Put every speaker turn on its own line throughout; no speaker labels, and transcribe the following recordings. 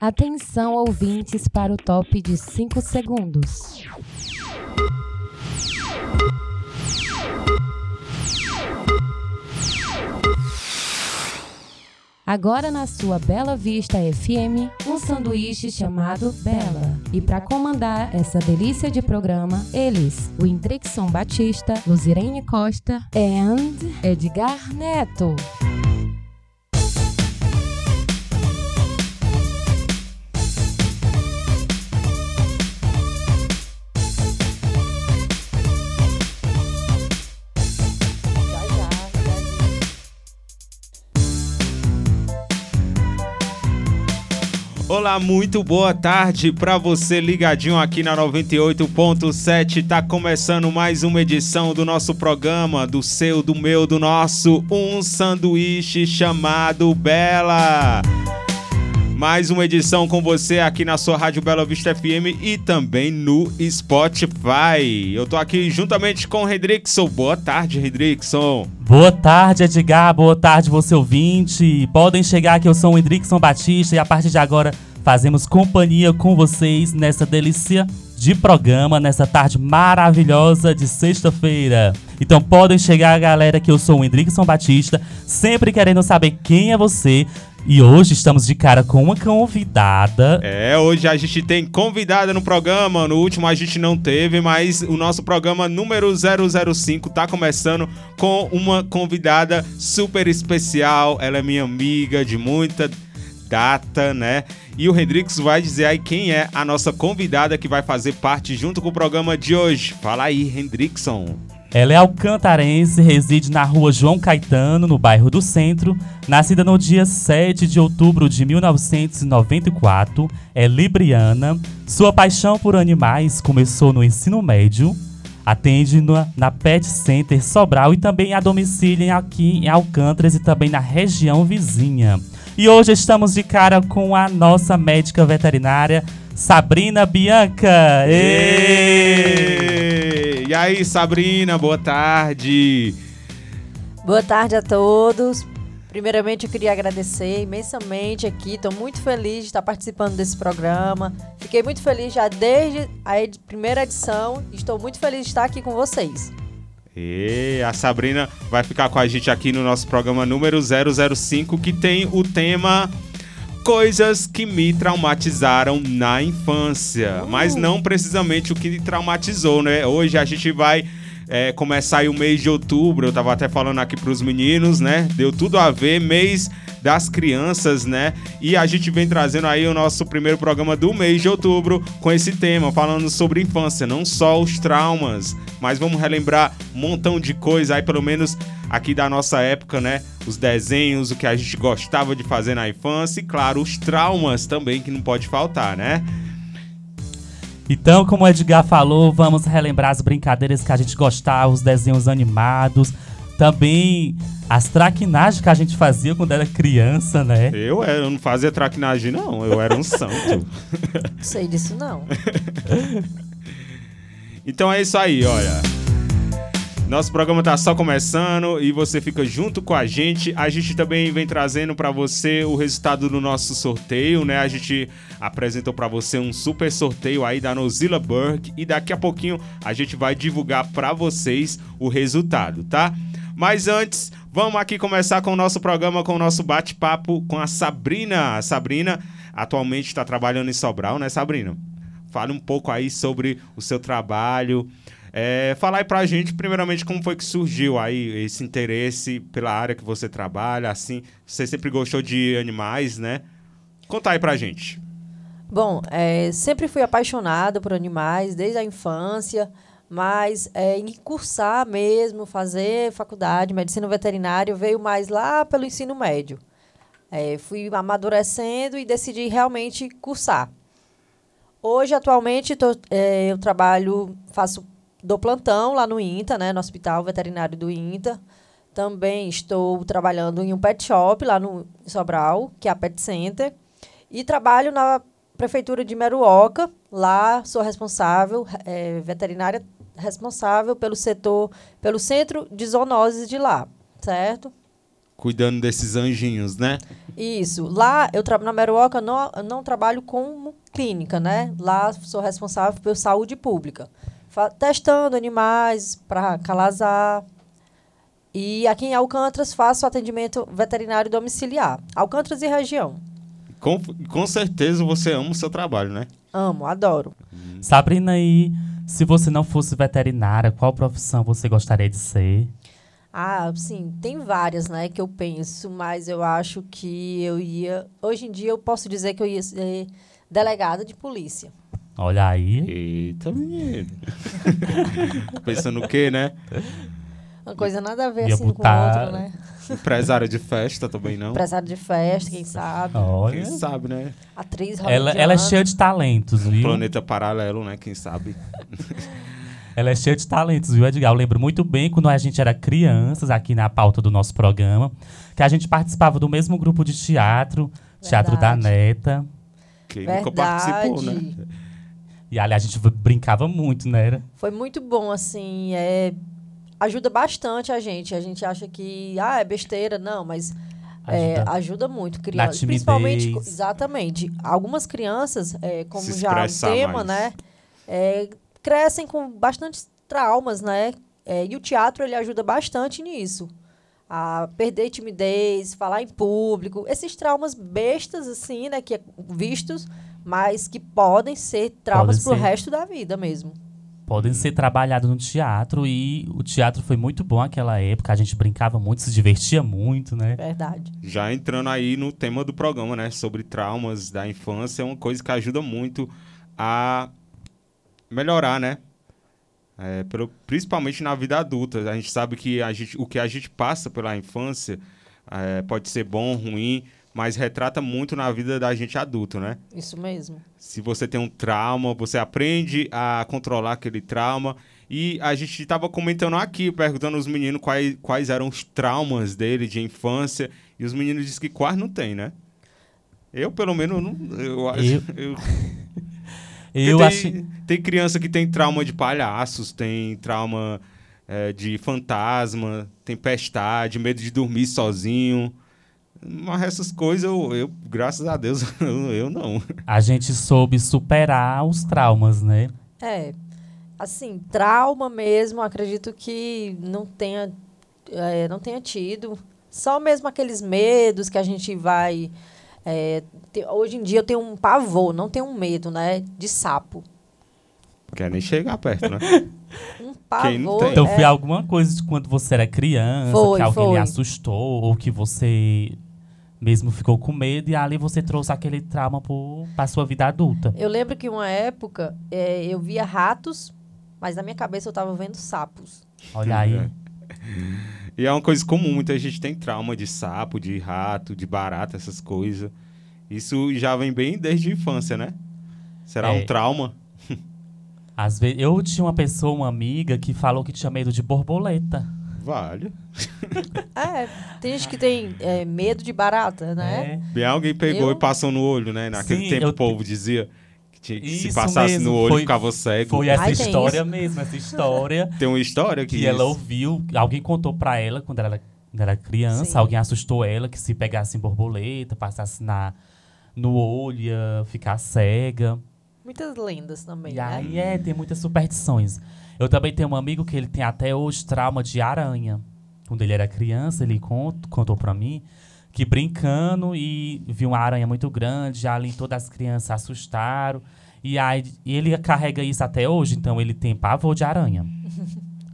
Atenção, ouvintes, para o top de 5 segundos. Agora na sua Bela Vista FM, um sanduíche chamado Bela. E para comandar essa delícia de programa, eles, o Indrixon Batista, Luzirene Costa e Edgar Neto.
Olá, muito boa tarde para você ligadinho aqui na 98.7. Tá começando mais uma edição do nosso programa, do seu, do meu, do nosso, um sanduíche chamado Bela. Mais uma edição com você aqui na sua Rádio Bela Vista FM e também no Spotify. Eu tô aqui juntamente com o Hendrickson. Boa tarde, Hendrickson.
Boa tarde, Edgar. Boa tarde, você ouvinte. Podem chegar que eu sou o Hendrickson Batista e a partir de agora fazemos companhia com vocês nessa delícia de programa, nessa tarde maravilhosa de sexta-feira. Então podem chegar, galera, que eu sou o Hendrickson Batista, sempre querendo saber quem é você. E hoje estamos de cara com uma convidada.
É, hoje a gente tem convidada no programa. No último a gente não teve, mas o nosso programa número 005 tá começando com uma convidada super especial. Ela é minha amiga de muita data, né? E o Hendrix vai dizer aí quem é a nossa convidada que vai fazer parte junto com o programa de hoje. Fala aí, Hendrickson.
Ela é alcantarense, reside na rua João Caetano, no bairro do Centro. Nascida no dia 7 de outubro de 1994, é libriana. Sua paixão por animais começou no ensino médio. Atende na, na Pet Center Sobral e também a domicílio em- aqui em Alcântaras e também na região vizinha. E hoje estamos de cara com a nossa médica veterinária, Sabrina Bianca. Êêê!
E aí, Sabrina, boa tarde.
Boa tarde a todos. Primeiramente, eu queria agradecer imensamente aqui. Estou muito feliz de estar participando desse programa. Fiquei muito feliz já desde a ed- primeira edição. Estou muito feliz de estar aqui com vocês.
E a Sabrina vai ficar com a gente aqui no nosso programa número 005, que tem o tema Coisas que me traumatizaram na infância. Mas não precisamente o que me traumatizou, né? Hoje a gente vai é, começar aí o mês de outubro. Eu tava até falando aqui pros meninos, né? Deu tudo a ver, mês das crianças, né? E a gente vem trazendo aí o nosso primeiro programa do mês de outubro com esse tema, falando sobre infância, não só os traumas, mas vamos relembrar um montão de coisa aí, pelo menos aqui da nossa época, né? Os desenhos, o que a gente gostava de fazer na infância e, claro, os traumas também, que não pode faltar, né?
Então, como o Edgar falou, vamos relembrar as brincadeiras que a gente gostava, os desenhos animados, também as traquinagens que a gente fazia quando era criança, né?
Eu, era- eu não fazia traquinagem, não, eu era um santo.
Não sei disso, não.
Então é isso aí, olha. Nosso programa tá só começando e você fica junto com a gente. A gente também vem trazendo pra você o resultado do nosso sorteio, né? A gente apresentou pra você um super sorteio aí da Nozilla Burke e daqui a pouquinho a gente vai divulgar pra vocês o resultado, tá? Mas antes, vamos aqui começar com o nosso programa, com o nosso bate-papo com a Sabrina. A Sabrina atualmente está trabalhando em Sobral, né, Sabrina? Fale um pouco aí sobre o seu trabalho. É, fala aí pra gente, primeiramente, como foi que surgiu aí esse interesse pela área que você trabalha, assim. Você sempre gostou de animais, né? Conta aí pra gente.
Bom, é, sempre fui apaixonada por animais desde a infância, mas é, em cursar mesmo, fazer faculdade, medicina veterinária, veio mais lá pelo ensino médio. É, fui amadurecendo e decidi realmente cursar. Hoje, atualmente, tô, é, eu trabalho, faço, dou plantão lá no INTA, né, no Hospital Veterinário do INTA. Também estou trabalhando em um pet shop lá no em Sobral, que é a Pet Center. E trabalho na Prefeitura de Meruoca. Lá sou responsável, é, veterinária responsável pelo setor, pelo centro de zoonoses de lá, certo?
Cuidando desses anjinhos, né?
Isso. Lá, eu tra- na Meruoca, eu não, eu não trabalho como clínica, né? Lá, sou responsável por saúde pública. Fa- testando animais para calazar. E aqui em Alcântara faço atendimento veterinário domiciliar. Alcântara e região.
Com, com certeza você ama o seu trabalho, né?
Amo, adoro.
Sabrina, e se você não fosse veterinária, qual profissão você gostaria de ser?
Ah, sim, tem várias, né, que eu penso, mas eu acho que eu ia. Hoje em dia eu posso dizer que eu ia ser delegada de polícia.
Olha aí.
Eita, menino. Pensando o quê, né?
Uma coisa nada a ver
Ia
assim com a
botar- Então
outra, né?
Empresária de festa também não.
Empresário de festa, quem sabe.
Olha.
Quem sabe, né?
Atriz
Ela, ela é
hollywoodiana.
cheia de talentos, viu?
Planeta paralelo, né? Quem sabe?
Ela é cheia de talentos, viu, Edgar? Eu lembro muito bem quando a gente era crianças, aqui na pauta do nosso programa, que a gente participava do mesmo grupo de teatro, Teatro da
Verdade.
Neta.
Quem nunca
Verdade.
participou, né?
E ali a gente brincava muito, né? Era-
Foi muito bom, assim, é, ajuda bastante a gente. A gente acha que, ah, é besteira, não, mas é,
Ajuda.
ajuda. muito crianças.
timidez.
Principalmente, co- exatamente, algumas crianças, é, como
Se
já é um
expressar
tema,
mais.
né, é, crescem com bastantes traumas, né, é, e o teatro, ele ajuda bastante nisso. A perder timidez, falar em público, esses traumas bestas, assim, né, que é vistos, mas que podem ser traumas
Podem
pro
ser.
resto da vida mesmo.
Podem ser trabalhados no teatro e o teatro foi muito bom naquela época. A gente brincava muito, se divertia muito, né?
Verdade.
Já entrando aí no tema do programa, né? Sobre traumas da infância, é uma coisa que ajuda muito a melhorar, né? É, pelo- principalmente na vida adulta. A gente sabe que a gente, o que a gente passa pela infância é, pode ser bom, ruim, mas retrata muito na vida da gente adulto, né?
Isso mesmo.
Se você tem um trauma, você aprende a controlar aquele trauma. E a gente estava comentando aqui, perguntando aos meninos quais, quais eram os traumas dele de infância. E os meninos dizem que quase não tem, né? Eu, pelo menos, não. Eu acho.
Eu-
eu-
Eu
tem,
achei.
tem criança que tem trauma de palhaços, tem trauma é, de fantasma, tempestade, medo de dormir sozinho. Mas essas coisas, eu, eu graças a Deus, eu, eu não.
A gente soube superar os traumas, né?
É. Assim, trauma mesmo, acredito que não tenha, é, não tenha tido. Só mesmo aqueles medos que a gente vai. é, te- hoje em dia eu tenho um pavor, não tenho um medo, né? De sapo.
Quer nem chegar perto, né?
Um
Quem não
pavor.
tem?
Então
é,
foi alguma coisa de quando você era criança,
Foi,
que alguém lhe
foi.
assustou, ou que você mesmo ficou com medo, e ali você trouxe aquele trauma pro, pra sua vida adulta.
Eu lembro que uma época é, eu via ratos, mas na minha cabeça eu tava vendo sapos.
Olha aí.
É. E é uma coisa comum, muita gente tem trauma de sapo, de rato, de barata, essas coisas. Isso já vem bem desde a infância, né? Será
É.
um trauma?
Às vezes, eu tinha uma pessoa, uma amiga, que falou que tinha medo de borboleta.
Vale.
É, tem gente que tem é, medo de barata, né?
né?
Bem, alguém pegou
Eu-
e passou no olho, né? Naquele
Sim,
tempo
eu-
o povo dizia que tinha que se
Isso
passasse
mesmo,
no olho
foi-
ficava cego.
Foi essa
Ai, tem
história mesmo, essa história
Tem uma história que,
que ela
isso-
ouviu, alguém contou pra ela quando ela, quando ela era criança,
Sim.
alguém assustou ela que se pegasse em borboleta, passasse na, no olho, ia ficar cega.
Muitas lendas também,
E
né?
aí é, tem muitas superstições. Eu também tenho um amigo que ele tem até hoje trauma de aranha. Quando ele era criança, ele cont- contou pra mim que brincando e viu uma aranha muito grande, ali todas as crianças assustaram. E aí e ele carrega isso até hoje, então ele tem pavor de aranha.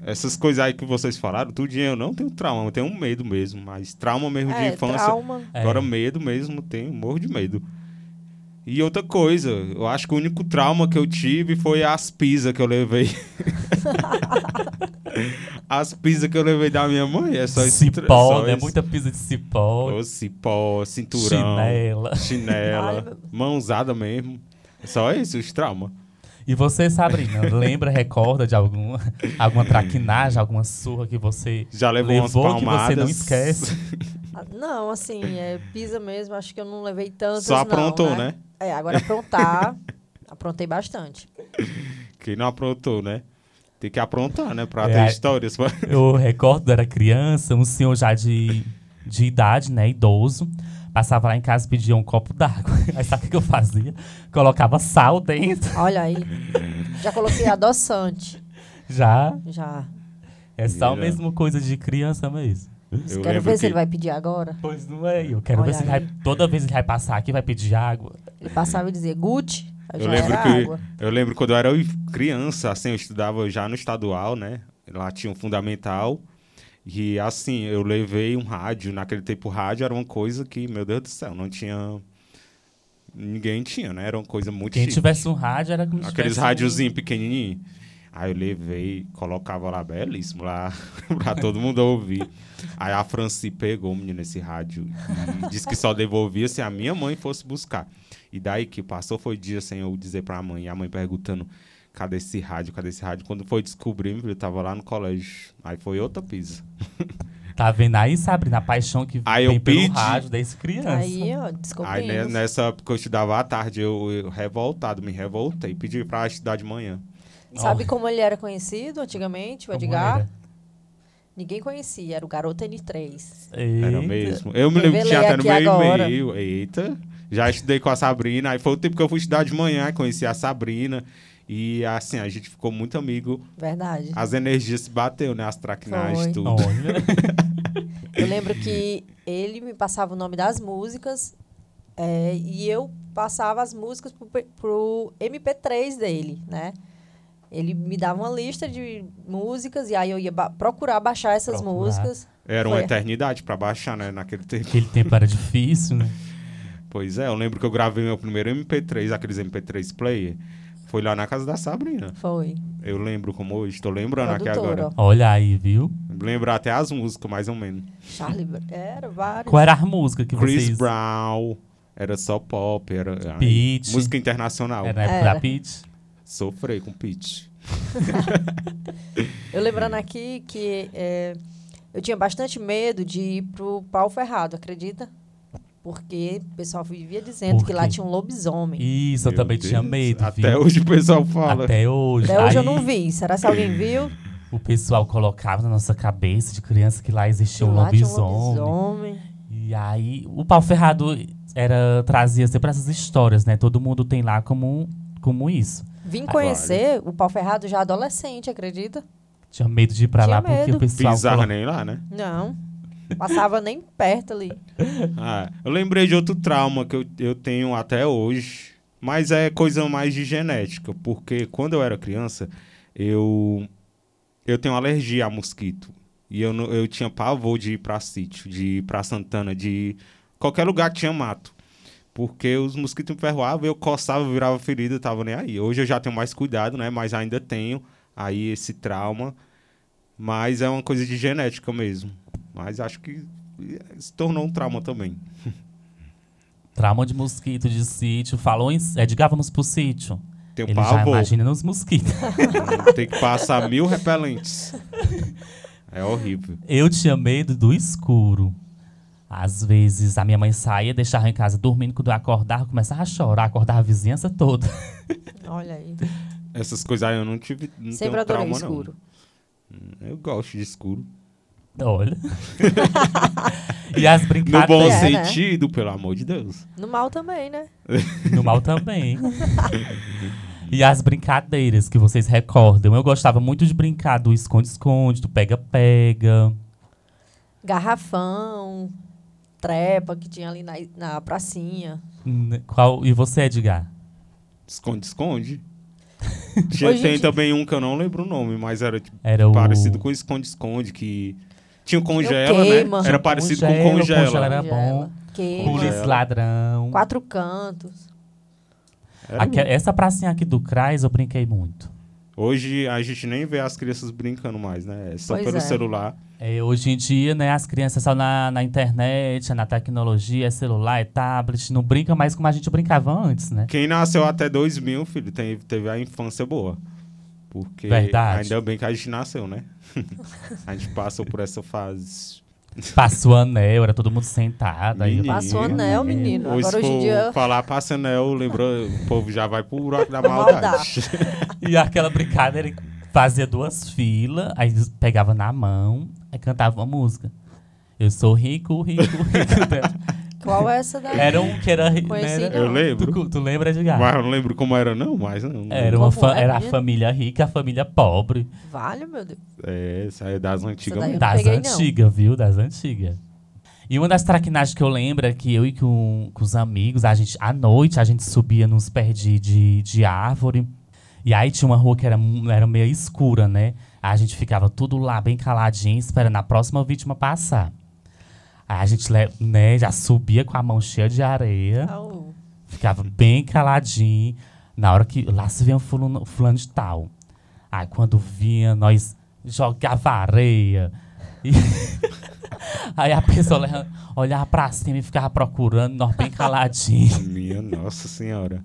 essas coisas aí que vocês falaram, tudinho, eu não tenho trauma, eu tenho um medo mesmo, mas trauma mesmo
É,
de infância.
trauma.
É.
Agora, medo mesmo, tenho, morro de medo. E outra coisa, eu acho que o único trauma que eu tive foi as pizzas que eu levei. as pizzas que eu levei da minha mãe. É só esse tra-
cipó,
só
né?
esse-
Muita pizza de cipó,
Ô, cipó, cinturão,
chinela.
Ai,
chinela,
meu-
mãozada mesmo. É Só isso, os traumas.
E você, Sabrina, lembra, recorda de alguma, alguma traquinagem, alguma surra que você
Já levou, umas
levou que
palmadas.
você não esquece?
Ah, Não, assim, é, pisa mesmo, acho que eu não levei tantas
Só
não,
aprontou, né?
É, agora aprontar, aprontei bastante.
Quem não aprontou, né? Tem que aprontar, né? Pra
É,
ter
a-
histórias. pra-
Eu recordo, eu era criança, um senhor já de de idade, né? Idoso. Passava lá em casa e pedia um copo d'água. Aí sabe o que que eu fazia? Colocava sal dentro.
Olha aí. Já coloquei adoçante.
Já.
Já.
É só a
Mira.
mesma coisa de criança mesmo.
Eu
Quero
lembro
ver se
que-
ele vai pedir agora.
Pois não é. Eu quero
Olha
ver se ele vai,
aí.
toda vez ele vai passar aqui, vai pedir água.
Ele passava e dizia, Gucci. Aí
Eu
já
lembro
era água.
que eu lembro quando eu era criança, assim, eu estudava já no estadual, né? Lá tinha um fundamental. E assim, eu levei um rádio, naquele tempo o rádio era uma coisa que, meu Deus do céu, não tinha ninguém tinha, né? Era uma coisa muito
Quem
chique.
tivesse um rádio era como se
aqueles
tivesse um-
rádiozinhos pequenininhos. Aí eu levei, colocava lá belíssimo lá pra todo mundo ouvir. Aí a Franci pegou, menino, esse rádio e disse que só devolvia se a minha mãe fosse buscar. E daí que passou foi dia sem eu dizer pra mãe, e a mãe perguntando: "Cadê esse rádio? Cadê esse rádio?" Quando foi descobrir, meu filho, eu tava lá no colégio. Aí foi outra pisa.
Tá vendo aí, Sabrina, a paixão que
Aí
tem
eu
pelo
pedi.
rádio desde criança.
Aí,
Aí
ó,
né, ne-
descobrimos.
nessa época que eu estudava à tarde, eu, eu revoltado, me revoltei, pedi pra estudar de manhã.
Sabe como ele era conhecido antigamente, o
Como
Edgar?
era?
Ninguém conhecia, era o Garoto N3.
Era um
Eita.
mesmo. Eu me lembro que
Revelei
tinha até no
aqui
meu
agora.
e-mail. Eita. Já estudei com a Sabrina. Aí foi o tempo que eu fui estudar de manhã, aí conheci a Sabrina. E assim, a gente ficou muito amigo.
Verdade.
As energias se bateu, né? As traquinagens,
Foi.
tudo.
Olha.
Eu lembro que ele me passava o nome das músicas é, e eu passava as músicas pro, P- pro MP3 dele, né? Ele me dava uma lista de músicas e aí eu ia ba- procurar baixar essas
Procurar.
músicas.
Era uma
Foi.
eternidade pra baixar, né? Naquele tempo.
Aquele tempo era difícil, né?
Pois é, eu lembro que eu gravei meu primeiro MP3, aqueles MP3 player. Foi lá na casa da Sabrina.
Foi.
Eu lembro como hoje, estou lembrando aqui
Produtora.
agora.
Olha aí, viu?
Lembro até as músicas, mais ou menos.
Charlie Brown. Era vários.
Qual era a música que
Chris
vocês...
Brown, era só pop, era. ai,
Pitty.
música internacional.
Era na época da
Era.
Pitty?
Sofrei com Pitch.
é?
Eu lembrando aqui que é, eu tinha bastante medo de ir pro pau ferrado, acredita? Porque o pessoal vivia dizendo
Por quê?
que lá tinha um lobisomem.
Isso,
Meu
eu Então também
Deus.
tinha medo, viu?
Até hoje assim. o pessoal fala.
Até hoje.
Até hoje eu
Aí
não vi. Será que alguém viu?
O pessoal colocava na nossa cabeça de criança que lá existia um
lá tinha
lobisomem.
lobisomem.
E aí, o pau ferrado era, trazia sempre essas histórias, né? Todo mundo tem lá como, um, como isso.
Vim conhecer o pau ferrado já adolescente, acredita?
Tinha medo de ir pra
Tinha
lá porque
medo.
o pessoal.
Bizarro
colo-
nem lá, né?
Não. Passava nem perto ali.
Ah, eu lembrei de outro trauma que eu, eu tenho até hoje. Mas é coisa mais de genética. Porque quando eu era criança, eu, eu tenho alergia a mosquito. E eu, não- eu tinha pavor de ir pra sítio, de ir pra Santana, de ir- qualquer lugar que tinha mato. Porque os mosquitos me ferroavam, eu coçava, virava ferida, eu tava nem aí. Hoje eu já tenho mais cuidado, né? Mas ainda tenho aí esse trauma. Mas é uma coisa de genética mesmo. Mas acho que se tornou um trauma também.
Trauma de mosquito, de sítio. Falou em. É, diga, vamos pro sítio.
Tem
Ele já
pavor.
imagina nos mosquitos.
Tem que passar mil repelentes. É horrível.
Eu tinha medo do escuro. Às vezes a minha mãe saía, deixava eu em casa dormindo, quando eu acordava, começava a chorar, acordava a vizinhança toda.
Olha aí.
Essas coisas aí eu não tive. Não
Sempre
um
tenho
adorei
trauma,
escuro.
Não. Eu gosto de escuro.
Olha. e as
No bom
brincadeiras.
É, né?
sentido, pelo amor de Deus.
No mal também, né?
No mal também. E as brincadeiras que vocês recordam. Eu gostava muito de brincar do esconde-esconde, do pega-pega.
Garrafão, trepa que tinha ali na, na pracinha.
Hum, Qual... E você, Edgar?
Esconde, esconde. Tinha,
Hoje em
tem
dia-
também um que eu não lembro o nome, mas era tipo,
Era o.
parecido com esconde-esconde, que tinha o congela,
É queima.
né? Era parecido
Congela,
com congela.
congela era-
Tigela,
bom.
Queima.
Polícia ladrão.
Quatro cantos.
Era
Aque- Essa pracinha aqui do Crais eu brinquei muito.
Hoje a gente nem vê as crianças brincando mais, né? É Só
Pois
pelo
é.
celular.
É, hoje em dia, né, as crianças só na, na internet, é na tecnologia, é celular, é tablet, não brinca mais como a gente brincava antes, né?
Quem nasceu até 2000, filho, tem- teve a infância boa. Porque
Verdade.
ainda bem que a gente nasceu, né? a gente passou por essa fase.
Passou anel, era todo mundo sentado. Aí...
Menino.
Passou anel, menino.
Hoje,
Agora
se
hoje em
for
dia.
falar passa anel, lembrou, o povo já vai pro buraco da
Maldade.
maldade.
E aquela brincadeira que fazia duas filas, aí pegava na mão, aí cantava uma música. Eu sou rico, rico, rico. dela.
Qual é essa daí?
era um que era. né,
Conheci,
era-
não.
Eu lembro.
Tu, tu lembra, Edgar?
Mas eu não lembro como era, não, mas não.
Era, uma
Como
fa-
é
era a
mesmo?
família rica, a família pobre.
Vale, meu Deus.
É, essa é das antigas.
Essa
mesmo.
daí Eu não
das
peguei, não.
antigas, viu? Das antigas. E uma das traquinagens que eu lembro é que eu e com, com os amigos, a gente, à noite, a gente subia nos pés de, de, de árvore. E aí tinha uma rua que era, mu- era meio escura, né? A gente ficava tudo lá, bem caladinho, esperando a próxima vítima passar. Aí a gente le- né, já subia com a mão cheia de areia.
Au.
Ficava bem caladinho. Na hora que lá se vinha fulano, fulano de tal. Aí quando vinha, nós jogava areia. E- Aí a pessoa olha- olhava pra cima e ficava procurando, nós bem caladinho.
Minha nossa senhora.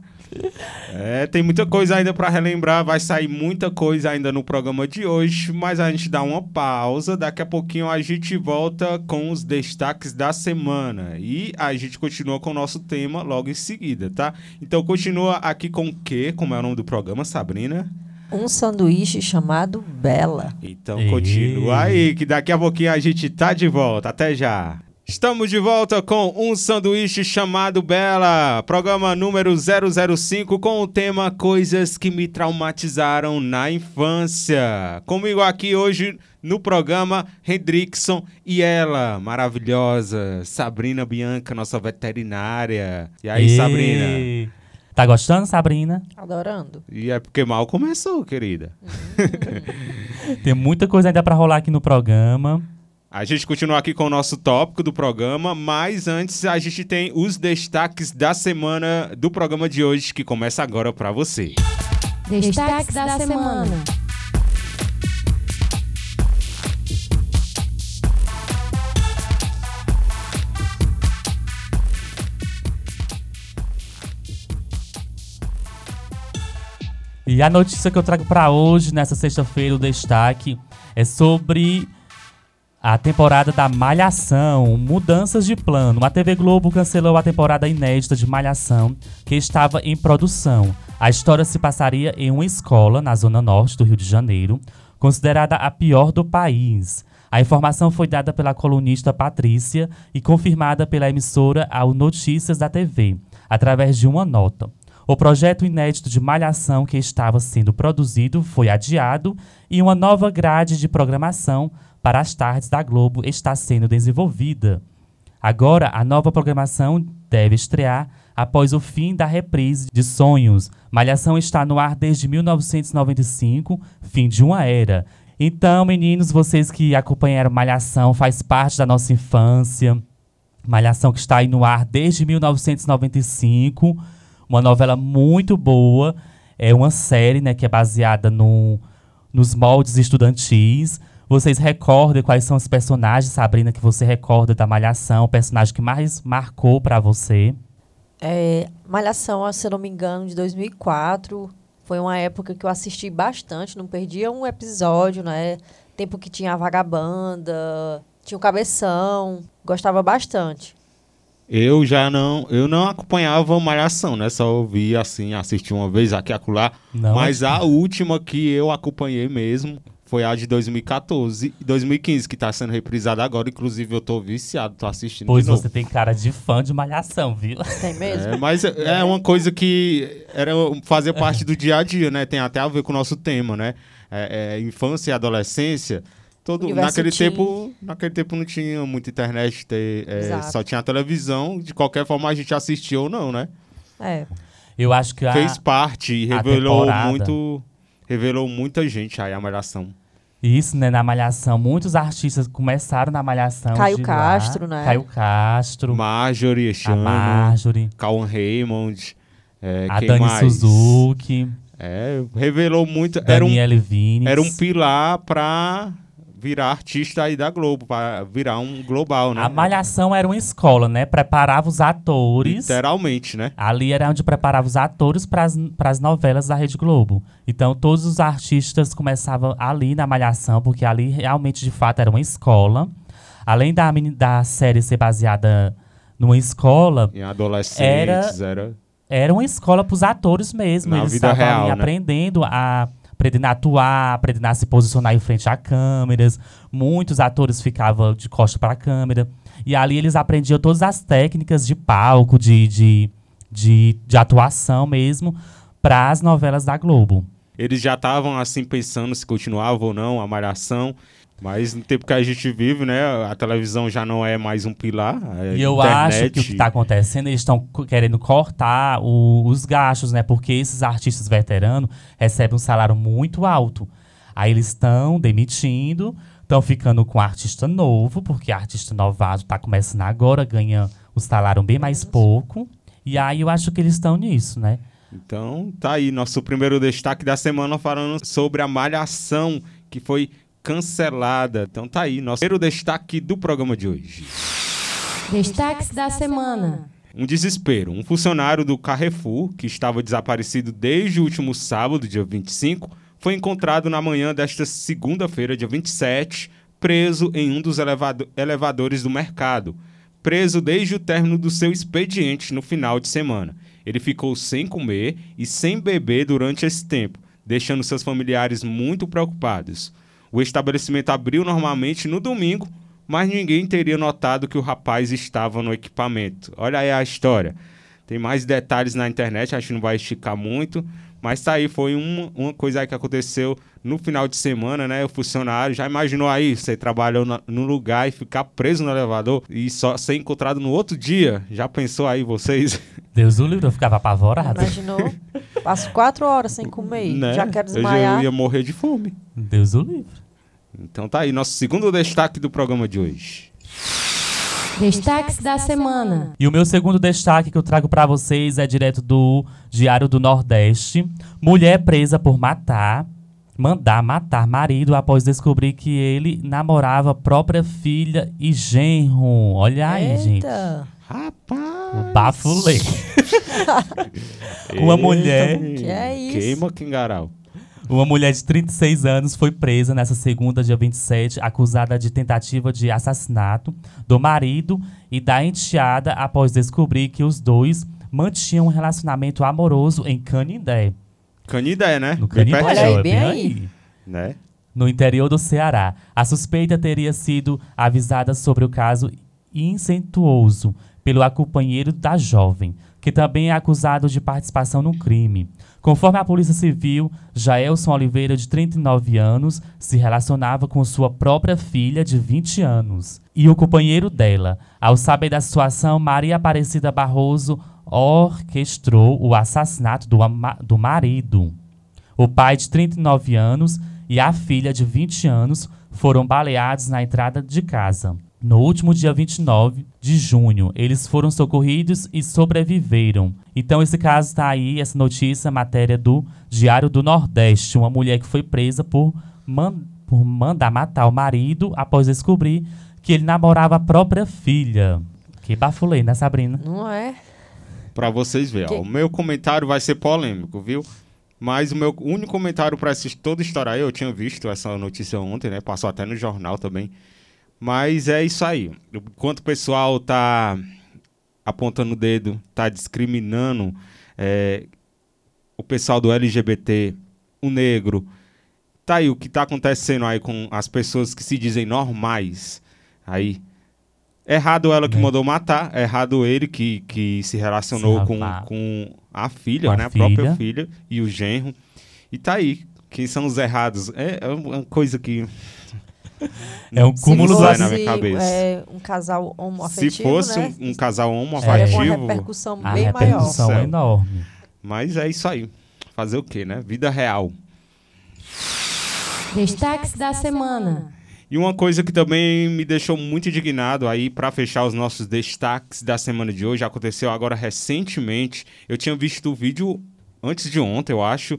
É, tem muita coisa ainda pra relembrar, vai sair muita coisa ainda no programa de hoje, mas a gente dá uma pausa, daqui a pouquinho a gente volta com os destaques da semana e a gente continua com o nosso tema logo em seguida, tá? Então continua aqui com o quê? Como é o nome do programa, Sabrina?
Um sanduíche chamado Bela.
Então
Ei.
continua aí, que daqui a pouquinho a gente tá de volta. Até já. Estamos de volta com um sanduíche chamado Bela, programa número 005 com o tema Coisas que me traumatizaram na infância. Comigo aqui hoje no programa Hendrickson e ela, maravilhosa, Sabrina Bianca, nossa veterinária. E aí,
Ei.
Sabrina?
Tá gostando, Sabrina?
Adorando.
E é porque mal começou, querida.
Tem muita coisa ainda pra rolar aqui no programa.
A gente continua aqui com o nosso tópico do programa, mas antes a gente tem os destaques da semana do programa de hoje que começa agora pra você.
Destaques da semana.
E a notícia que eu trago pra hoje, nessa sexta-feira, o destaque é sobre a temporada da Malhação, Mudanças de Plano. A TV Globo cancelou a temporada inédita de Malhação, que estava em produção. A história se passaria em uma escola na zona norte do Rio de Janeiro, considerada a pior do país. A informação foi dada pela colunista Patrícia e confirmada pela emissora ao Notícias da TV, através de uma nota. O projeto inédito de Malhação que estava sendo produzido foi adiado e uma nova grade de programação para as tardes da Globo está sendo desenvolvida. Agora, a nova programação deve estrear após o fim da reprise de Sonhos. Malhação está no ar desde 1995, fim de uma era. Então, meninos, vocês que acompanharam Malhação, faz parte da nossa infância. Malhação que está aí no ar desde 1995, uma novela muito boa, é uma série, né, que é baseada no, nos moldes estudantis. Vocês recordam quais são os personagens, Sabrina, que você recorda da Malhação, o personagem que mais marcou pra você?
É, Malhação, se eu não me engano, de 2004. Foi uma época que eu assisti bastante, não perdia um episódio, né? Tempo que tinha a Vagabanda, tinha o Cabeção. Gostava bastante.
Eu já não, eu não acompanhava Malhação, né? Só ouvi assim, assisti uma vez aqui acolá,
Não. é?
mas a última que eu acompanhei mesmo foi a de 2014 e 2015 que tá sendo reprisada agora, inclusive eu tô viciado, tô assistindo
Pois
de novo.
você tem cara de fã de Malhação, viu?
Tem mesmo?
É, mas é uma coisa que era fazer parte do dia a dia, né? Tem até a ver com o nosso tema, né? É, é, infância e adolescência. Todo,
Universo
naquele,
teen.
tempo, naquele tempo não tinha muita internet, ter, é,
Exato.
só tinha a televisão. De qualquer forma, a gente assistiu ou não, né?
É.
Eu acho que a,
Fez parte e
Tá. a
revelou
temporada.
muito. Revelou muita gente aí a malhação.
Isso, né? Na Malhação. Muitos artistas começaram na Malhação.
Caio
de lá.
Castro, né?
Caio Castro,
Marjorie,
a
Chano,
Marjorie,
Calvin Raymond. É,
a
quem
Dani
mais?
Suzuki,
É, revelou muito. Era um
Daniele Vines.
Era um pilar pra virar artista aí da Globo, pra virar um global, né?
A Malhação era uma escola, né? Preparava os atores.
Literalmente, né?
Ali era onde preparava os atores para as novelas da Rede Globo. Então, todos os artistas começavam ali na Malhação, porque ali realmente, de fato, era uma escola. Além da, meni- da série ser baseada numa escola,
Em adolescentes, era...
era uma escola para os atores mesmo.
Na
Eles
vida
estavam ali
real, né?
aprendendo a aprendendo a atuar, aprendendo a se posicionar em frente a câmeras. Muitos atores ficavam de costa para a câmera. E ali eles aprendiam todas as técnicas de palco, de, de, de, de atuação mesmo, para as novelas da Globo.
Eles já estavam assim pensando se continuava ou não a malhação. Mas no tempo que a gente vive, né? A televisão já não é mais um pilar. é
E eu
internet.
acho que o que tá está acontecendo, eles estão co- querendo cortar o- os gastos, né? Porque esses artistas veteranos recebem um salário muito alto. Aí eles estão demitindo, estão ficando com artista novo, porque artista novato está começando agora, ganha o salário bem mais pouco. E aí eu acho que eles estão nisso, né?
Então, tá aí nosso primeiro destaque da semana falando sobre a malhação que foi cancelada. Então, tá aí nosso primeiro destaque do programa de hoje.
Destaques da semana.
Um desespero. Um funcionário do Carrefour, que estava desaparecido desde o último sábado, dia 25, foi encontrado na manhã desta segunda-feira, dia 27, preso em um dos elevado- elevadores do mercado. Preso desde o término do seu expediente no final de semana. Ele ficou sem comer e sem beber durante esse tempo, deixando seus familiares muito preocupados. O estabelecimento abriu normalmente no domingo, mas ninguém teria notado que o rapaz estava no equipamento. Olha aí a história. Tem mais detalhes na internet, acho que não vai esticar muito. Mas tá aí, foi uma, uma coisa aí que aconteceu no final de semana, né? O funcionário já imaginou aí, você trabalhou na, no lugar e ficar preso no elevador e só ser encontrado no outro dia. Já pensou aí vocês?
Deus do livro, eu ficava apavorado.
Imaginou? Passo quatro horas sem comer.
Né?
Já quero
Eu já
desmaiar.
ia morrer de fome.
Deus do livro.
Então tá aí, nosso segundo destaque do programa de hoje.
Destaques da semana.
E o meu segundo destaque que eu trago pra vocês é direto do Diário do Nordeste. Mulher presa por matar, mandar matar marido após descobrir que ele namorava própria filha e genro. Olha aí, gente.
Eita!
Rapaz!
Bafulei. Uma mulher-
menino.
Que é isso?
Queima Kingarau.
Uma mulher de 36 anos foi presa nessa segunda, dia 27, acusada de tentativa de assassinato do marido e da enteada após descobrir que os dois mantinham um relacionamento amoroso em Canindé.
Canidé, né?
No
Bem
Canindé,
Olha aí,
ó, é
bem aí.
Né?
no interior do Ceará. A suspeita teria sido avisada sobre o caso incestuoso pelo acompanheiro da jovem, que também é acusado de participação no crime. Conforme a Polícia Civil, Jaelson Oliveira, de 39 anos, se relacionava com sua própria filha, de 20 anos, e o companheiro dela. Ao saber da situação, Maria Aparecida Barroso orquestrou o assassinato do, ama- do marido. O pai de 39 anos e a filha de 20 anos foram baleados na entrada de casa. No último dia 29 de junho, eles foram socorridos e sobreviveram. Então, esse caso está aí, essa notícia, é matéria do Diário do Nordeste. Uma mulher que foi presa por, man- por mandar matar o marido após descobrir que ele namorava a própria filha. Que bafulei, né, Sabrina?
Não é?
Pra vocês verem. ó.
Que-
O meu comentário vai ser polêmico, viu? Mas o meu único comentário pra essa toda história aí, eu tinha visto essa notícia ontem, né? Passou até no jornal também. Mas é isso aí. Enquanto o pessoal tá apontando o dedo, tá discriminando é, o pessoal do LGBT, o negro, tá aí o que tá acontecendo aí com as pessoas que se dizem normais. Aí. Errado ela que
Né.
mandou matar, errado ele que, que se relacionou
Se
com,
rapar.
com a filha,
Com a
né? A própria
filha.
filha e o genro. E tá aí. Quem são os errados? É, é uma coisa que.
É um
Se
cúmulo
não
do-
sai na minha cabeça.
é, um casal homoafetivo,
Se fosse
né?
um, um casal
Teria uma
homoafetivo.
repercussão
A
bem maior.
repercussão
Céu.
é enorme.
Mas é isso aí. Fazer o quê, né? Vida real.
Destaques da semana.
E uma coisa que também me deixou muito indignado aí para fechar os nossos destaques da semana de hoje, aconteceu agora recentemente. Eu tinha visto o vídeo antes de ontem, eu acho,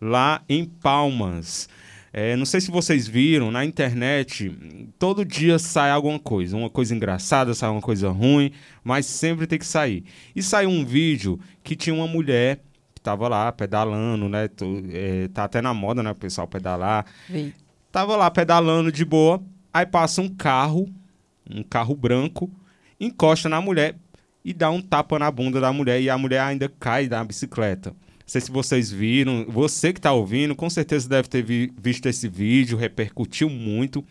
lá em Palmas. É, não sei se vocês viram, na internet, todo dia sai alguma coisa. Uma coisa engraçada, sai uma coisa ruim, mas sempre tem que sair. E saiu um vídeo que tinha uma mulher que estava lá pedalando, né? Tô- é, tá até na moda, né? O pessoal pedalar.
Vi.
Tava lá pedalando de boa, aí passa um carro, um carro branco, encosta na mulher e dá um tapa na bunda da mulher e a mulher ainda cai da bicicleta. sei se vocês viram. Você que está ouvindo, com certeza deve ter vi- visto esse vídeo, repercutiu muito.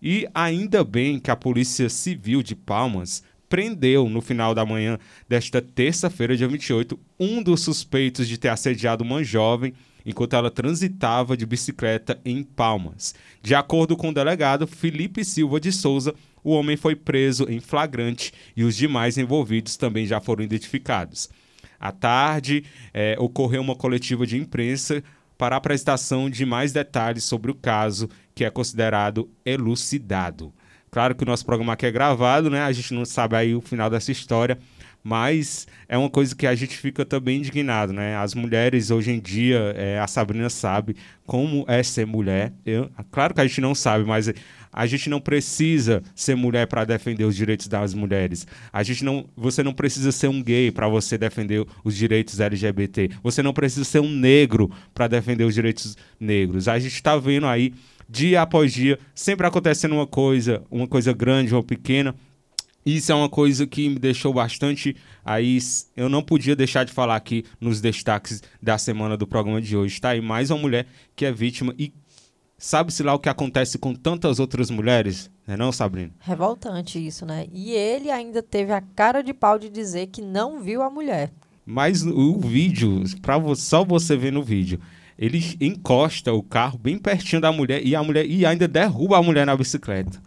E ainda bem que a Polícia Civil de Palmas prendeu no final da manhã desta terça-feira, dia 28, um dos suspeitos de ter assediado uma jovem enquanto ela transitava de bicicleta em Palmas. De acordo com o delegado Felipe Silva de Souza, o homem foi preso em flagrante e os demais envolvidos também já foram identificados. À tarde, eh, ocorreu uma coletiva de imprensa para a prestação de mais detalhes sobre o caso, que é considerado elucidado. Claro que o nosso programa aqui é gravado, né? A gente não sabe aí o final dessa história, mas é uma coisa que a gente fica também indignado, né? As mulheres hoje em dia, eh, a Sabrina sabe como é ser mulher. Eu, claro que a gente não sabe, mas a gente não precisa ser mulher para defender os direitos das mulheres. A gente não, você não precisa ser um gay para você defender os direitos LGBT. Você não precisa ser um negro para defender os direitos negros. A gente está vendo aí dia após dia sempre acontecendo uma coisa, uma coisa grande ou pequena. Isso é uma coisa que me deixou bastante aí. s- Eu não podia deixar de falar aqui nos destaques da semana do programa de hoje. Tá aí mais uma mulher que é vítima e sabe-se lá o que acontece com tantas outras mulheres, né não, Sabrina?
Revoltante isso, né? E ele ainda teve a cara de pau de dizer que não viu a mulher.
Mas o vídeo, pra vo- só você ver no vídeo, ele encosta o carro bem pertinho da mulher e a mulher e ainda derruba a mulher na bicicleta.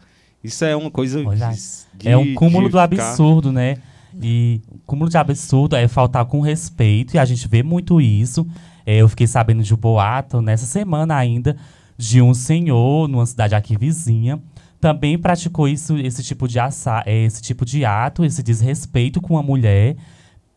Isso é uma coisa
Olha,
de-
é um cúmulo
de
do
ficar-
absurdo, né? E o cúmulo de absurdo é faltar com respeito, e a gente vê muito isso. É, eu fiquei sabendo de um boato nessa semana ainda de um senhor numa cidade aqui vizinha também praticou isso, esse tipo de assa, é, esse tipo de ato, esse desrespeito com a mulher,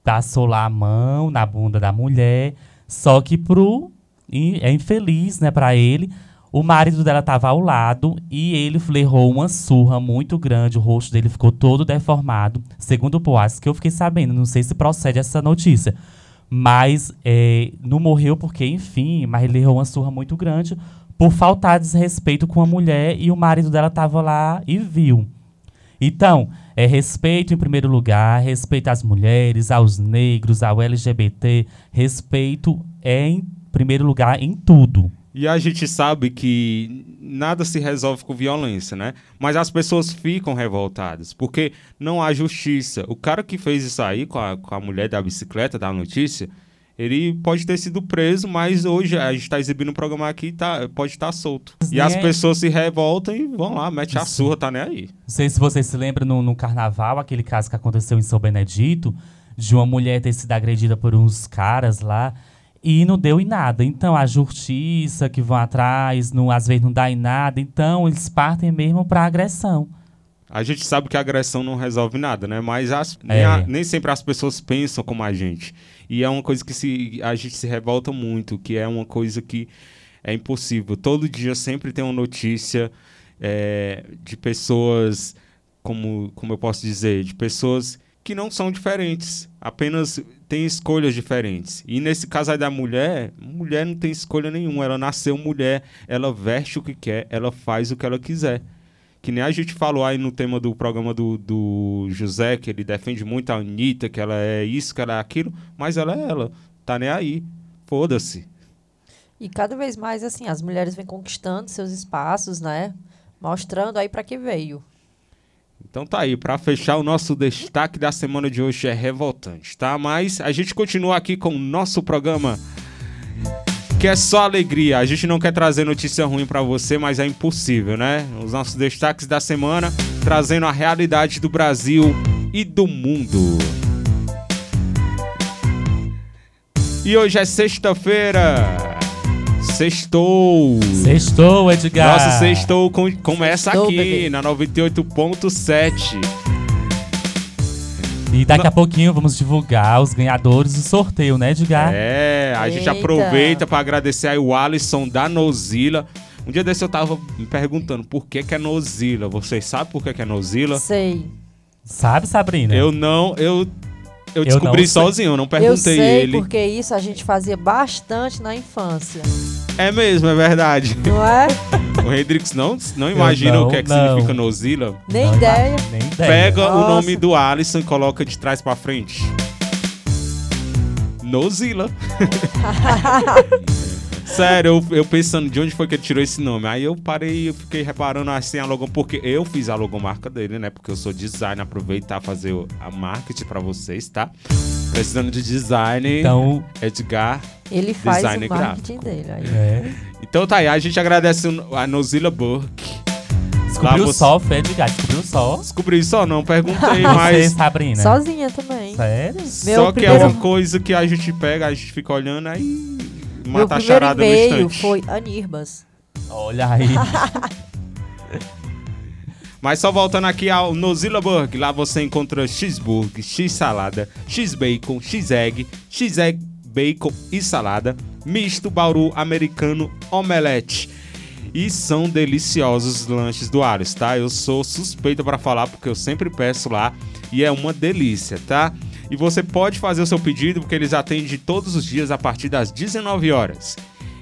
passou lá a mão na bunda da mulher, só que pro e é infeliz, né, para ele, o marido dela estava ao lado e ele levou uma surra muito grande, o rosto dele ficou todo deformado, segundo o Boas, que eu fiquei sabendo, não sei se procede essa notícia. Mas é, não morreu porque, enfim, mas ele levou uma surra muito grande por faltar desrespeito com a mulher e o marido dela estava lá e viu. Então, é respeito em primeiro lugar, respeito às mulheres, aos negros, ao LGBT, respeito é em primeiro lugar em tudo.
E a gente sabe que nada se resolve com violência, né? Mas as pessoas ficam revoltadas, porque não há justiça. O cara que fez isso aí com a, com a mulher da bicicleta, da notícia, ele pode ter sido preso, mas hoje a gente está exibindo um programa aqui e tá, pode estar solto. E
Né?
as pessoas se revoltam e vão lá, mete a surra, tá nem aí.
Não sei se vocês se lembram no, no carnaval, aquele caso que aconteceu em São Benedito, de uma mulher ter sido agredida por uns caras lá e não deu em nada. Então, a justiça que vão atrás, não, às vezes não dá em nada. Então, eles partem mesmo para agressão.
A gente sabe que a agressão não resolve nada, né? Mas as- nem,
É.
a- nem sempre as pessoas pensam como a gente. E é uma coisa que se, a gente se revolta muito, que é uma coisa que é impossível. Todo dia sempre tem uma notícia é, de pessoas, como, como eu posso dizer, de pessoas que não são diferentes, apenas têm escolhas diferentes. E nesse caso aí da mulher, mulher não tem escolha nenhuma. Ela nasceu mulher, ela veste o que quer, ela faz o que ela quiser. Que nem a gente falou aí no tema do programa do, do José, que ele defende muito a Anitta, que ela é isso, que ela é aquilo, mas ela é ela. Tá nem aí. Foda-se.
E cada vez mais, assim, as mulheres vêm conquistando seus espaços, né? Mostrando aí pra que veio.
Então tá aí, pra fechar o nosso destaque da semana de hoje é revoltante, tá? Mas a gente continua aqui com o nosso programa que é só alegria. A gente não quer trazer notícia ruim pra você, mas é impossível, né? Os nossos destaques da semana trazendo a realidade do Brasil e do mundo. E hoje é sexta-feira. Sextou.
Sextou, Edgar!
Nosso sextou com- começa
Sextou,
aqui
bebê.
na 98.7.
E daqui a pouquinho vamos divulgar os ganhadores do sorteio, né, Edgar?
É, a gente
Eita.
aproveita pra agradecer aí o Alisson da Nozila. Um dia desse eu tava me perguntando por que que é Nozila. Vocês sabem por que que é Nozila?
Sei.
Sabe, Sabrina?
Eu não, eu eu
Eu
descobri
não sei.
sozinho, eu não
Eu
perguntei
sei
ele.
porque isso a gente fazia bastante na infância.
É mesmo, é verdade.
Não é?
o Hendrix não, não imagina
Hum. não,
o que é que
não. É.
significa Nozila.
Nem
Não,
ideia.
Nem ideia.
Pega o
Nossa.
nome do Alisson e coloca de trás pra frente. Nozilla. Sério, eu, eu pensando de onde foi que ele tirou esse nome. Aí eu parei e fiquei reparando assim a logomarca, porque eu fiz a logomarca dele, né? Porque eu sou designer, aproveitar fazer o- a marketing pra vocês, tá? Precisando de design,
Então,
Edgar.
Ele faz
Design
o marketing dele. Aí.
é.
Então tá aí, a gente agradece a Nozilla Burke. Lá
Descobriu o
você-
sol, Fred Gato. Descobriu o sol.
Descobri isso ou não? Perguntei,
Você,
mas.
Sabrina.
Sozinha também.
Sério?
Só
Meu
que é
primeiro-
uma coisa que a gente pega, a gente fica olhando aí.
Meu
Mata a
primeiro
charada no
e-mail
instante.
foi Anirbas.
Olha aí.
Mas só voltando aqui ao Nozilla Burger, lá você encontra cheeseburger, x-salada, x-bacon, x-egg, x-egg, bacon e salada, misto, bauru, americano, omelete. E são deliciosos os lanches do Ares, tá? Eu sou suspeito pra falar porque eu sempre peço lá e é uma delícia, tá? E você pode fazer o seu pedido porque eles atendem todos os dias a partir das 19 horas.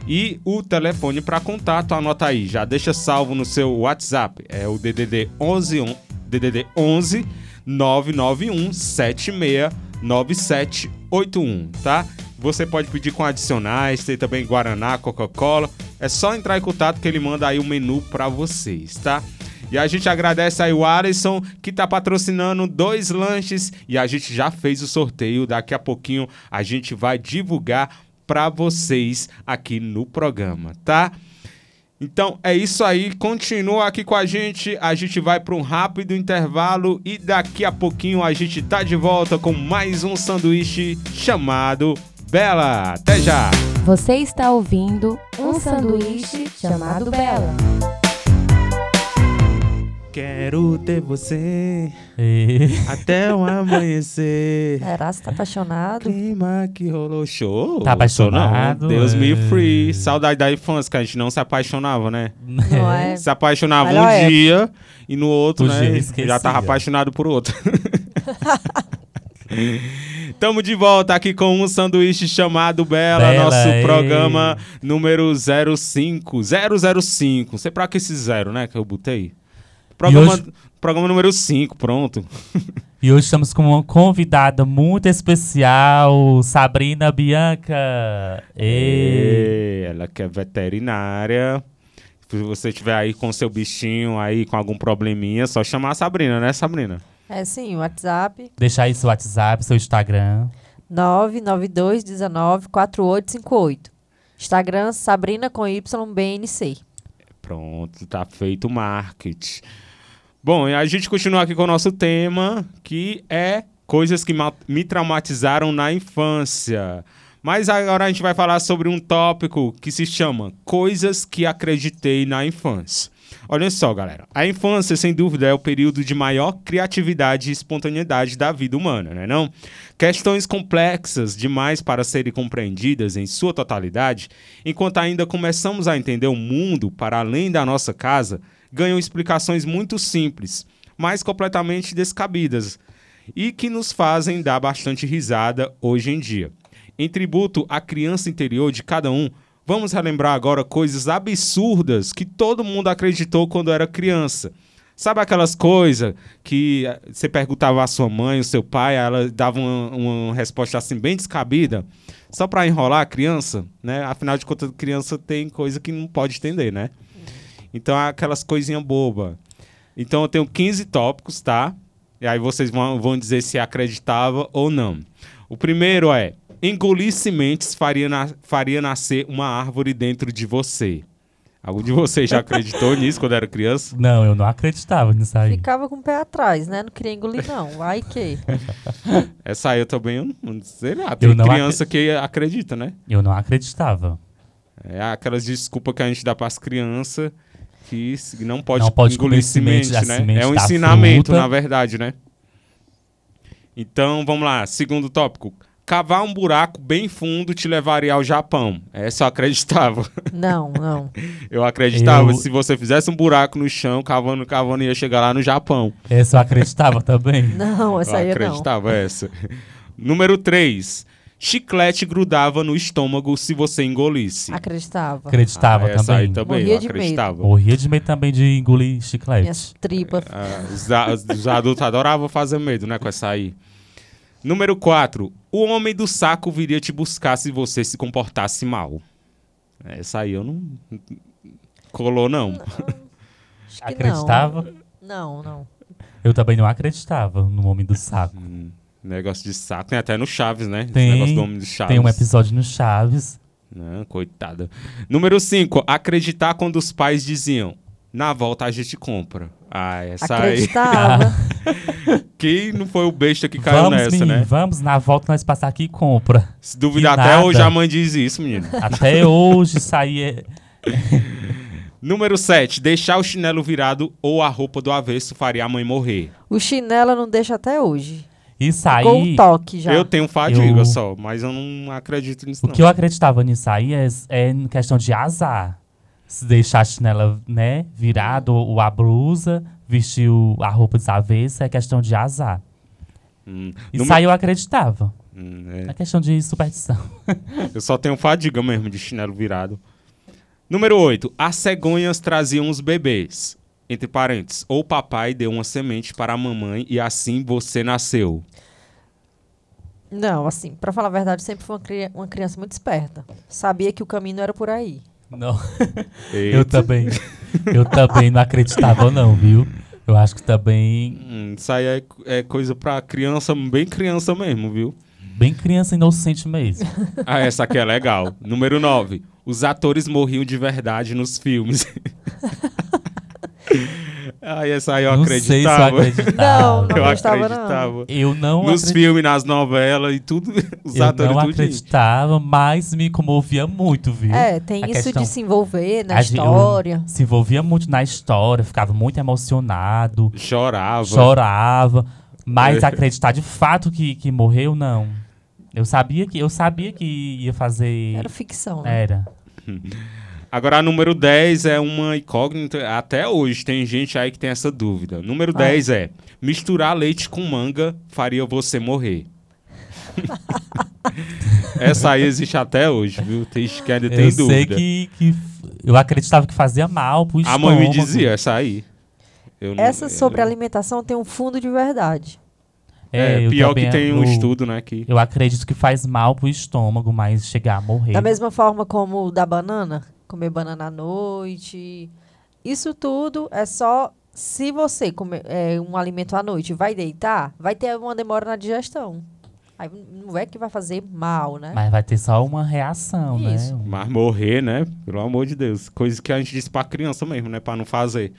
E o telefone para contato, anota aí, já deixa salvo no seu WhatsApp. É o DDD 11 on- DDD 11 991 769781, tá? Você pode pedir com adicionais, tem também Guaraná, Coca-Cola. É só entrar em contato que ele manda aí o menu para vocês, tá? E a gente agradece aí o Alisson, que tá patrocinando dois lanches. E a gente já fez o sorteio. Daqui a pouquinho a gente vai divulgar para vocês aqui no programa, tá? Então é isso aí, continua aqui com a gente. A gente vai para um rápido intervalo e daqui a pouquinho a gente tá de volta com mais um sanduíche chamado Bela. Até já!
Você está ouvindo um sanduíche chamado Bela.
Quero ter você
E-
até o amanhecer.
Será que tá apaixonado?
Clima que rolou show.
Tá apaixonado,
Sou não. Deus me
é.
free. Saudade da infância, que a gente não se apaixonava, né?
Não é?
Se apaixonava
Melhor
um
época.
dia e no outro,
O Um dia
né?
esquecia.
Já tava apaixonado por outro. Tamo de volta aqui com um sanduíche chamado Bela,
Bela,
nosso
ei.
programa número 05. 005. Sei pra que esse zero, né? Que eu botei. Programa,
hoje-
programa número 5, pronto.
E hoje estamos com uma convidada muito especial, Sabrina Bianca. E...
Ei, Ela que é veterinária. Se você tiver aí com seu bichinho aí com algum probleminha, é só chamar a Sabrina, né, Sabrina?
É sim, WhatsApp
Deixar aí seu WhatsApp, seu Instagram.
992194858. Instagram Sabrina com YBNC.
Pronto, tá feito o marketing. Bom, e a gente continua aqui com o nosso tema, que é coisas que ma- me traumatizaram na infância. Mas agora a gente vai falar sobre um tópico que se chama Coisas que acreditei na infância. Olha só, galera. A infância, sem dúvida, é o período de maior criatividade e espontaneidade da vida humana, né? Não? Questões complexas demais para serem compreendidas em sua totalidade, enquanto ainda começamos a entender o mundo para além da nossa casa, ganham explicações muito simples, mas completamente descabidas, e que nos fazem dar bastante risada hoje em dia. Em tributo à criança interior de cada um, vamos relembrar agora coisas absurdas que todo mundo acreditou quando era criança. Sabe aquelas coisas que eh, você perguntava à sua mãe, ao seu pai, ela dava uma, uma resposta assim bem descabida, só pra enrolar a criança, né? Afinal de contas, criança tem coisa que não pode entender, né? Então, é aquelas coisinhas boba. Então, eu tenho 15 tópicos, tá? E aí vocês vão, vão dizer se acreditava ou não. O primeiro é: engolir sementes faria, na- faria nascer uma árvore dentro de você. Algum de vocês já acreditou nisso quando era criança?
Não, eu não acreditava nisso aí.
Ficava com o pé atrás, né? Não queria engolir, não. Vai que.
Essa aí eu também, eu não sei lá. Tem
Eu não
criança que acredita, né?
Eu não acreditava.
É aquelas desculpas que a gente dá pras crianças que se- não pode,
Não pode
engolir
comer semente,
semente,
a
né?
semente
é um
da
ensinamento,
fruta.
na verdade, né? Então, vamos lá. Segundo tópico. Cavar um buraco bem fundo te levaria ao Japão. Essa eu acreditava.
Não, não.
Eu acreditava.
Eu-
Se você fizesse um buraco no chão, cavando, cavando, ia chegar lá no Japão.
Essa eu acreditava também.
Não,
eu
essa aí eu não.
acreditava essa. Número 3. Chiclete grudava no estômago se você engolisse.
Acreditava.
Acreditava
Ah, essa
também.
aí também,
Morria
eu
de medo.
acreditava.
Morria de medo também de engolir chiclete.
Minhas tripas.
Ah, os, a- os adultos adoravam fazer medo, né, com essa aí. Número 4. O homem do saco viria te buscar se você se comportasse mal. Essa aí eu não. Colou, não.
Acho que
Acreditava?
não. Não, não.
Eu também não acreditava no Homem do Saco.
Negócio de saco. Tem até no Chaves, né? Esse
Tem.
negócio do homem do Chaves.
Tem um episódio no Chaves.
Não, coitada. Número 5. Acreditar quando os pais diziam: Na volta a gente compra. Ah, essa aí.
Acreditava.
Que não foi o besta que caiu
vamos,
nessa,
menino,
né?
vamos, na volta nós passar aqui e compra.
Se duvidar,
Que
até
nada.
hoje a mãe diz isso, menino.
Até hoje sair.
Número 7. Deixar o chinelo virado ou a roupa do avesso faria a mãe morrer.
O chinelo eu não deixa até hoje.
E sair.
Com um toque já.
Eu tenho fadiga
Tá Eu-
só, mas eu não acredito nisso,
O
não.
que eu acreditava nisso aí é, é em questão de azar. Se deixar a chinela, né, virada ou ou a blusa, vestir o- a roupa desavessa, é questão de azar.
Hum,
Isso
número-
aí eu acreditava.
Hum, é.
É questão de superstição.
Eu só tenho fadiga mesmo de chinelo virado. Número 8. As cegonhas traziam os bebês. Entre parênteses, ou o papai deu uma semente para a mamãe e assim você nasceu.
Não, assim, pra falar a verdade, eu sempre fui uma, cria- uma criança muito esperta. Sabia que o caminho era por aí.
Não, eu
Eita.
também. Eu também não acreditava, não, viu? Eu acho que também.
Hum, isso aí é, é coisa pra criança, bem criança mesmo, viu?
Bem criança inocente mesmo.
Ah, essa aqui é legal. Número 9. Os atores morriam de verdade nos filmes. ah, essa aí eu
não sei se eu
acreditava.
acreditava.
Não,
eu
acreditava, não.
acreditava.
Eu não
Nos
acreditava.
filmes, nas novelas e tudo. Os
Eu
atores
não
tudo.
acreditava, mas me comovia muito, viu?
É, tem
Uhum. A
isso
questão-
de se envolver na
A gente- eu
história.
Se envolvia muito na história, ficava muito emocionado,
Chorava. É.
chorava, mas acreditar de fato que, que morreu, não. Eu sabia que eu sabia que ia fazer.
Era ficção, né?
Era.
Agora, a número 10 é uma incógnita. Até hoje tem gente aí que tem essa dúvida.
Ah.
Número 10 é: misturar leite com manga faria você morrer. essa aí existe até hoje, viu? Tem gente que ainda tem
eu sei
dúvida.
que, que f- eu acreditava que fazia mal pro
A
estômago.
mãe me dizia, essa aí. Eu não-
Essa sobre
eu-
alimentação tem um fundo de verdade.
É,
eu
pior que
também-
tem um
eu-
estudo, né? Que...
Eu acredito que faz mal pro estômago, mas chegar a morrer.
Da mesma forma como o da banana, comer banana à noite. Isso tudo é só se você comer é, um alimento à noite e vai deitar, vai ter uma demora na digestão. Aí não é que vai fazer mal, né?
Mas vai ter só uma reação,
Isso.
né?
Mas morrer, né? Pelo amor de Deus. Coisa que a gente disse pra criança mesmo, né? Pra não fazer.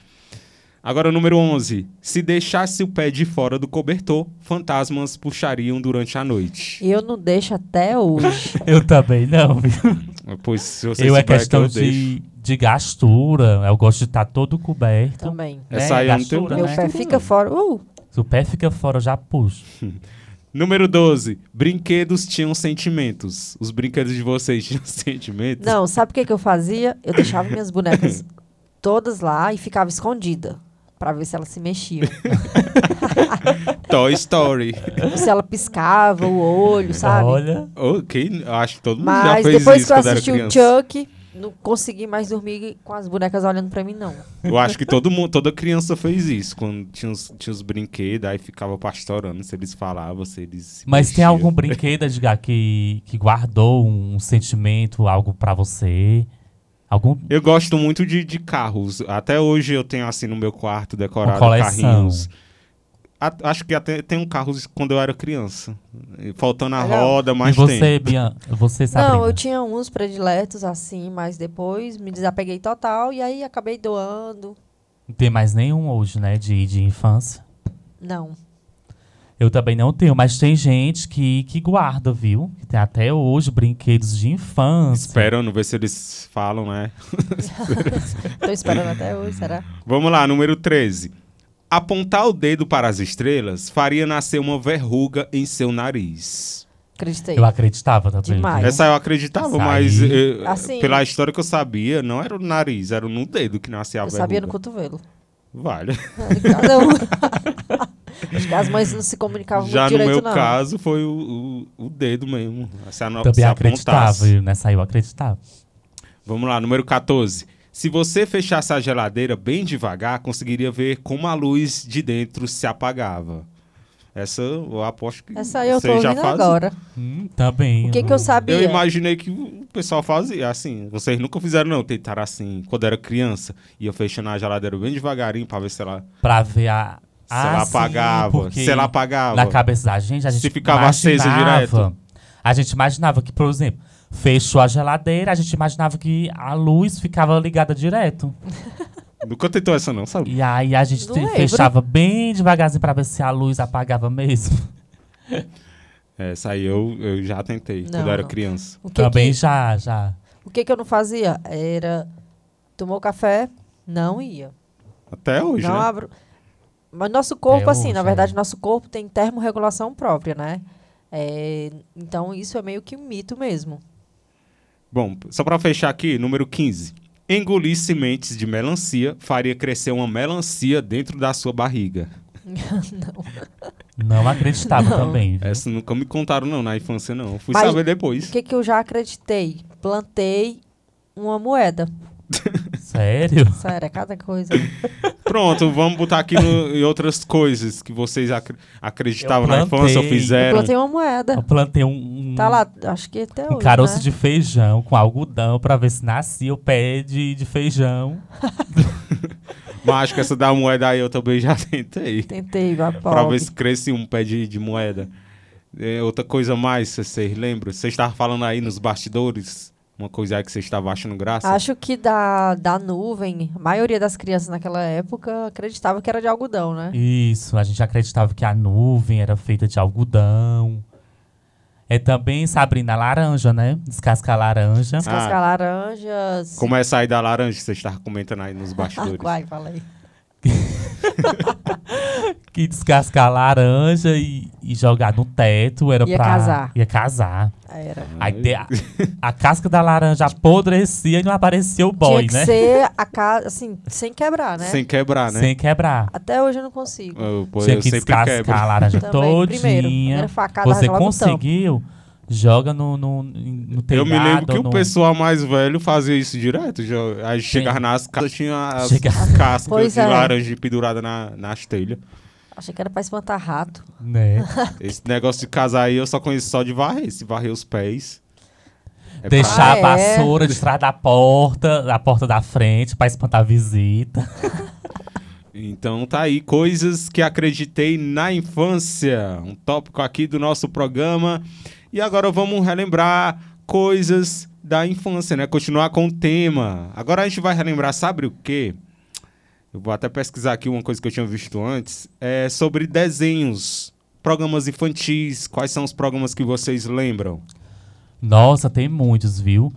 Agora, o número 11. Se deixasse o pé de fora do cobertor, fantasmas puxariam durante a noite.
Eu não deixo até hoje.
Eu também não, viu?
Pois, se você
Eu é
souber que
questão
eu deixo.
de, de gastura. Eu gosto de estar todo coberto.
também.
né?
Essa aí eu não tenho
Gastura,
Meu
né?
pé fica fora. Uh,
Se o pé fica fora, eu já puxo.
Número 12. Brinquedos tinham sentimentos. Os brinquedos de vocês tinham sentimentos?
não, sabe o que, que eu fazia? Eu deixava minhas bonecas todas lá e ficava escondida. Pra ver se elas se mexiam.
Toy Story.
se ela piscava o olho, sabe?
Olha,
oh, quem- Acho que todo mundo já
Mas
fez
depois
isso
que eu
quando era
assisti o
criança.
Chuck, não consegui mais dormir com as bonecas olhando pra mim, não.
Eu acho que todo mundo, toda criança fez isso. Quando tinha os, tinha os brinquedos, aí ficava pastorando. Se eles falavam, se eles. se
mas tem
mexiam.
algum brinquedo, Edgar, que, que guardou um sentimento, algo pra você? Algum
Eu gosto muito de, de carros. Até hoje eu tenho assim no meu quarto decorado
Uma coleção.
carrinhos. A- acho que até tem um carro quando eu era criança. E Faltando a
Legal.
roda, mas
e você,
tem.
Bian, você sabe?
Não, eu tinha uns prediletos assim, mas depois me desapeguei total e aí acabei doando.
Não tem mais nenhum hoje, né? De, de infância.
Não.
Eu também não tenho, mas tem gente que, que guarda, viu? Que tem até hoje brinquedos de infância.
Esperando ver se eles falam, né?
Tô esperando até hoje, será?
Vamos lá, número 13. Apontar o dedo para as estrelas faria nascer uma verruga em seu nariz.
Acreditei.
Eu acreditava também.
Demais.
viu?
Essa eu acreditava,
Essa
mas
aí-
eh,
Assim-
pela história que eu sabia, não era o nariz, era no dedo que nascia a
Eu
verruga.
sabia no cotovelo.
Vale.
Cada um. Acho que as mães não se comunicavam
Já no
muito direito,
meu
não.
caso foi o, o, o dedo mesmo. Se a no- se apontasse.
Também acreditava, viu? Nessa aí eu acreditava.
Vamos lá, número 14. Se você fechasse a geladeira bem devagar, conseguiria ver como a luz de dentro se apagava. Essa eu aposto que
Essa aí eu tô
vocês já
ouvindo
fazem.
agora.
Hum, também.
O que, que eu sabia?
Eu imaginei que o pessoal fazia assim. Vocês nunca fizeram, não. Tentaram assim, quando era criança. Ia fechando a geladeira bem devagarinho pra ver se ela,
Pra ver a. ah,
se
Ah,
ela apagava. Se ela apagava.
Na cabeça da gente, a
Se
gente
ficava acesa
imaginava-
direto.
A gente imaginava que, por exemplo, fechou a geladeira, a gente imaginava que a luz ficava ligada direto.
Nunca tentou essa, não, sabe?
E aí a gente
Não
te-
lembro.
fechava bem devagarzinho pra ver se a luz apagava mesmo.
É, Essa aí eu, eu já tentei
Não,
quando era
não.
criança.
O que
também
que-
já, já.
O que, que eu não fazia? Era. Tomou café? Não ia.
Até hoje,
não
né?
abro. Mas nosso corpo,
É,
assim,
hoje,
na verdade,
é.
nosso corpo tem termorregulação própria, né? É, então isso é meio que um mito mesmo.
Bom, só pra fechar aqui, número 15. Engolir sementes de melancia faria crescer uma melancia dentro da sua barriga.
Não acreditava também. viu?
Essa nunca me contaram, não, na infância, não. Fui
Mas-
saber
O
depois.
que, que eu já acreditei? Plantei uma moeda.
Sério?
Sério, é cada coisa.
né? Pronto, vamos botar aqui no- em outras coisas que vocês acre- acreditavam
Eu
na infância ou
plantei.
Eu
fizeram.
plantei uma
Eu
moeda.
plantei um, um,
Tá lá, acho que até
um
hoje.
caroço
né?
de feijão com algodão pra ver se nascia o pé de, de feijão.
Mas acho que essa da moeda aí eu também já tentei.
Tentei,
Pra ver
vapor.
se cresce um pé de, de moeda. É, outra coisa mais, se vocês lembram? Vocês estavam falando aí nos bastidores, uma coisa aí que vocês estavam achando graça.
Acho que da, da nuvem, a maioria das crianças naquela época acreditava que era de algodão, né?
Isso, a gente acreditava que a nuvem era feita de algodão. É também, Sabrina, laranja, né? Descascar laranja.
Ah.
Descascar laranjas. Ah,
Como é sair da laranja que vocês estavam comentando aí nos bastidores.
Vai, fala aí.
Que descascar laranja e, e jogar no teto era
Ia
pra...
casar.
Ia casar.
Era.
Aí te- a, a casca da laranja apodrecia e não aparecia o boy,
Tinha que
né?
ser a casa, assim, sem quebrar, né?
Sem quebrar, né?
Sem quebrar.
Até hoje eu não consigo.
Eu, pô,
Tinha
eu
que
sempre
descascar
quebro.
a laranja
Também, primeiro,
Ah, todinha.
primeira facada,
Você
rasga logo o
conseguiu, joga no, no, no
Eu
telhado.
me lembro que um
no...
o pessoal mais velho fazia isso direto. já- Aí chegava nas casas, tinha as
Chega-
cascas
Pois
de
é.
laranja pendurada na, nas telhas.
Achei que era pra espantar rato.
Né?
Esse negócio de casar aí eu só conheço só de varrer. Se varrer os pés. É
Deixar
Ah,
a
é?
vassoura de trás da porta, da porta da frente, pra espantar a visita.
Então tá aí, coisas que acreditei na infância. Um tópico aqui do nosso programa. E agora vamos relembrar coisas da infância, né? Continuar com o tema. Agora a gente vai relembrar, sabe o quê? Eu vou até pesquisar aqui uma coisa que eu tinha visto antes. É sobre desenhos, programas infantis. Quais são os programas que vocês lembram?
Nossa, tem muitos, viu?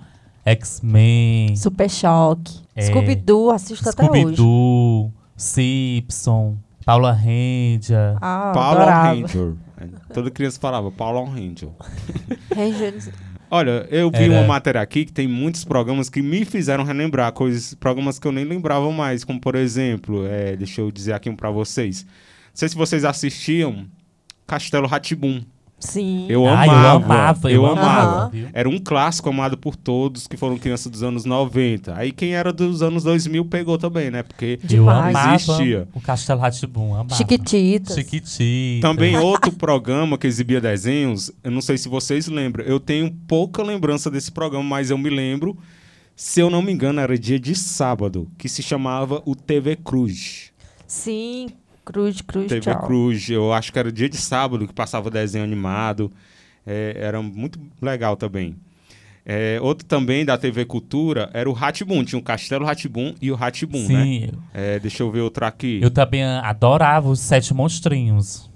X-Men,
Super choque.
É.
Scooby-Doo, assisto até hoje.
Scooby-Doo, Simpson, Paula Rendia.
Ah,
Power
adorava.
Ranger. É, Toda criança falava Power Ranger.
Rangers.
Olha, eu vi
Era-
uma matéria aqui que tem muitos programas que me fizeram relembrar coisas, programas que eu nem lembrava mais, como por exemplo, é, deixa eu dizer aqui um pra vocês. Não sei se vocês assistiam Castelo Ratibum.
Sim.
Eu
Ah,
amava.
eu amava, eu amava,
amava.
viu?
Era um clássico amado por todos que foram crianças dos anos 90. Aí quem era dos anos 2000 pegou também, né? Porque
Eu
Demais.
amava
Existia.
o Castelo Ratibum, amava.
Chiquititas.
Chiquitita.
Também é outro programa que exibia desenhos, eu não sei se vocês lembram, eu tenho pouca lembrança desse programa, mas eu me lembro, se eu não me engano, era dia de sábado, que se chamava o TV Cruz.
Sim. Cruz, cruz,
TV
tchau.
Cruz, eu acho que era dia de sábado que passava desenho animado, é, era muito legal também. É, outro também da TV Cultura era o Ratibum, tinha o Castelo Ratibum e o Ratibum, né?
Sim,
É, deixa eu ver outro aqui.
eu também adorava os Sete Monstrinhos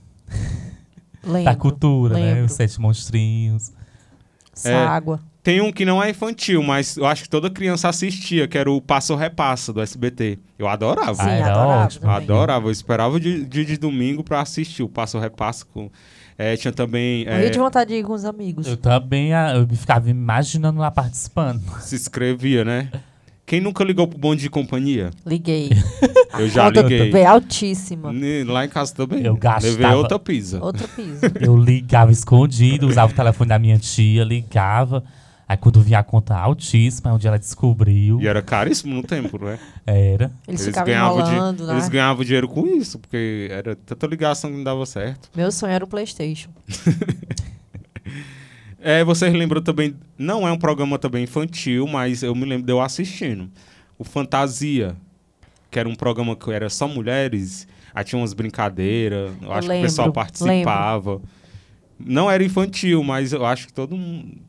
Lembro.
da cultura, né?
lembro.
Os Sete Monstrinhos.
É,
Ságua.
Tem um que não é infantil, mas eu acho que toda criança assistia, que era o Passa ou Repassa do SBT. Eu adorava.
Sim,
Ah, era
adorava.
ótimo.
Eu
também.
adorava. Eu esperava de, de, de domingo pra assistir o Passa ou Repassa. Com, é, tinha também.
Eu ia
É,
de vontade de ir com os amigos.
Eu também ah, eu ficava imaginando lá participando.
se inscrevia, né? Quem nunca ligou pro bonde de companhia?
Liguei.
Eu já
Conta
liguei. Hum.
bem altíssima.
Ni- Lá em casa também.
Eu gastava-
Levei outra pizza.
Outro piso.
Eu ligava escondido, usava o telefone da minha tia, ligava. Aí quando vinha a conta altíssima, é onde ela descobriu.
E é era caríssimo no tempo, né?
Era.
Eles, ficavam enrolando,
di-
né?
eles ganhavam dinheiro com isso, porque era tanta ligação que não dava certo.
Meu sonho era o Playstation.
É, vocês lembram também, não é um programa também infantil, mas eu me lembro de eu assistindo. O Fantasia, que era um programa que era só mulheres, aí tinha umas brincadeiras, eu acho que o
lembro,
pessoal participava. Não era infantil, mas eu acho que todo mundo.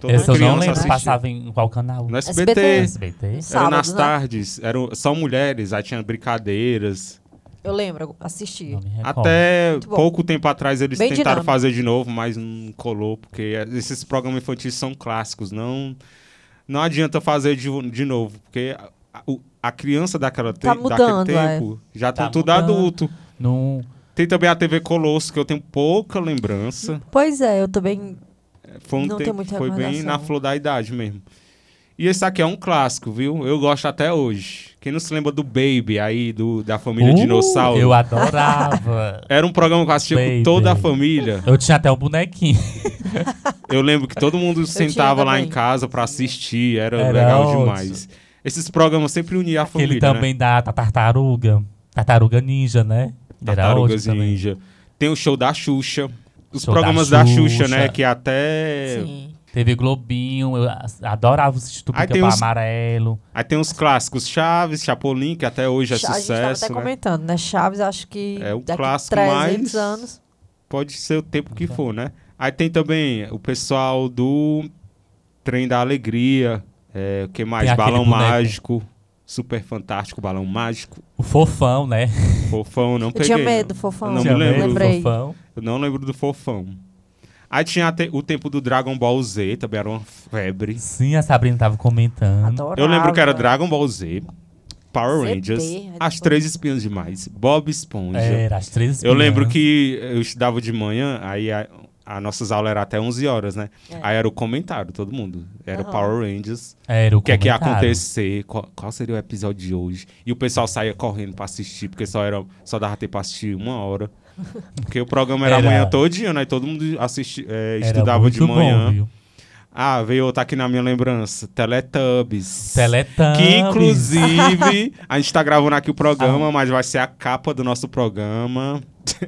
Toda
Essa eu
criança
não lembro se
assistia. é
passava em qual canal.
No
SBT.
SBT.
SBT.
Era nas
Sábado, né?
tardes, eram só mulheres, aí tinha brincadeiras.
Eu lembro, assisti.
Não me recordo.
Até
bom.
pouco tempo atrás eles
Bem
tentaram
dinâmico.
fazer de novo, mas não colou, porque esses programas infantis são clássicos. Não, não adianta fazer de, de novo, porque a, o- a criança daquela te-
Tá mudando,
daquele tempo já tá,
Tá
tudo
mudando.
adulto.
Num-
Tem também a TV Colosso, que eu tenho pouca lembrança.
Pois é, eu também.
Foi, um
Não tem
tempo,
muita
foi bem
recordação.
na flor da idade mesmo. E esse aqui é um clássico, viu? Eu gosto até hoje. Quem não se lembra do Baby aí, do, da família
Uh,
Dinossauro?
Eu adorava.
Era um programa que eu assistia
Baby.
com toda a família.
eu tinha até o bonequinho.
Eu lembro que todo mundo sentava lá em
também.
casa pra assistir, era,
Era
legal
ótimo.
demais. Esses programas sempre uniam a família, né?
Ele também da da tartaruga. Tartaruga ninja,
né?
né? Era ótimo
Tartarugas
também.
Ninja. Tem o show da Xuxa. Os
Show da
programas da Xuxa,
Xuxa.
né? Que até...
Sim.
Teve Globinho, eu as- adorava assistir
Aí
Tupica
tem
pra
os-
amarelo.
Aí tem os clássicos Chaves, Chapolin, que até hoje é
Cha- a gente tava até
sucesso, né?
comentando, né? Chaves, acho que
É o
daqui
clássico
300
mais-
anos.
Pode ser o tempo
Uhum.
que for, né? Aí tem também o pessoal do Trem da Alegria, é, o que mais?
Tem aquele
Balão
boneco.
Mágico, Super Fantástico, Balão Mágico,
O fofão, né?
Fofão, não
Eu
peguei.
tinha medo, fofão.
Eu não
Tinha
me lembro.
medo do
Lembrei.
fofão.
Eu não lembro do Fofão. Aí tinha até o tempo do Dragon Ball Z, também era uma febre.
Sim, a Sabrina tava comentando.
Adorava.
Eu lembro que era Dragon Ball Z, Power
ZB,
Rangers,
aí
As
depois-
Três Espinhas Demais, Bob Esponja.
Era as três
Eu
espiãs.
lembro que eu estudava de manhã, aí a, a nossas aulas eram até 11 horas, né?
É.
Aí era o comentário, todo mundo. Era o
Aham.
Power Rangers,
Era o
o que é que ia
comentário.
acontecer, qual, qual seria o episódio de hoje. E o pessoal saía correndo pra assistir, porque só, era, só dava tempo pra assistir uma hora. Porque o programa era,
Era-
amanhã todinho, né? Todo mundo assisti, é,
Era
estudava de
muito
manhã.
Bom, viu?
Ah, veio outra aqui na minha lembrança. Teletubbies.
Teletubbies.
Que inclusive a gente tá gravando aqui o programa, mas vai ser a capa do nosso programa.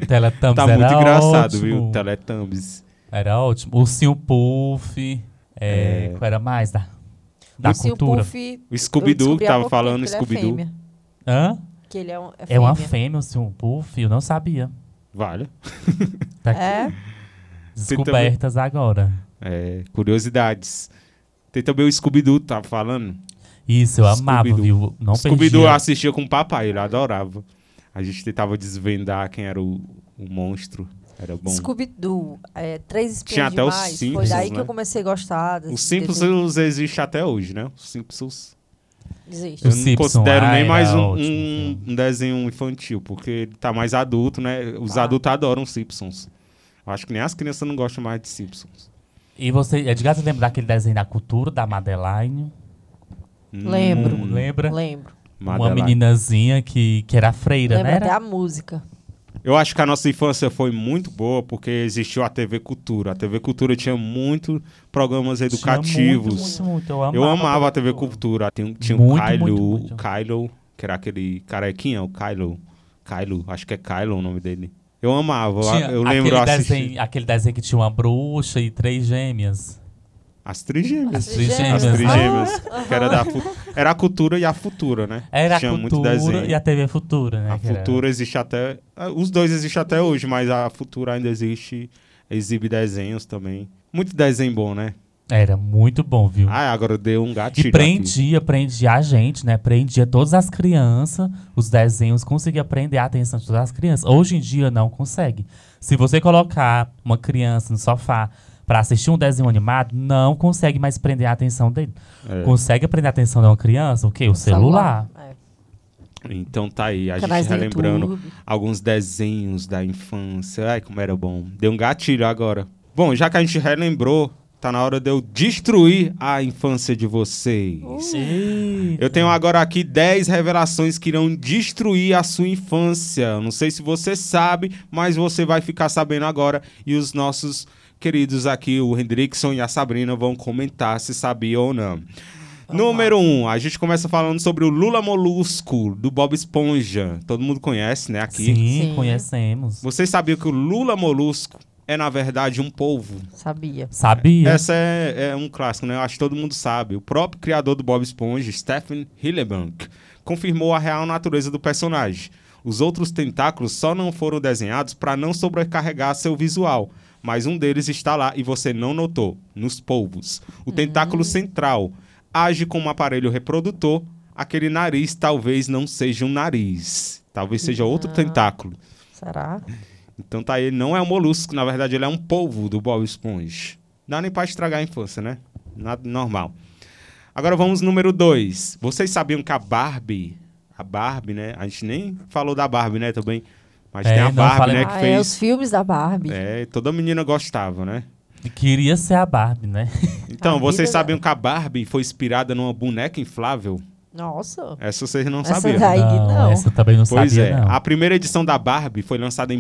Teletubbies
Tá
era
muito engraçado,
ótimo.
viu? Teletubbies.
Era ótimo. Ursinho Puff. É, Qual era mais da, da
Ursinho
cultura?
Puff,
O
eu
Scooby-Doo
descobri
que
há
tava
pouco
falando,
tempo que ele é
Scooby-Doo.
fêmea,
Hã?
Que ele é, um,
É uma
fêmea.
fêmea, Ursinho Puff? Eu não sabia.
Vale.
Tá aqui.
É,
Descobertas agora.
É, curiosidades. Tem também o Scooby-Doo, que tava falando.
Isso, eu amava,
Scooby-Doo.
viu? Não
Scooby-Doo eu
perdia.
assistia com o papai, ele adorava. A gente tentava desvendar quem era o, o monstro. Era bom.
Scooby-Doo, é, Três
Tinha
Espinhas
até os
Demais, foi
Simpsons,
daí que
né?
eu comecei a gostar. desse
O Simpsons existe até hoje, né? O Simpsons.
desenho. Existe.
O
Eu não
Simpson,
considero
ah,
nem
era
mais um,
ótimo,
um- um desenho infantil, porque ele tá mais adulto, né? Os
Tá.
adultos adoram Simpsons. Eu acho que nem as crianças não gostam mais de Simpsons.
E você, Edgar, você lembra daquele desenho da cultura, da Madeline?
Lembro.
Hum,
Lembra?
Lembro.
Uma
Madeline.
meninazinha que, que era freira,
Lembro
né?
até
Era?
a música.
Eu acho que a nossa infância foi muito boa porque existiu a TV Cultura. A TV Cultura tinha muito programas
Tinha
educativos.
Muito, muito, muito. Eu amava,
Eu amava a TV Cultura. Tinha, tinha
Muito,
o Kylo,
muito, muito.
o Kylo, que era aquele carequinha, o Kylo. Kylo, acho que é Kylo o nome dele. Eu amava,
Tinha
eu lembro eu
aquele
assisti.
desenho, aquele desenho que tinha uma bruxa e três gêmeas.
As trigêmeas.
As trigêmeas,
As
né?
trigêmeas. que era, da fu- era a cultura e a futura, né?
Era
Tinha
a
muito
cultura
desenho.
e a TV Futura, né?
A
que era-
futura existe até. ah, Os dois existem até hoje, mas a futura ainda existe. Exibe desenhos também. Muito desenho bom, né?
Era muito bom, viu?
Ah, agora deu um gatilho.
E prendia, prendia a gente, né? Prendia todas as crianças, os desenhos, conseguia prender a atenção de todas as crianças. Hoje em dia não consegue. Se você colocar uma criança no sofá pra assistir um desenho animado, não consegue mais prender a atenção dele.
aqui. É.
Consegue prender a atenção de uma criança? O quê? O celular.
É.
Então tá aí, a
Canais
gente
do
relembrando
YouTube.
alguns desenhos da infância. Ai, como era bom. Deu um gatilho agora. Bom, já que a gente relembrou, tá na hora de eu destruir a infância de vocês.
Eita.
Eu tenho agora aqui 10 revelações que irão destruir a sua infância. Eu Não sei se você sabe, mas você vai ficar sabendo agora. E os nossos queridos aqui, o Hendrickson e a Sabrina vão comentar se sabia ou não. Número 1, um, a gente começa falando sobre o Lula Molusco, do Bob Esponja. Todo mundo conhece, né, aqui.
Sim,
Sim.
conhecemos.
Vocês sabiam que o Lula Molusco é, na verdade, um polvo?
Sabia.
Sabia?
Essa é, é um clássico, né? Eu acho que todo mundo sabe. O próprio criador do Bob Esponja, Stephen Hillebank, confirmou a real natureza do personagem. Os outros tentáculos só não foram desenhados para não sobrecarregar seu visual, mas um deles está lá e você não notou, nos polvos. O tentáculo central age como um aparelho reprodutor. Aquele nariz talvez não seja um nariz, talvez seja outro tentáculo.
Será?
Então tá aí, ele não é um molusco, na verdade ele é um polvo do Bob Esponja. Dá nem pra estragar a infância, né? Nada normal. Agora vamos número 2. Vocês sabiam que a Barbie, a Barbie, né? A gente nem falou da Barbie, né, também. Mas
É,
tem a
não
Barbie,
falei-
né, que
ah, é
fez...
os filmes da Barbie.
É, toda menina gostava, né?
Queria ser a Barbie, né?
Então,
A
vocês
vida
sabiam que a Barbie foi inspirada numa boneca inflável?
Nossa.
Essa vocês não
Essa
sabiam.
daí não.
essa eu também não
Pois
sabia,
é,
não.
a primeira edição da Barbie foi lançada em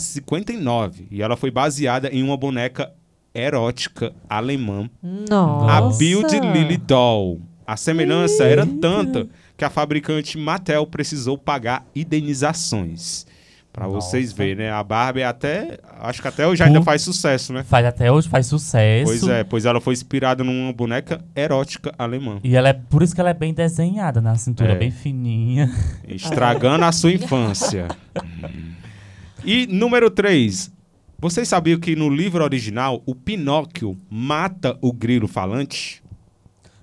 1959 e ela foi baseada em uma boneca erótica alemã,
Nossa.
a Bild Lily Doll. A semelhança era tanta que a fabricante Mattel precisou pagar indenizações. Pra
Nossa.
vocês verem, né? A Barbie até, acho que até hoje ainda
Pô.
faz sucesso, né?
Faz até hoje, faz sucesso.
Pois é, pois ela foi inspirada numa boneca erótica alemã,
E ela é por isso que ela é bem desenhada na cintura,
É.
bem fininha.
estragando a sua infância. E número 3. Vocês sabiam que no livro original o Pinóquio mata o grilo falante?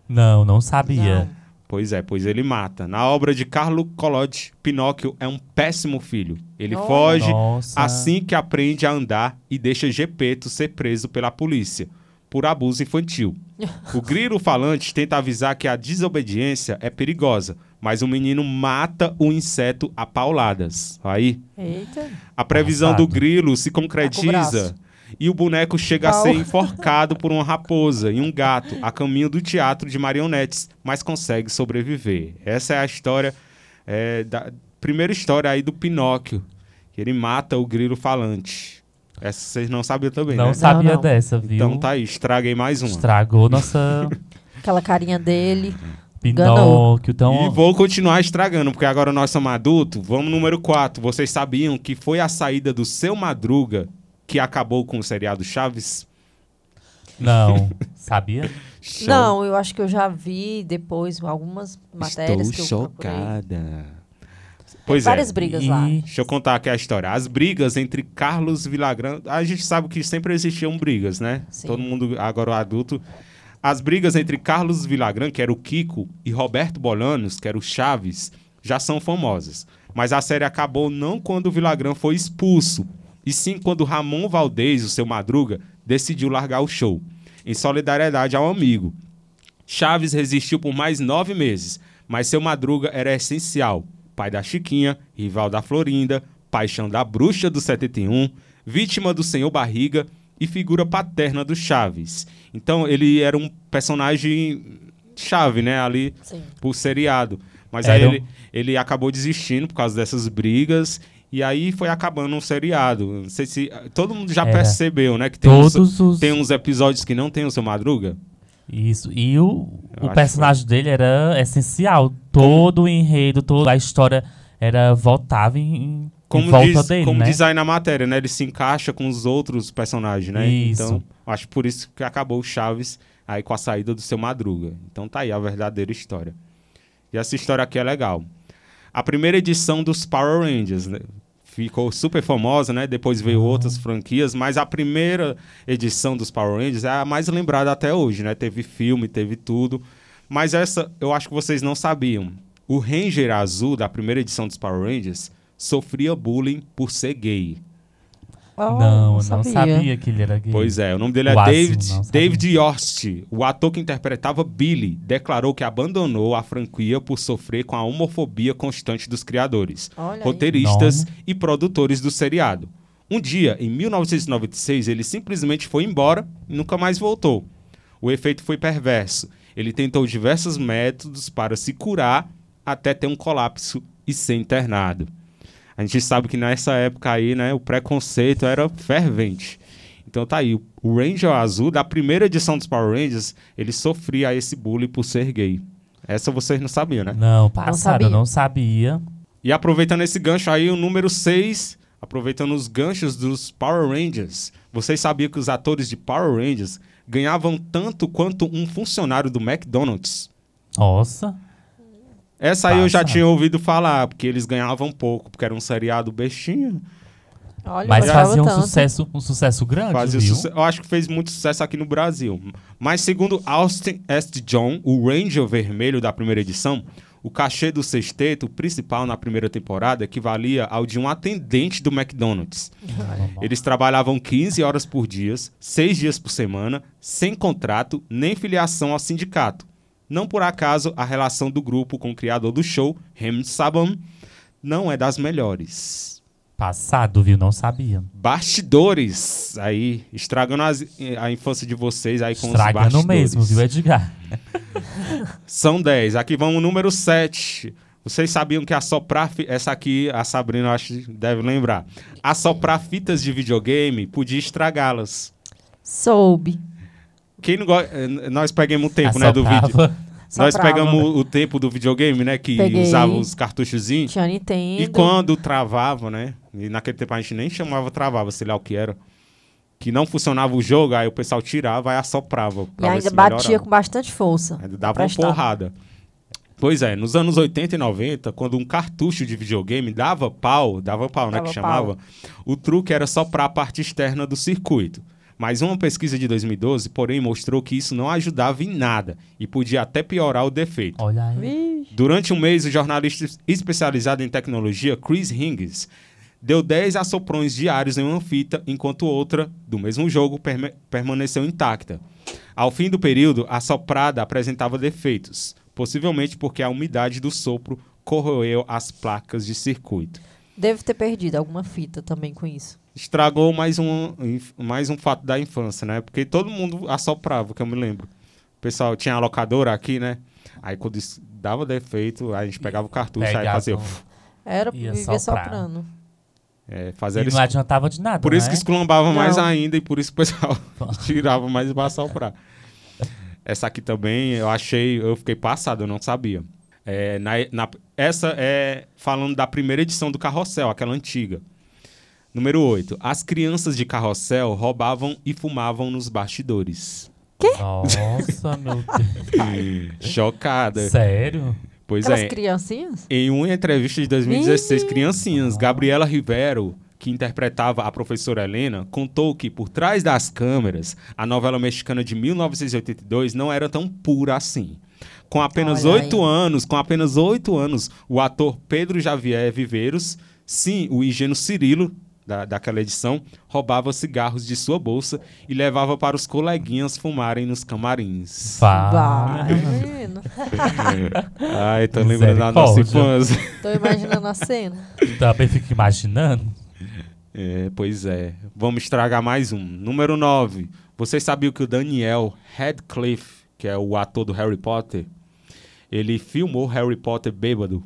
Não, não sabia.
Pois é, pois ele mata. Na obra de Carlo Collodi, Pinóquio é um péssimo filho. Ele
Nossa.
foge
Nossa.
assim que aprende a andar e deixa Gepeto ser preso pela polícia por abuso infantil. O grilo falante tenta avisar que a desobediência é perigosa, mas o menino mata o inseto a pauladas. Aí,
Eita.
a previsão do
Passado.
grilo se
Tá com o braço.
concretiza e o boneco chega a
Pau.
ser enforcado por uma raposa e um gato a caminho do teatro de marionetes, mas consegue sobreviver. Essa é a história, é, da primeira história aí do Pinóquio. que Ele mata o grilo falante. Essa vocês não sabiam também,
Não
né?
sabia
Não, não.
dessa, viu?
Então tá aí, estraguei mais uma.
Estragou nossa
Aquela carinha dele. Enganou.
Pinóquio. Então,
E vou continuar estragando, porque agora nós somos adultos. Vamos número 4. Vocês sabiam que foi a saída do Seu Madruga que acabou com o seriado Chaves?
não. Sabia?
Não, eu acho que eu já vi depois algumas matérias que eu procurei.
Pois
Várias
é.
brigas
E-
lá.
Deixa eu contar aqui a história. As brigas entre Carlos Villagrán. A gente sabe que sempre existiam brigas, né?
Sim.
Todo mundo agora adulto. As brigas entre Carlos Villagrán, que era o Kiko, e Roberto Bolanos, que era o Chaves, já são famosas. Mas a série acabou não quando o Villagrán foi expulso, e sim quando Ramon Valdez, o seu Madruga, decidiu largar o show, em solidariedade ao amigo. Chaves resistiu por mais nove meses, mas seu Madruga era essencial. Pai da Chiquinha, rival da Florinda, paixão da bruxa do 71, vítima do senhor Barriga e figura paterna do Chaves. Então ele era um personagem chave, né, ali
Sim.
pro seriado. Mas
Era
aí
um-
ele, ele acabou desistindo por causa dessas brigas. E aí foi acabando o seriado. Não sei se. Todo mundo já
Era.
percebeu, né? Que tem, uns,
Todos os.
tem uns episódios que não tem o seu Madruga.
Isso. E o,
Eu
o
acho
personagem dele era essencial. Todo o enredo, toda a história era voltava em, em
Como,
volta
diz,
dele,
como
né?
diz aí na matéria, né? Ele se encaixa com os outros personagens, né?
Isso.
Então, acho por isso que acabou o Chaves aí com a saída do seu Madruga. Então tá aí a verdadeira história. E essa história aqui é legal. A primeira edição dos Power Rangers, né? Ficou super famosa, né? Depois
Uhum.
veio outras franquias, mas a primeira edição dos Power Rangers é a mais lembrada até hoje, né? Teve filme, teve tudo. Mas essa eu acho que vocês não sabiam. O Ranger Azul da primeira edição dos Power Rangers sofria bullying por ser gay.
Oh,
Não, não sabia. que ele era gay.
Pois é, o nome dele é
O Azul,
David,
não sabia.
David Yost. O ator que interpretava Billy declarou que abandonou a franquia por sofrer com a homofobia constante dos criadores,
Olha aí.
roteiristas e produtores do seriado. Um dia, em 1996, ele simplesmente foi embora e nunca mais voltou. O efeito foi perverso. Ele tentou diversos métodos para se curar até ter um colapso e ser internado. A gente sabe que nessa época aí, né, o preconceito era fervente. Então tá aí, o Ranger Azul, da primeira edição dos Power Rangers, ele sofria esse bullying por ser gay. Essa vocês não sabiam, né?
Não, passada,
sabia.
eu não sabia.
E aproveitando esse gancho aí, o número 6, aproveitando os ganchos dos Power Rangers. Vocês sabiam que os atores de Power Rangers ganhavam tanto quanto um funcionário do McDonald's?
Nossa.
Essa aí eu já
Passado.
tinha ouvido falar, porque eles ganhavam pouco, porque era um seriado bestinho.
Olha,
Mas
gostava
fazia um
tanto.
sucesso, um sucesso grande,
Fazia
viu?
suce- Eu acho que fez muito sucesso aqui no Brasil. Mas segundo Austin S. John, o Ranger Vermelho da primeira edição, o cachê do sexteto principal na primeira temporada equivalia ao de um atendente do McDonald's. Eles trabalhavam 15 horas por dia, 6 dias por semana, sem contrato nem filiação ao sindicato. Não por acaso, a relação do grupo com o criador do show, Rem Saban, não é das melhores
Passado, viu? Não sabia.
bastidores aí, estragando as- eh, a infância de vocês aí com os
Estragando
bastidores.
mesmo, viu, Edgar?
São 10. Aqui vamos o número 7. Vocês sabiam que assoprar... fi- Essa aqui a Sabrina eu acho que deve lembrar. Assoprar fitas de videogame podia estragá-las.
Soube.
Quem não gosta... eh, Nós pegamos o
Ah,
tempo, né, do vídeo.
Assaltava.
Nós
Assoprava.
pegamos o tempo do videogame, né, que
Peguei.
usava os cartuchozinhos.
Tinha Nintendo.
E quando travava, né? E naquele tempo a gente nem chamava travava, sei lá o que era. Que não funcionava o jogo, aí o pessoal tirava e assoprava.
E
pra ver
ainda
se
batia
melhorava.
com bastante força.
Ainda É, dava uma
Prestava.
porrada. Pois é, nos anos 80 e 90, quando um cartucho de videogame dava pau, dava pau, né,
Dava
que chamava, o truque era soprar a parte externa do circuito. Mas uma pesquisa de 2012, porém, mostrou que isso não ajudava em nada e podia até piorar o defeito.
Olha aí.
Vixe.
Durante um mês, o jornalista especializado em tecnologia, Chris Hingis, deu 10 assoprões diários em uma fita, enquanto outra, do mesmo jogo, perme- permaneceu intacta. Ao fim do período, a soprada apresentava defeitos, possivelmente porque a umidade do sopro corroeu as placas de circuito.
Deve ter perdido alguma fita também com isso.
Estragou mais um, inf- mais um fato da infância, né? Porque todo mundo assoprava, que eu me lembro. O pessoal tinha a locadora aqui, né? Aí quando isso dava defeito, a gente pegava o cartucho, aí
Pegava-
fazia...
Era
Ia
viver
soprar.
soprando.
É,
E
fazer
não adiantava de nada,
Por isso
né?
que esculambava mais
Não.
ainda e por isso o pessoal tirava mais pra soprar. Essa aqui também eu achei, eu fiquei passado, eu não sabia. É, na, na- essa é falando da primeira edição do Carrossel, aquela antiga. Número 8. As crianças de carrossel roubavam e fumavam nos bastidores.
Nossa, meu Deus.
Chocada.
Sério?
Pois
Aquelas
é.
criancinhas?
Em uma entrevista de 2016,
Menino.
Criancinhas, Gabriela Rivero, que interpretava a professora Helena, contou que por trás das câmeras, a novela mexicana de 1982 não era tão pura assim. Com apenas
Olha aí.
oito anos, com apenas oito anos, o ator Pedro Javier Viveiros, sim, o ingênuo Cirilo, da, daquela edição, roubava cigarros de sua bolsa e levava para os coleguinhas fumarem nos camarins.
Ah. Vá.
Vai, menino.
Ai, tô lembrando da nossa
Misericórdia.
infância.
Tô imaginando a cena.
Também fico imaginando.
É, pois é. Vamos estragar mais um. Número 9. Vocês sabiam que o Daniel Radcliffe, que é o ator do Harry Potter, ele filmou Harry Potter bêbado.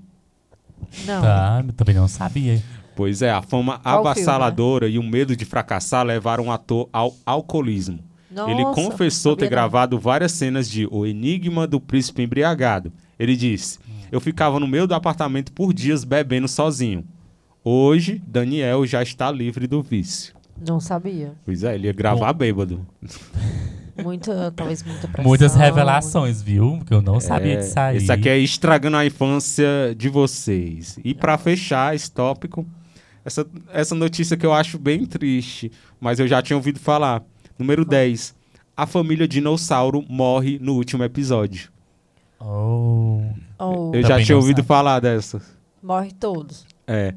Não.
Tá, eu também não sabia.
Pois é, a fama
Qual filme, né?
avassaladora e o medo de fracassar levaram o ator ao alcoolismo.
Nossa,
ele confessou ter
sabia não.
gravado várias cenas de O Enigma do Príncipe Embriagado. Ele disse: Eu ficava no meio do apartamento por dias bebendo sozinho. Hoje, Daniel já está livre do vício.
Não sabia.
Pois é, ele ia gravar bêbado.
Muita, talvez muita pressão.
Muitas revelações, viu? Que eu não sabia disso Tá aí.
Isso aqui é estragando a infância de vocês. E pra fechar esse tópico, essa, essa notícia que eu acho bem triste, mas eu já tinha ouvido falar. Número 10. A família dinossauro morre no último episódio.
Oh.
Ou
eu
Também
já
não
tinha ouvido
sabe.
falar dessa.
morre todos.
É.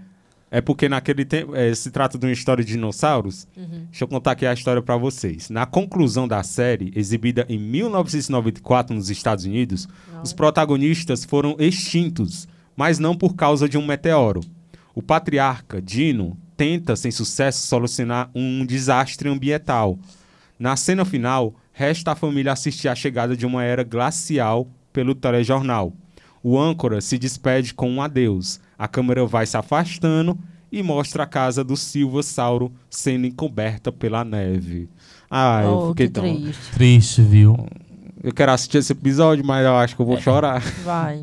É porque naquele tempo é, se trata de uma história de dinossauros. Deixa eu contar aqui a história pra vocês. Na conclusão da série, exibida em 1994 nos Estados Unidos, os protagonistas foram extintos, mas não por causa de um meteoro. O patriarca Dino tenta, sem sucesso, solucionar um desastre ambiental. Na cena final, resta à família assistir à chegada de uma era glacial pelo telejornal. O âncora se despede com um adeus. A câmera vai se afastando e mostra a casa do Silva Sauro sendo encoberta pela neve. Ah, eu
Oh,
fiquei
que
tão.
triste.
Triste, viu?
Eu quero assistir esse episódio, mas eu acho que eu vou chorar.
Vai.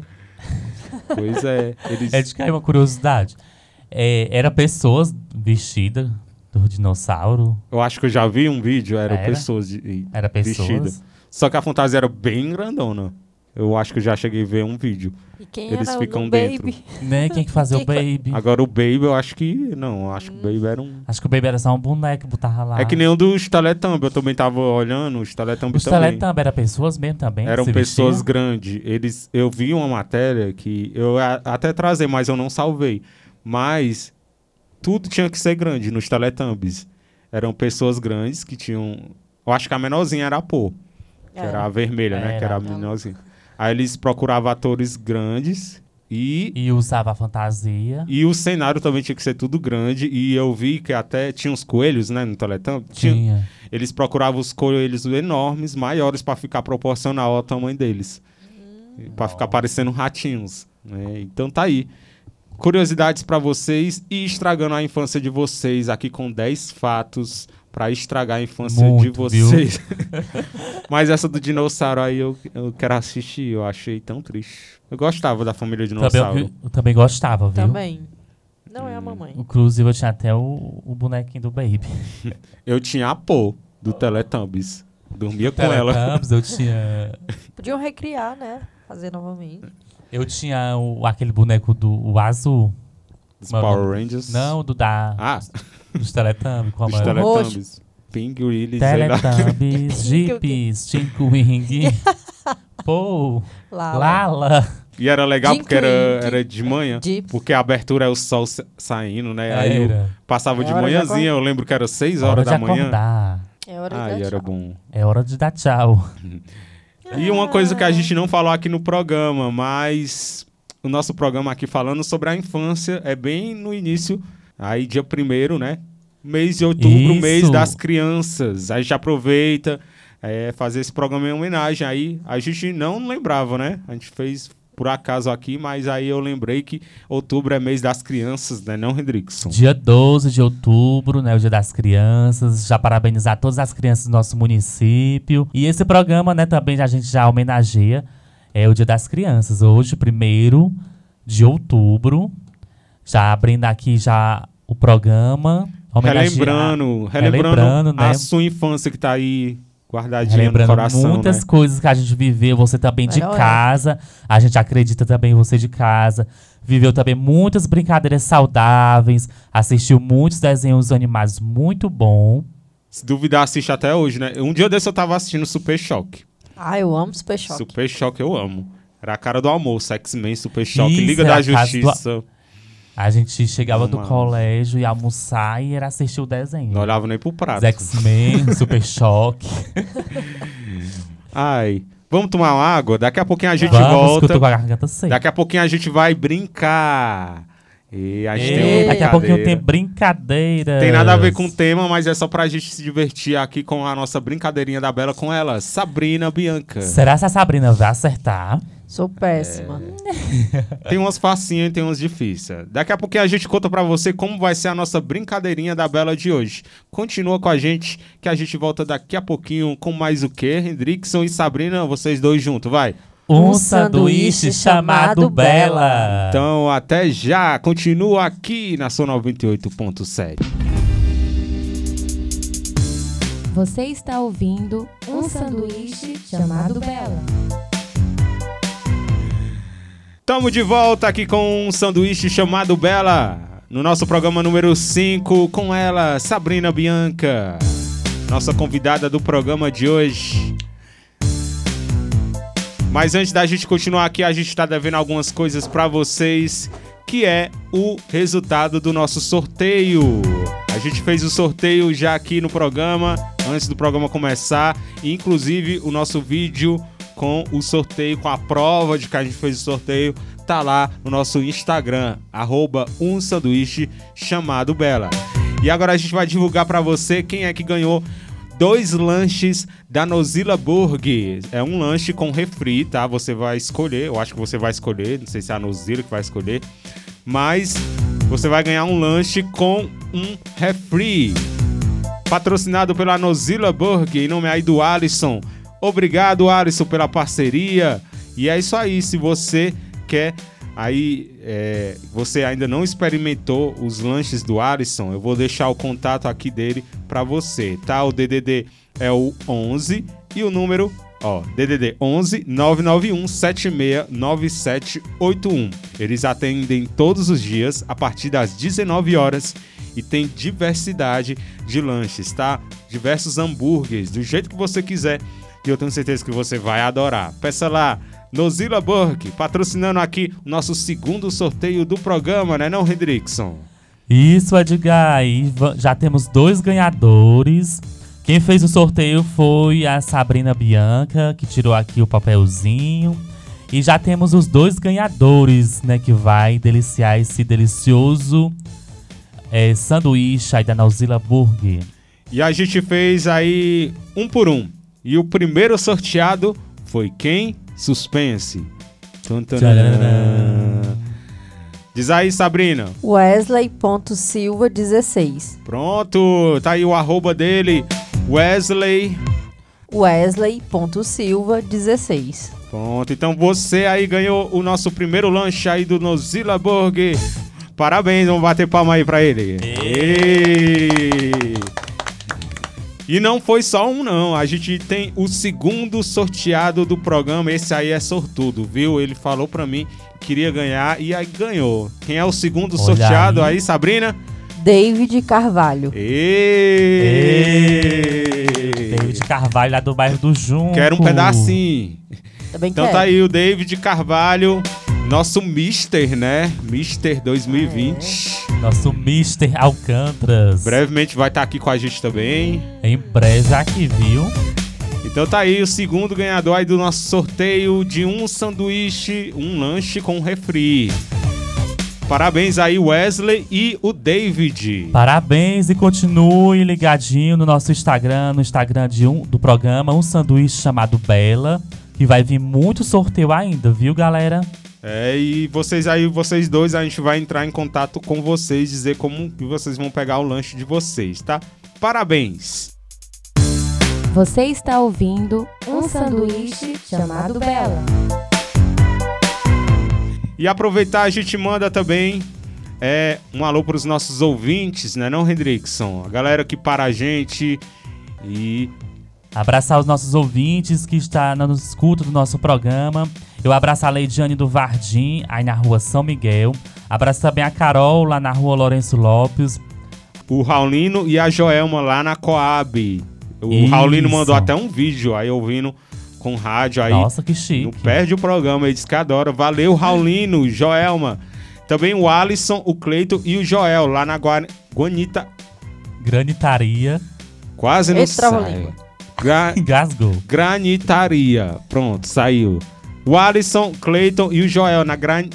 pois é. Eles...
É de cair uma curiosidade. É, era pessoas vestidas do dinossauro.
Eu acho que eu já vi um vídeo, eram
Era?
pessoas de.
Era pessoas.
Vestida. Só que a fantasia era bem grandona. Eu acho que eu já cheguei a ver um vídeo.
E quem
Eles
era
ficam
o
dentro.
baby?
Né? Quem que fazia o
Quem que-
Baby?
Agora o Baby, eu acho que. Não, eu acho que o Baby era um.
Acho que o Baby era só um boneco que botava lá.
É que nem o dos Teletubbies. Eu também tava olhando, os Teletubbies
Os
também.
Teletubbies eram pessoas mesmo também? que
Eram
se vestiam?
pessoas grandes. Eles, eu vi uma matéria que eu a- até trazei, mas eu não salvei. Mas tudo tinha que ser grande nos Teletubbies. Eram pessoas grandes que tinham. Eu acho que a menorzinha era a Pô, que era,
Era.
a vermelha, né? Que era
Era.
a menorzinha. Aí eles procuravam atores grandes e,
E usava a fantasia.
e o cenário também tinha que ser tudo grande. E eu vi que até tinha uns coelhos, né? No Teletubbie. Tinha-
Tinha.
eles procuravam os coelhos enormes, maiores, para ficar proporcional ao tamanho deles. Para ficar parecendo ratinhos. né? Então tá aí. Curiosidades para vocês e estragando a infância de vocês aqui com 10 fatos para estragar a infância de
Muito, viu?
vocês. Mas essa do dinossauro aí eu, eu quero assistir, eu achei tão triste. Eu gostava da família
Também,
um dinossauro.
eu, eu também gostava, viu?
Também. Não
Hum,
é a mamãe.
Inclusive, eu tinha até o, o bonequinho do Baby.
Eu tinha a Pô do Teletubbies. Dormia com ela.
Teletubbies, eu tinha.
Podiam recriar, né? Fazer novamente.
Eu tinha o- aquele boneco do o azul.
Os Power Rangers.
Não, do da.
Ah,
Dos Teletubbies, com a
Dos
mãe.
Teletubbies. Ping Willy, sei lá.
Teletubbies,
Pink, o quê?
Jeeps, Tinko Wing. Pô,
Lá. lá.
Lala.
E era legal
Jim
porque era,
Clean,
era de manhã.
Jeep.
Porque a abertura é o sol sa- saindo, né? Aí eu
Era.
passava de
É hora de
manhãzinha, eu lembro que era 6 horas da
de
manhã.
acordar.
É hora de
Ai,
dar
Ah, era
tchau.
bom.
É hora de dar tchau.
E uma coisa
Ah.
que a gente não falou aqui no programa, mas o nosso programa aqui falando sobre a infância é bem no início, aí dia primeiro, né? Mês de outubro,
Isso.
mês das crianças. A gente aproveita é, fazer esse programa em homenagem. Aí a gente não lembrava, né? A gente fez por acaso aqui, mas aí eu lembrei que outubro é mês das crianças, né? Não, Hendrickson?
Dia 12 de outubro, né? O Dia das Crianças. Já parabenizar todas as crianças do nosso município. E esse programa, né, também a gente já homenageia é, o Dia das Crianças. Hoje, 1 de outubro. Já abrindo aqui já o programa. homenageia-
Relembrando, relembrando,
Relembrando, né?
a sua infância que tá aí guardadinha no
Lembrando
coração,
muitas
né?
coisas que a gente viveu, você também de
Melhor é.
casa. A gente acredita também em você de casa. Viveu também muitas brincadeiras saudáveis, assistiu muitos desenhos animados muito bom.
Se duvidar, assiste até hoje, né? Um dia desse eu tava assistindo Super Choque.
Ah, eu amo Super Choque.
Super Choque eu amo. Era a cara do almoço, X-Men, Super Choque,
Isso,
Liga
era
da
a casa do-
Justiça.
A gente chegava do
Amava.
colégio e almoçar e era assistir o desenho.
Não olhava nem pro
Os
prato.
X-Men, Super Choque.
Ai. Vamos tomar uma água? Daqui a pouquinho a gente
Vamos, que eu
volta.
tô com a garganta seca.
Daqui a pouquinho a gente vai brincar. E a gente tem
Ei,
uma
daqui a pouquinho tem
brincadeira.
brincadeira.
Tem nada a ver com o tema, mas é só pra gente se divertir aqui com a nossa brincadeirinha da Bela com ela, Sabrina Bianca.
Será que a Sabrina vai acertar?
Sou péssima.
É. Tem umas facinhas e tem umas difíceis. Daqui a pouquinho a gente conta pra você como vai ser a nossa brincadeirinha da Bela de hoje. Continua com a gente, que a gente volta daqui a pouquinho com mais o quê? Hendrickson e Sabrina, vocês dois juntos, vai.
Um sanduíche chamado Bela.
Então, até já. Continua aqui na sua 98.7.
Você está ouvindo um sanduíche chamado Bela.
Tamo de volta aqui com um sanduíche chamado Bela. No nosso programa número 5, com ela, Sabrina Bianca. Nossa convidada do programa de hoje. Mas antes da gente continuar aqui, a gente tá devendo algumas coisas pra vocês, que é o resultado do nosso sorteio. A gente fez o sorteio já aqui no programa, antes do programa começar, e inclusive o nosso vídeo com o sorteio, com a prova de que a gente fez o sorteio, tá lá no nosso Instagram, arroba um sanduíche chamado Bela. E agora a gente vai divulgar pra você quem é que ganhou dois lanches da Nozilla Burg. É um lanche com refri, tá? Você vai escolher, eu acho que você vai escolher, não sei se é a Nozilla que vai escolher, mas você vai ganhar um lanche com um refri. Patrocinado pela Nozilla Burger, em nome aí do Alisson. Obrigado, Alisson, pela parceria. E é isso aí, se você quer aí é, você ainda não experimentou os lanches do Alisson, eu vou deixar o contato aqui dele para você, tá? O DDD é o 11 e o número, ó, DDD 11 991 769781. Eles atendem todos os dias a partir das 19 horas e tem diversidade de lanches, tá? Diversos hambúrgueres, do jeito que você quiser, que eu tenho certeza que você vai adorar. Peça lá Nozila Burke, patrocinando aqui o nosso segundo sorteio do programa, né não, Hendrickson?
Isso, Edgar. E va- já temos dois ganhadores. Quem fez o sorteio foi a Sabrina Bianca, que tirou aqui o papelzinho. E já temos os dois ganhadores, né? Que vai deliciar esse delicioso eh, sanduíche aí da Nauzila Burger.
E a gente fez aí um por um. E o primeiro sorteado foi quem? Suspense. Tum, tum,
Tcharam.
tum. Diz aí, Sabrina.
Wesley.silva16.
Pronto, tá aí o arroba dele, Wesley.
Wesley.silva16.
Pronto, então você aí ganhou o nosso primeiro lanche aí do Nozilla Burger. Parabéns, vamos bater palma aí pra ele. E não foi só um, não. A gente tem o segundo sorteado do programa. Esse aí é sortudo, viu? Ele falou pra mim que queria ganhar e aí ganhou. Quem é o segundo
Olha
sorteado
aí.
aí, Sabrina?
David Carvalho.
Ei!
David Carvalho lá do bairro do Junco.
Quero um pedacinho.
Também
Então
quero.
tá aí o David Carvalho, nosso Mister, né? Mister 2020.
Nosso Mr. Alcantras.
Brevemente vai estar aqui com a gente também.
Em breve aqui, viu?
Então tá aí o segundo ganhador aí do nosso sorteio de um sanduíche, um lanche com refri. Parabéns aí Wesley e o David.
Parabéns e continue ligadinho no nosso Instagram, no Instagram de um, do programa Um Sanduíche Chamado Bela, que vai vir muito sorteio ainda, viu, galera?
É, e vocês aí, vocês dois, a gente vai entrar em contato com vocês, dizer como que vocês vão pegar o lanche de vocês, tá? Parabéns!
Você está ouvindo um sanduíche chamado Bela.
E aproveitar, a gente manda também é, um alô para os nossos ouvintes, né, não, Hendrickson? A galera que para a gente e
Abraçar os nossos ouvintes que está na- nos escuta do nosso programa. Eu abraço a Leidiane do Vardim, aí na rua São Miguel. Abraço também a Carol, lá na rua Lourenço Lopes.
o Raulino e a Joelma lá na Coab. O
Isso.
Raulino mandou até um vídeo aí ouvindo com rádio aí.
Nossa, que chique.
Não perde o programa, ele disse que adora. Valeu, Raulino, Joelma. Também o Alisson, o Cleito e o Joel lá na Gua- Guanita.
Granitaria.
Quase não
Esse
sai.
trava-língua.
Gra-
Engasgou.
Granitaria. Pronto, saiu. O Alisson, Cleiton e o Joel na gran...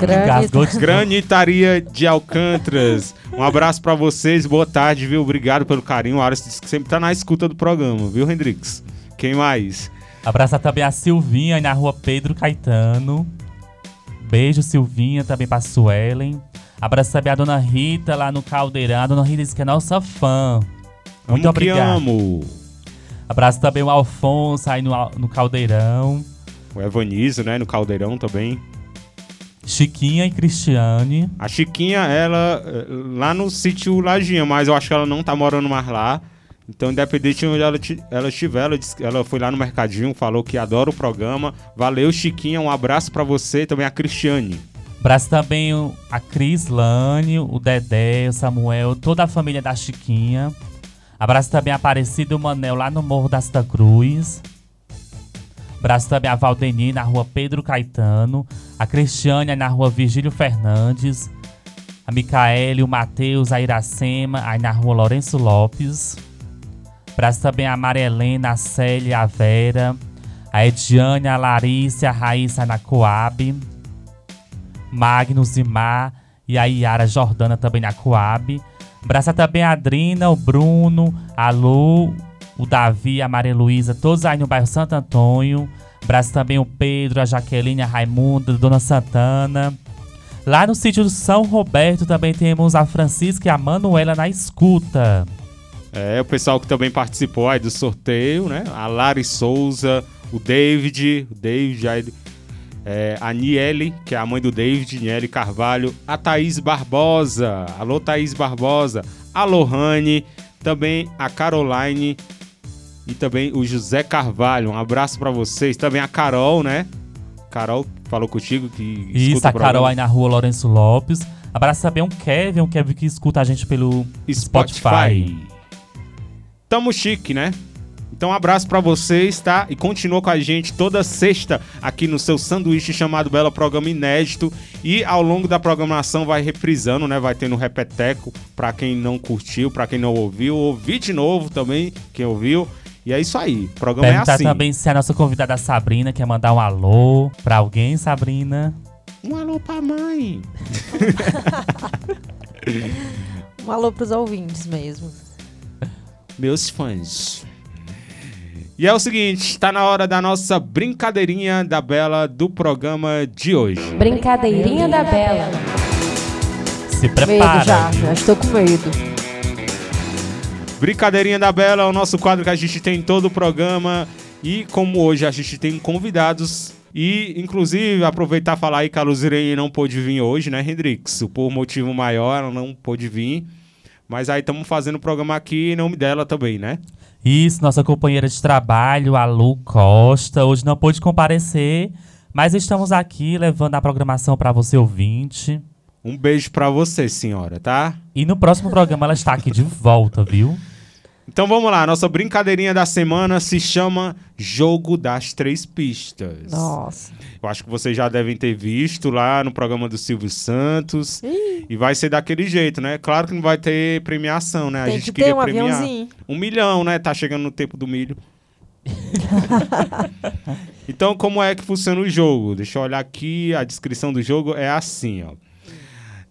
Grande.
Engasgou de
Granitaria de Alcântaras. Um abraço pra vocês, boa tarde, viu? Obrigado pelo carinho. O Alisson disse que sempre tá na escuta do programa, viu, Hendrix? Quem mais?
Abraçar também a Silvinha aí na rua Pedro Caetano. Beijo, Silvinha, também pra Suelen. Abraço também a dona Rita lá no Caldeirão. A dona Rita disse que é nossa fã. Muito
Amo que
obrigado.
amo.
Abraço também o Alfonso aí no, Al- no Caldeirão.
O Evanizo, né? No Caldeirão também.
Chiquinha e Cristiane.
A Chiquinha, ela eh, lá no sítio Lajinha, mas eu acho que ela não tá morando mais lá. Então, independente de onde ela, ti- ela estiver, ela, disse que ela foi lá no mercadinho, falou que adora o programa. Valeu, Chiquinha. Um abraço pra você e também a Cristiane.
Abraço também o- a Cris Lane, o Dedé, o Samuel, toda a família da Chiquinha. Abraço também a Aparecido Manel lá no Morro da Santa Cruz. Abraço também é a Valdeni na rua Pedro Caetano. A Cristiane é na rua Virgílio Fernandes. A Micaele, o Matheus, a Iracema, aí na rua Lourenço Lopes. Abraço também é a Maria Helena, a Célia, a Vera. A Ediane, a Larissa, a Raíssa na Coab. Magnus e Mar e a Yara Jordana também na Coab. Abraçar também a Adrina, o Bruno, a Lu, o Davi, a Maria Luísa, todos aí no bairro Santo Antônio. Abraço também o Pedro, a Jaqueline, a Raimunda, a Dona Santana. Lá no sítio do São Roberto também temos a Francisca e a Manuela na escuta.
É, o pessoal que também participou aí do sorteio, né? A Lari Souza, o David, o David aí, é, a Niele, que é a mãe do David, Niele Carvalho, a Thaís Barbosa, alô Thaís Barbosa, a Lohane, também a Caroline e também o José Carvalho. Um abraço pra vocês. Também a Carol, né? Carol falou contigo que
Isso,
escuta
a
o
Carol
programa.
aí na rua Lourenço Lopes. Abraço também um Kevin, um Kevin que escuta a gente pelo Spotify.
Tamo chique, né? Então, um abraço pra vocês, tá? E continua com a gente toda sexta aqui no seu sanduíche chamado Bela Programa Inédito. E ao longo da programação vai reprisando, né? Vai tendo repeteco pra quem não curtiu, pra quem não ouviu. Ouvir de novo também, quem ouviu. E é isso aí. O programa é
Perguntar
assim.
também se a nossa convidada Sabrina quer mandar um alô pra alguém, Sabrina.
Um alô pra mãe.
Um alô pros ouvintes mesmo.
meus fãs. E é o seguinte, tá na hora da nossa brincadeirinha da Bela do programa de hoje.
Brincadeirinha da Bela.
Se
Medo já, né?
prepara.
já estou com medo.
Brincadeirinha da Bela é o nosso quadro que a gente tem em todo o programa e como hoje a gente tem convidados e inclusive aproveitar e falar aí que a Luzirene não pôde vir hoje, né, Hendrix? Por motivo maior ela não pôde vir. Mas aí estamos fazendo o programa aqui em nome dela também, né?
Isso, nossa companheira de trabalho, a Lu Costa, hoje não pôde comparecer, mas estamos aqui levando a programação pra você ouvinte.
Um beijo pra você, senhora, tá?
E no próximo programa ela está aqui de volta, viu?
Então vamos lá, nossa brincadeirinha da semana se chama Jogo das Três Pistas.
Nossa.
Eu acho que vocês já devem ter visto lá no programa do Silvio Santos. E vai ser daquele jeito, né? Claro que não vai ter premiação, né? A
Tem
gente
que
queria
ter um
premiar
aviãozinho.
um milhão, né? Tá chegando no tempo do milho. então, como é que funciona o jogo? Deixa eu olhar aqui, a descrição do jogo é assim, ó.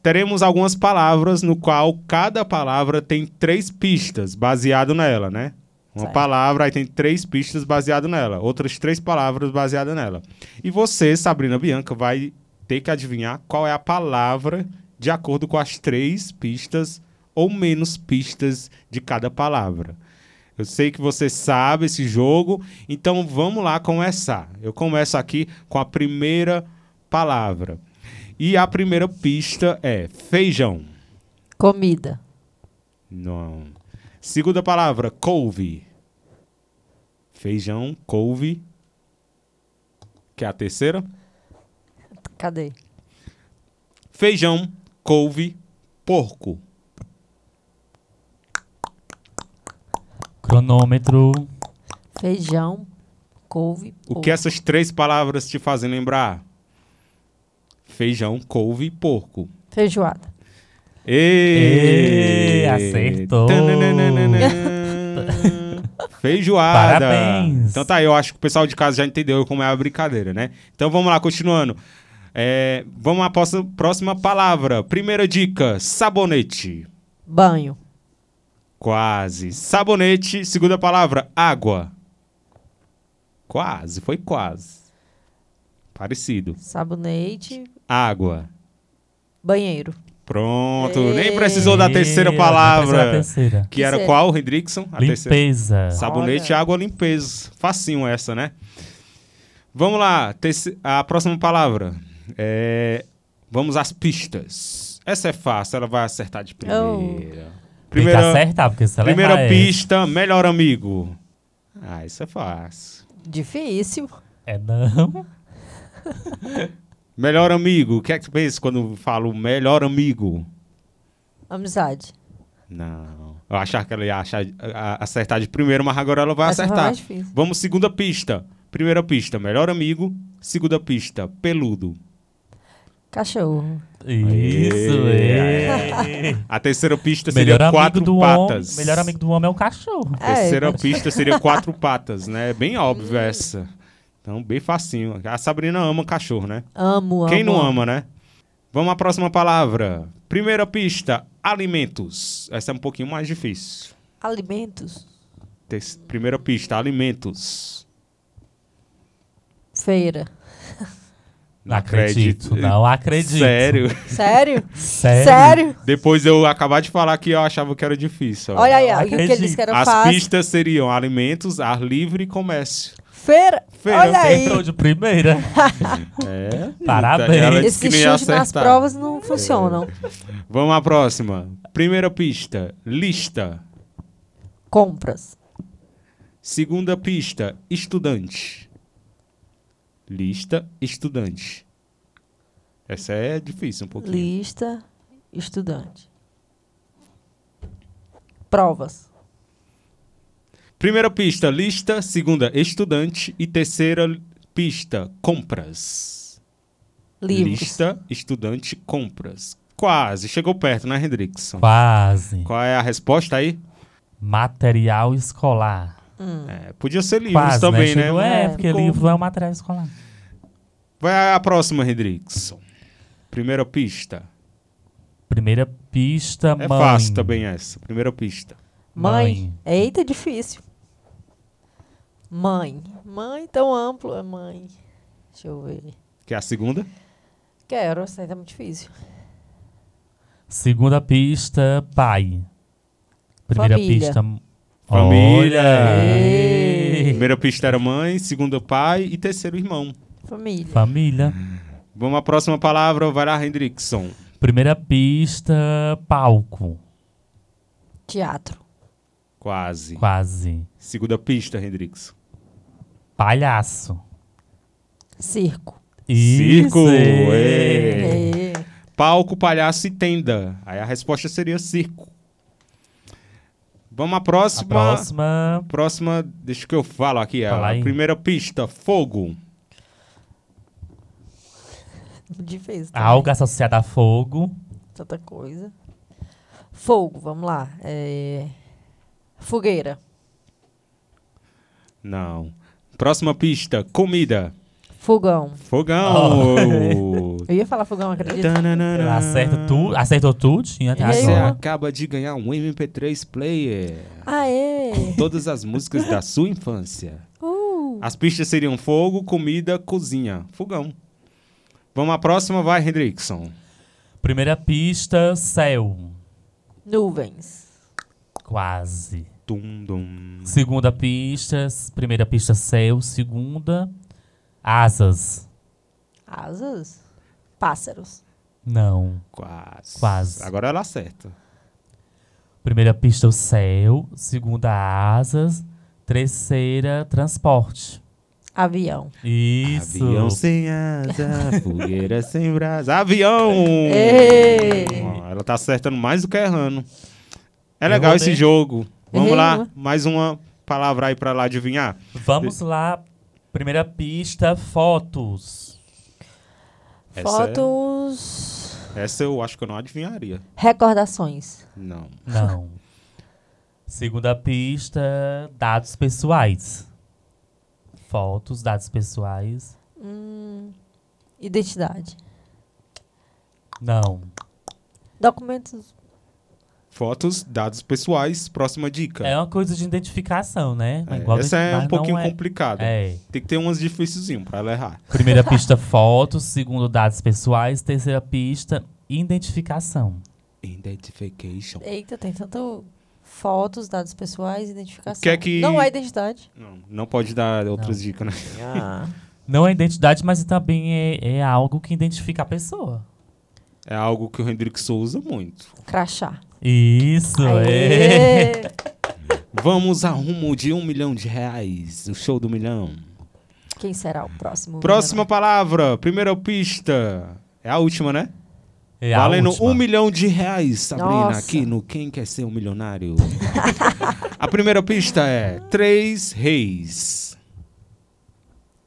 Teremos algumas palavras no qual cada palavra tem três pistas baseado nela, né? Uma
Certo.
palavra aí tem três pistas baseado nela, outras três palavras baseadas nela. E você, Sabrina Bianca, vai ter que adivinhar qual é a palavra de acordo com as três pistas ou menos pistas de cada palavra. Eu sei que você sabe esse jogo, então vamos lá começar. Eu começo aqui com a primeira palavra. E a primeira pista é feijão.
Comida.
Não. Segunda palavra, couve. Feijão, couve. Que é a terceira?
Cadê?
Feijão, couve, porco.
Cronômetro.
Feijão, couve,
O
ovo.
que é? essas três palavras te fazem lembrar? Feijão, couve e porco.
Feijoada.
Ê!
Ê, acertou.
Tananana. Feijoada.
Parabéns.
Então tá aí, eu acho que o pessoal de casa já entendeu como é a brincadeira, né? Então vamos lá, continuando. É, vamos à possa- próxima palavra. Primeira dica: sabonete.
Banho.
Quase. Sabonete. Segunda palavra: água. Quase, foi quase. Parecido.
Sabonete.
Água.
Banheiro.
Pronto.
Ê.
Nem precisou da terceira
Ê,
palavra.
a terceira.
Que era
Terceira.
qual, Hendrickson? A terceira.
Limpeza.
Sabonete,
Olha.
água, limpeza. Facinho essa, né? Vamos lá, terce- a próxima palavra. É, Vamos às pistas. Essa é fácil, ela vai acertar de primeira.
Tem que
Primeira,
acertar, porque se ela
primeira
errar, é-
pista, melhor amigo. Ah, isso é fácil.
Difícil.
É, não.
Melhor amigo, o que é que tu pensa quando eu falo melhor amigo?
Amizade.
Não. Eu achava que ela ia achar- a- a- acertar de primeiro, mas agora ela vai
Essa foi
acertar.
mais difícil.
Vamos, segunda pista. Primeira pista, melhor amigo. Segunda pista, peludo.
Cachorro.
Isso, é.
A terceira pista seria
Melhor amigo
quatro
do homem.
patas.
Melhor amigo do homem é o cachorro.
A terceira
É,
pista seria quatro patas, né? É Bem óbvio essa. Então, bem facinho. A Sabrina ama cachorro, né?
amo, amo.
Quem não
amo.
ama, né? Vamos à próxima palavra. Primeira pista, alimentos. Essa é um pouquinho mais difícil.
Alimentos.
Ter- Primeira pista, alimentos.
Feira.
Não acredito, não acredito.
Sério.
Sério?
Sério?
Sério?
Depois eu acabar de falar que eu achava que era difícil. ó.
Olha aí,
eu
ó, e o que
acredito.
eles querem
As
fazer.
pistas seriam alimentos, ar livre e comércio.
Feira.
Feira,
Olha aí.
Entrou de primeira.
É.
Parabéns.
Ela disse que
Esses
nem
chutes
ia
nas
acertar.
provas
É.
não funcionam.
Vamos à próxima. Primeira pista, lista.
Compras.
Segunda pista, estudante. Lista, estudante. Essa é difícil um pouquinho.
Lista. Estudante. Provas.
Primeira pista, lista. Segunda, estudante. E terceira pista, compras.
Livros.
Lista, estudante, compras. Quase, chegou perto, né, Hendrickson?
Quase.
Qual é a resposta aí?
Material escolar.
É, podia ser livros
Quase,
também, né?
né? Chegou- É,
É,
porque
ficou-
livro é o material escolar.
Vai a próxima, Hendrickson. Primeira pista.
Primeira pista,
É
mãe.
fácil também essa. Primeira pista.
Mãe. Eita, é difícil. Mãe. Mãe tão amplo. é Mãe. Deixa eu ver.
Que é a segunda?
Quero, essa aí tá muito difícil.
Segunda pista, pai. Primeira
Família.
pista...
Família.
Olha aí.
Primeira pista era mãe, segunda pai e terceiro irmão.
Família.
Família.
Vamos à próxima palavra, vai lá, Hendrickson.
Primeira pista, palco.
Teatro.
Quase.
Quase.
Segunda pista, Hendrickson.
Palhaço.
Circo.
Circo,
Isso.
é.
Ê.
Palco, palhaço e tenda. Aí a resposta seria circo. Vamos à
A
próxima.
próxima,
Próxima, deixa que eu falo aqui.
Fala
A
aí.
primeira pista, fogo.
Difícil. também.
algo associado a fogo.
Tanta coisa. Fogo, vamos lá. É, Fogueira.
Não. Próxima pista, comida.
Fogão.
Fogão.
Eu ia falar fogão, acredito.
Tananana.
Acerta tu, acertou tudo? Tinha até
Você
agora.
acaba de ganhar um MP3 player.
Ah, Aê!
Todas as músicas da sua infância.
Uh!
As pistas seriam fogo, comida, cozinha, fogão. Vamos à próxima, vai, Hendrickson.
Primeira pista, céu.
Nuvens.
Quase.
Dum, dum.
Segunda pista, s- primeira pista, céu. Segunda, asas.
Asas. Pássaros.
Não.
Quase.
Quase.
Agora ela acerta.
Primeira pista, o céu. Segunda, asas. Terceira, transporte.
Avião.
Isso.
Avião sem asa, fogueira sem brasa. Avião!
Ê!
Ó, Ela tá acertando mais do que errando. É legal
Errou,
esse
né?
jogo. Vamos
Errei
lá,
uma.
mais uma palavra aí pra lá adivinhar.
Vamos lá. Primeira pista, fotos.
Essa é-
Fotos.
Essa eu acho que eu não adivinharia.
Recordações.
Não.
Não. Segunda pista, dados pessoais. Fotos, dados pessoais.
Hum, Identidade.
Não.
Documentos.
Fotos, dados pessoais, próxima dica.
É uma coisa de identificação, né?
É,
Igual
essa é
mas
um
não
pouquinho
é.
complicada.
É.
Tem que ter umas dificilzinho pra ela errar.
Primeira pista, fotos. Segundo, dados pessoais. Terceira pista, identificação.
Identification.
Eita, tem tanto. Fotos, dados pessoais, identificação.
O que é que-
Não é identidade.
Não, não pode dar outras dicas, né?
Ah.
Não é identidade, mas também é, é algo que identifica a pessoa.
É algo que o Hendrickson usa muito.
Crachá.
Isso, é.
Aê!
Vamos a rumo de um milhão de reais. O show do milhão.
Quem será o próximo?
Próxima palavra, primeira pista. É a última, né?
é a
Valendo
última.
um milhão de reais, Sabrina,
Nossa.
aqui no Quem Quer Ser Um Milionário. a primeira pista é Três Reis.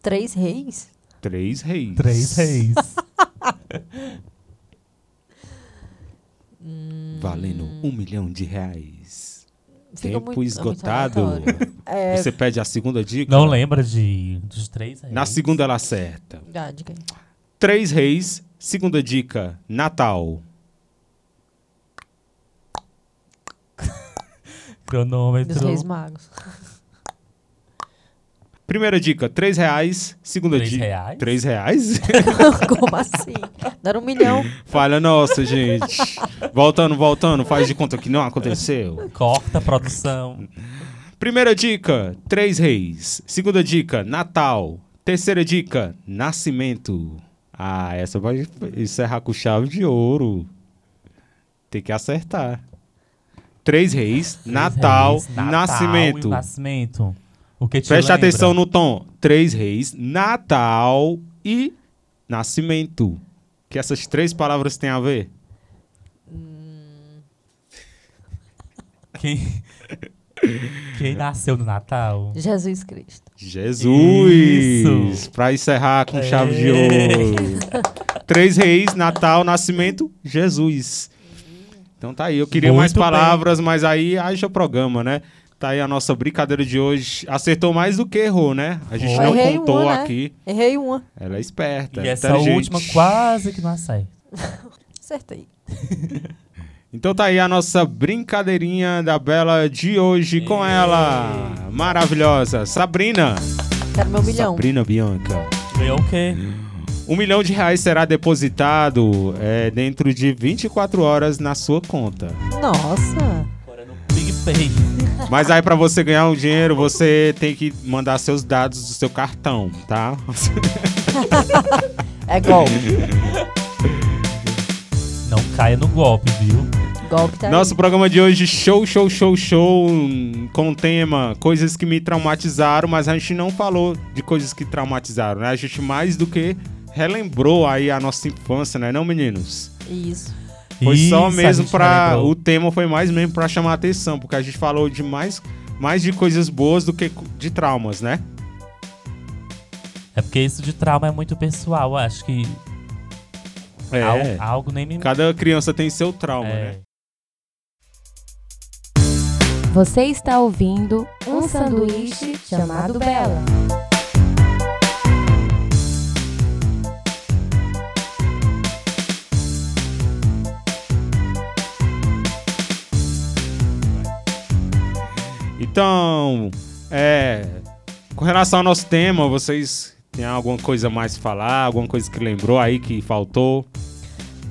Três reis?
Três Reis.
Três reis.
Valendo um milhão de reais.
Fica
Tempo
muito- muito
esgotado.
aleatório. É,
Você pede a segunda dica?
Não lembra de, dos três reis?
Na segunda ela acerta.
verdade, quem?
Três Reis, segunda dica, Natal.
Cronômetro.
Dos reis magos.
Primeira dica, três reais. Segunda
Três
dica.
reais?
Três reais?
Como assim? Não era um milhão.
Falha nossa, gente. Voltando, voltando, faz de conta que não aconteceu.
Corta a produção.
Primeira dica, três reis. Segunda dica, Natal. Terceira dica, Nascimento. Ah, essa vai encerrar com chave de ouro. Tem que acertar. Três reis, Natal,
Reis, Natal
Nascimento.
e Nascimento. O que te
Presta
lembra?
atenção no tom. Três reis, Natal e Nascimento. Que essas três palavras têm a ver?
Quem... Quem nasceu no Natal?
Jesus Cristo.
Jesus!
Isso.
Pra encerrar com chave de
É.
ouro. Três reis, Natal, Nascimento, Jesus. Então tá aí. Eu queria
Muito
mais
bem.
palavras, mas aí haja programa, né? Tá aí a nossa brincadeira de hoje. Acertou mais do que errou, né? A gente
Foi.
não
Errei
contou
uma, né?
aqui.
Errei uma.
Ela é esperta.
É. E essa
inteligente.
última quase que não acerta.
Acertei.
Então tá aí a nossa brincadeirinha da Bela de hoje com ela. Maravilhosa. Sabrina.
Quero meu Um milhão.
Sabrina Bianca.
Ganhou o quê?
Um milhão de reais será depositado é, dentro de 24 horas na sua conta.
Nossa.
Agora no PicPay.
Mas aí, pra você ganhar um dinheiro, você tem que mandar seus dados do seu cartão, tá?
É golpe.
Não caia no golpe, viu?
golpe tá aí.
Nosso programa de hoje, show, show, show, show, hum, com o tema coisas que me traumatizaram, mas a gente não falou de coisas que traumatizaram, né? A gente mais do que relembrou aí a nossa infância, né, não, meninos?
Isso.
Foi só
Isso, a
mesmo
gente
pra.
relembrou.
O tema foi mais mesmo pra chamar a atenção, porque a gente falou de mais, mais de coisas boas do que cu- de traumas, né?
É porque isso de trauma é muito pessoal. eu Acho que al- algo, nem me.
Cada criança tem seu trauma, É. né?
é.
Você está ouvindo um sanduíche chamado Bela.
Então, é. Com relação ao nosso tema, vocês têm alguma coisa a mais pra falar? Alguma coisa que lembrou aí que faltou?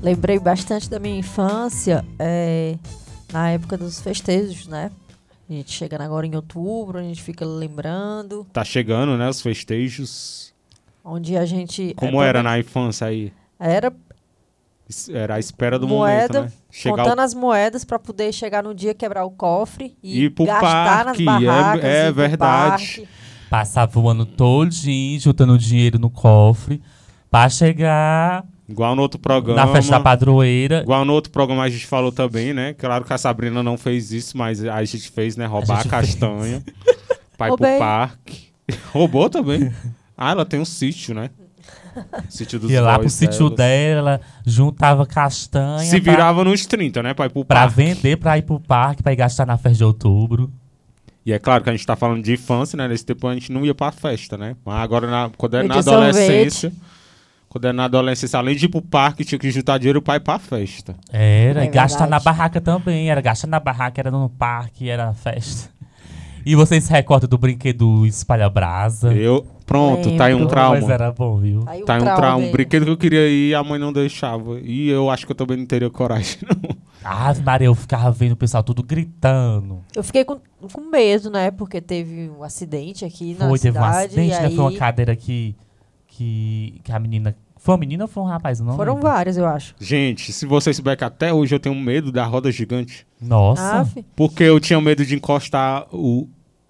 Lembrei bastante da minha infância é, na época dos festejos, né? A gente chegando agora em outubro, a gente fica lembrando
Tá chegando, né? Os festejos.
onde a gente. é
É,
Como era na infância aí?
Era
Isso Era a espera do
Moeda,
momento, né? Chegar
contando
o...
as moedas pra poder chegar no dia, quebrar o cofre e
Ir pro
gastar
parque, é-
nas barracas.
é
ir pro
verdade.
parque.
Passava o ano todinho juntando dinheiro no cofre pra chegar
Igual no outro programa.
na festa da padroeira.
Igual no outro programa a gente falou também, né? Claro que a Sabrina não fez isso, mas a gente fez, né? Roubar a,
gente
castanha. Pai pro
Roubei.
parque. Roubou também. Ah, ela tem um sítio, né? Sítio dos
Ia lá pro
vós
sítio dela, juntava castanha
Se
pra-
virava nos 30, né? Pai pro
pra,
parque.
vender, pra ir pro parque, pra ir gastar na festa de outubro.
E é claro que a gente tá falando de infância, né? Nesse tempo a gente não ia pra festa, né? Mas agora, na- quando é
Eu
na
tinha
adolescência. Quando é na adolescência, além de ir pro parque, tinha que juntar dinheiro pra ir pra festa.
Era,
É
e gastar na
verdade.
barraca também. Era gastar na barraca, era no parque, era na festa. E vocês se recordam do brinquedo espalha-brasa?
Eu. Pronto, tá aí um
Lembro.
Mas
trauma.
É. era bom, viu?
Aí o
Tá um
trauma
trauma, um
vem.
brinquedo que eu queria ir a mãe não deixava. E eu acho que eu também não teria coragem, não.
Ave Maria, eu ficava vendo o pessoal tudo gritando.
Eu fiquei com, com medo, né? Porque teve um acidente aqui na
foi,
cidade.
teve um acidente,
e
né?
aí
Foi uma cadeira que, que, que a menina... Foi uma menina ou foi um rapaz? Eu Não
Foram
lembro.
vários, eu acho.
Gente, se vocês souberem que até hoje eu tenho medo da roda gigante. Ah,
Nossa,
Aff,
Porque eu tinha medo de encostar o,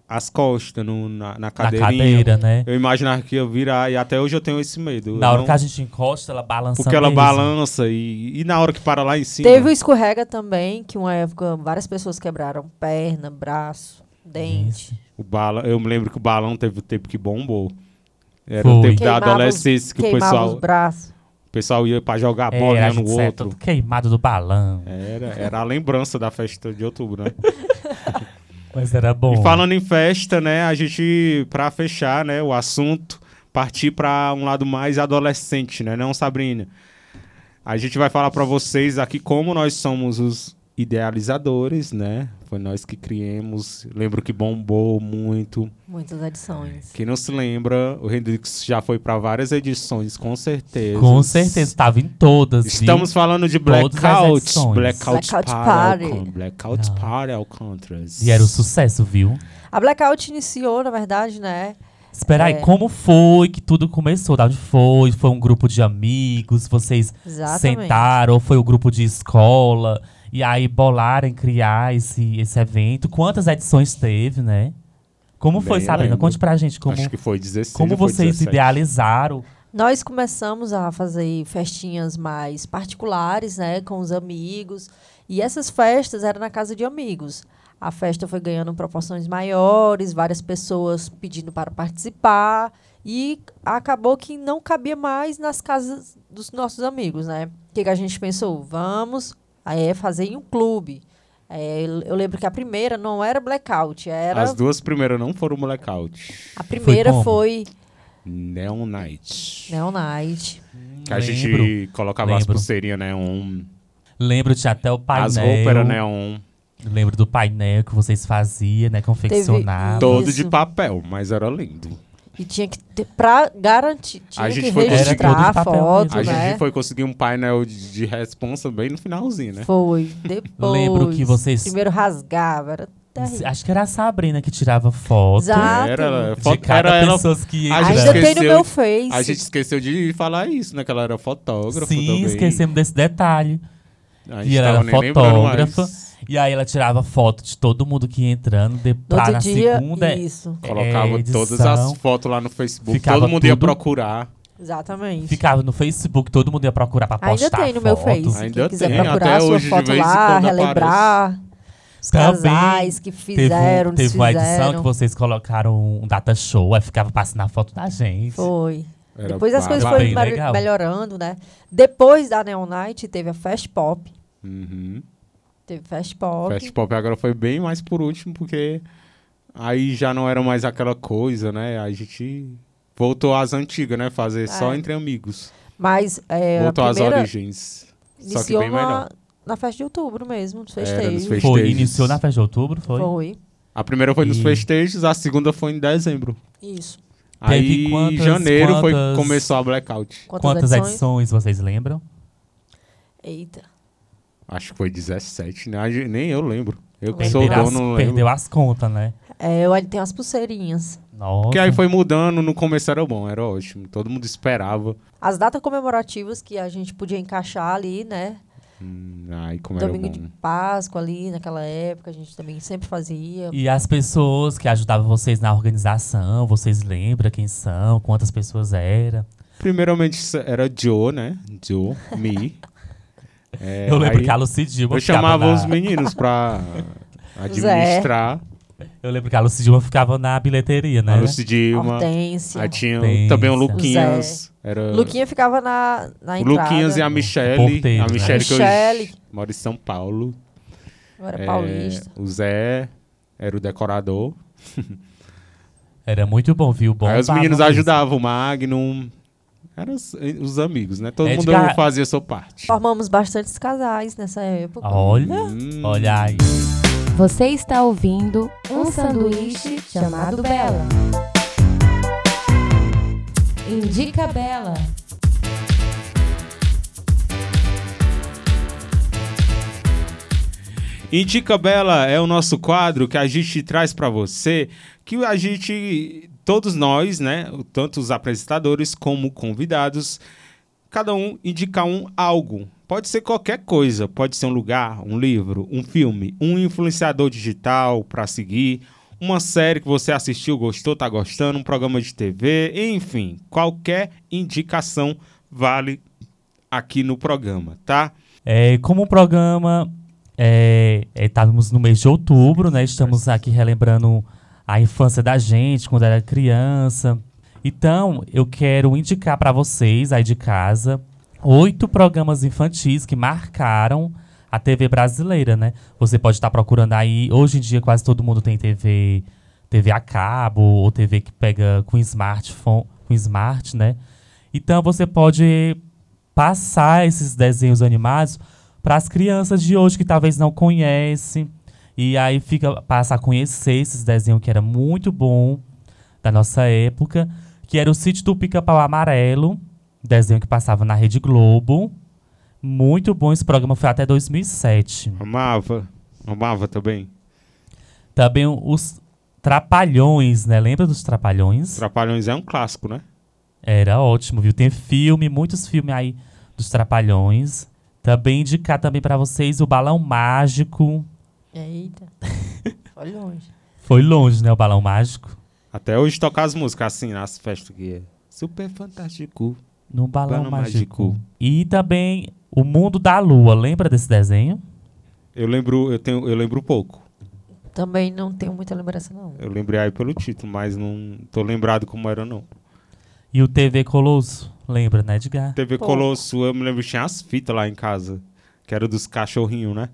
as costas no- na, na
na
cadeirinha.
cadeira, né?
Eu imaginava que ia virar e até hoje eu tenho esse medo.
Na
Eu
hora
não-
que a gente é encosta, ela balança
Porque ela
mesmo.
balança e, e na hora que para lá em cima.
teve o escorrega também, que uma época várias pessoas quebraram perna, braço, dente.
o bala, eu me lembro que o balão teve o tempo que bombou. Era o
Foi.
tempo da
Queimava os-
adolescência que o
Queimava
pessoal,
os braços.
o pessoal ia pra jogar
É,
bola
a
ia no
gente saía
outro. É.
todo queimado do balão.
Era, era a lembrança da festa de outubro, né?
Mas era bom.
E falando em festa, né, a gente, pra fechar, né, o assunto, partir pra um lado mais adolescente, né, não, Sabrina? A gente vai falar pra vocês aqui como nós somos os idealizadores, né? Foi nós que criamos. Lembro que bombou muito.
Muitas edições.
Quem não se lembra, o Hendrix já foi para várias edições, com certeza.
Com certeza, estava em todas. viu?
Estamos falando de
Todas as
Blackout.
edições.
Blackout,
Blackout
Party.
Party.
Alcon- Blackout
Ah.
Party Alcantras.
E era o sucesso, viu?
A Blackout iniciou, na verdade, né?
Espera aí,
É.
como foi que tudo começou? Da onde foi? Foi um grupo de amigos? Vocês
Exatamente.
sentaram? Ou foi o grupo de escola? E aí bolaram em criar esse, esse evento? Quantas edições teve, né? Como foi,
Bem, eu
Sabrina?
lembro.
Conte pra gente como,
Acho que foi 16.
como
ou foi
vocês
17.
idealizaram.
Nós começamos a fazer festinhas mais particulares, né, com os amigos. E essas festas eram na casa de amigos. A festa foi ganhando proporções maiores, várias pessoas pedindo para participar. E acabou que não cabia mais nas casas dos nossos amigos, né? O que, que a gente pensou? Vamos é, fazer em um clube. É, eu lembro que a primeira não era blackout, era.
As duas primeiras não foram Blackout.
A primeira
como?
foi,
Neon Night.
Neon Night.
Que a gente
Lembro.
colocava as
Lembro.
pulseirinhas neon.
Lembro de até o painel.
As roupas eram né? Um neon.
Lembro do painel que vocês faziam, né? Confeccionavam.
Teve-
Todo de
Isso.
papel, mas era lindo.
E tinha que ter, pra garantir, tinha
A gente
que
foi conseguir-
Era
registrar
todo de
a
papel
foto,
mesmo.
A
né?
gente foi conseguir um painel de, de responsa bem no finalzinho, né?
Foi, depois.
Lembro que vocês-
Primeiro rasgava, era terrível.
Acho que era a Sabrina que tirava foto.
Exato. Ah,
Era,
De
fo-
cada
era ela-
pessoas que
a gente
Ainda
entravam.
tem no
esqueceu-
meu Face.
A gente esqueceu de falar isso, né? Que ela era fotógrafa
Sim,
também.
esquecemos desse detalhe.
A gente
E ela
tava
era
nem lembrando mais.
fotógrafa. E aí ela tirava foto de todo mundo que ia entrando. De,
No
pra,
outro
na
dia,
segunda é
isso.
Colocava
edição.
todas as fotos lá no Facebook.
Ficava
Todo mundo ia
tudo-
procurar.
Exatamente.
ficava no Facebook, todo mundo ia procurar pra
Ainda
postar
tem no meu
foto.
Face.
Ainda
Quem quiser
tem,
procurar
até
a sua
hoje, de
foto
vez em
lá,
quando
relembrar os
Também
casais que
Teve, um-
fizeram,
teve uma edição que
desfizeram.
vocês colocaram um data show, aí ficava passando a foto da gente.
Foi.
Era
Depois as coisas
babado.
foram
Bem
mel-
legal.
melhorando, né? Depois da Neon Night, teve a Fast Pop.
Uhum.
Teve Fast Pop.
Fast Pop agora foi bem mais por último, porque aí já não era mais aquela coisa, né? A gente voltou às antigas, né? Fazer só
É.
entre amigos.
Mas é, a
voltou às
primeira
origens. Só que
iniciou
bem
na,
melhor.
na festa de outubro mesmo, nos
Era nos
festejos.
festejos.
Foi,
Festejos.
iniciou na festa de outubro, foi?
Foi.
A primeira foi nos
E-
festejos, a segunda foi em dezembro.
Isso.
Teve
aí em
quantas-
janeiro foi
quantas-
começou a blackout.
Quantas, edições? vocês lembram?
Eita.
Acho que foi 17, né? A gente- Nem eu lembro. Eu que sou
Perderam as-
dono, não lembro.
perdeu as contas, né?
É, eu tem umas pulseirinhas.
Nossa.
Porque aí foi mudando, no começo era bom, era ótimo. Todo mundo esperava.
As datas comemorativas que a gente podia encaixar ali, né?
Hum, Ai, como
Domingo
era
de
bom.
Páscoa ali, naquela época, a gente também sempre fazia.
E as pessoas que ajudavam vocês na organização, vocês lembram quem são, quantas pessoas eram?
Primeiramente era Joe, né? Joe, me. É,
eu lembro
aí
que a Lucy Dilma
Eu
ficava
chamava
na-
os meninos pra administrar.
Eu lembro que a Lucy Dilma ficava na bilheteria, né?
A Lucidilma.
Hortência.
Aí tinha
Hortência.
também o Luquinhas. Era
Luquinha ficava na, na
o
entrada.
ah. Luquinhas e a Michelle.
Porteiro,
a
né?
Michelle que hoje
Michele.
mora em São Paulo.
Eu era
É,
paulista.
o Zé era o decorador.
Era muito bom, viu? Bom
Aí os
papo
meninos
mesmo.
ajudavam, o Magnum. Eram os, os amigos, né? Todo
Edgar-
mundo fazia a sua parte.
Formamos bastantes casais nessa época.
Olha,
Hum.
olha aí.
Você está ouvindo um sanduíche chamado Bela. Indica Bela.
Indica Bela é o nosso quadro que a gente traz pra você, que a gente, todos nós, né, tanto os apresentadores como convidados, cada um indica um algo. Pode ser qualquer coisa, pode ser um lugar, um livro, um filme, um influenciador digital pra seguir, uma série que você assistiu, gostou, tá gostando, um programa de TV, enfim, qualquer indicação vale aqui no programa, tá?
É, como o programa é, é, estávamos no mês de outubro, né? Estamos aqui relembrando a infância da gente, quando era criança. Então, eu quero indicar para vocês aí de casa oito programas infantis que marcaram a TV brasileira, né? Você pode estar procurando aí. Hoje em dia, quase todo mundo tem TV, TV a cabo ou TV que pega com smartphone, com smart, né? Então, você pode passar esses desenhos animados para as crianças de hoje que talvez não conhecem. E aí fica passa a conhecer esses desenhos que era muito bom da nossa época, que era o Sítio do Pica-Pau Amarelo, desenho que passava na Rede Globo. Muito bom esse programa, foi até 2007.
Amava. Amava também.
Também os Trapalhões, né? Lembra dos Trapalhões?
Trapalhões é um clássico, né?
Era ótimo, viu? Tem filme, muitos filmes aí dos Trapalhões. Também indicar também para vocês o Balão Mágico.
Eita. Foi longe.
Foi longe, né, o Balão Mágico?
Até hoje tocar as músicas assim nas festas que é. Super fantástico.
No Balão,
Balão
Mágico.
Mágico.
E também O Mundo da Lua. Lembra desse desenho?
Eu lembro, eu tenho, eu lembro pouco.
Também não tenho muita lembrança, não.
Eu lembrei aí pelo título, mas não tô lembrado como era não.
E o TV Colosso. Lembra, né, Edgar?
TV
Pouco.
Colosso, eu me lembro que tinha as fitas lá em casa, que era dos cachorrinhos, né?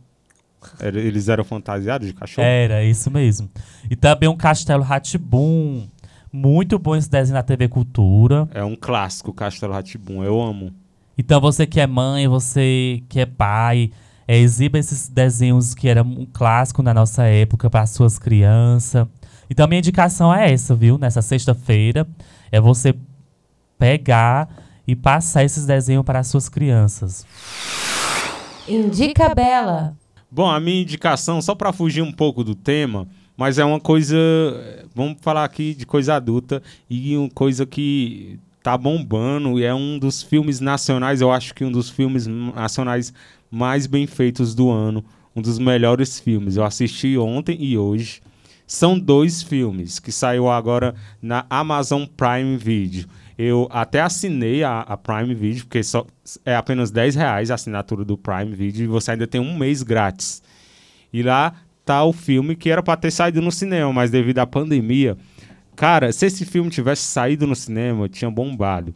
Era- eles eram fantasiados de cachorro.
Era, é isso mesmo. E também um Castelo Ratibum. Muito bom esse desenho na TV Cultura.
É um clássico, Castelo Ratibum, eu amo.
Então você que é mãe, você que é pai, é, exiba esses desenhos que era um clássico na nossa época para suas crianças. Então minha indicação é essa, viu? Nessa sexta-feira é você pegar e passar esses desenhos para suas crianças.
Indica Bela.
Bom, a minha indicação, só para fugir um pouco do tema, mas é uma coisa. Vamos falar aqui de coisa adulta e uma coisa que tá bombando e é um dos filmes nacionais, eu acho que um dos filmes nacionais mais bem feitos do ano, um dos melhores filmes. Eu assisti ontem e hoje. São dois filmes que saiu agora na Amazon Prime Video. Eu até assinei a, a Prime Video, porque só é apenas 10 reais a assinatura do Prime Video e você ainda tem um mês grátis. E lá tá o filme que era pra ter saído no cinema, mas devido à pandemia. Cara, se esse filme tivesse saído no cinema, tinha bombado.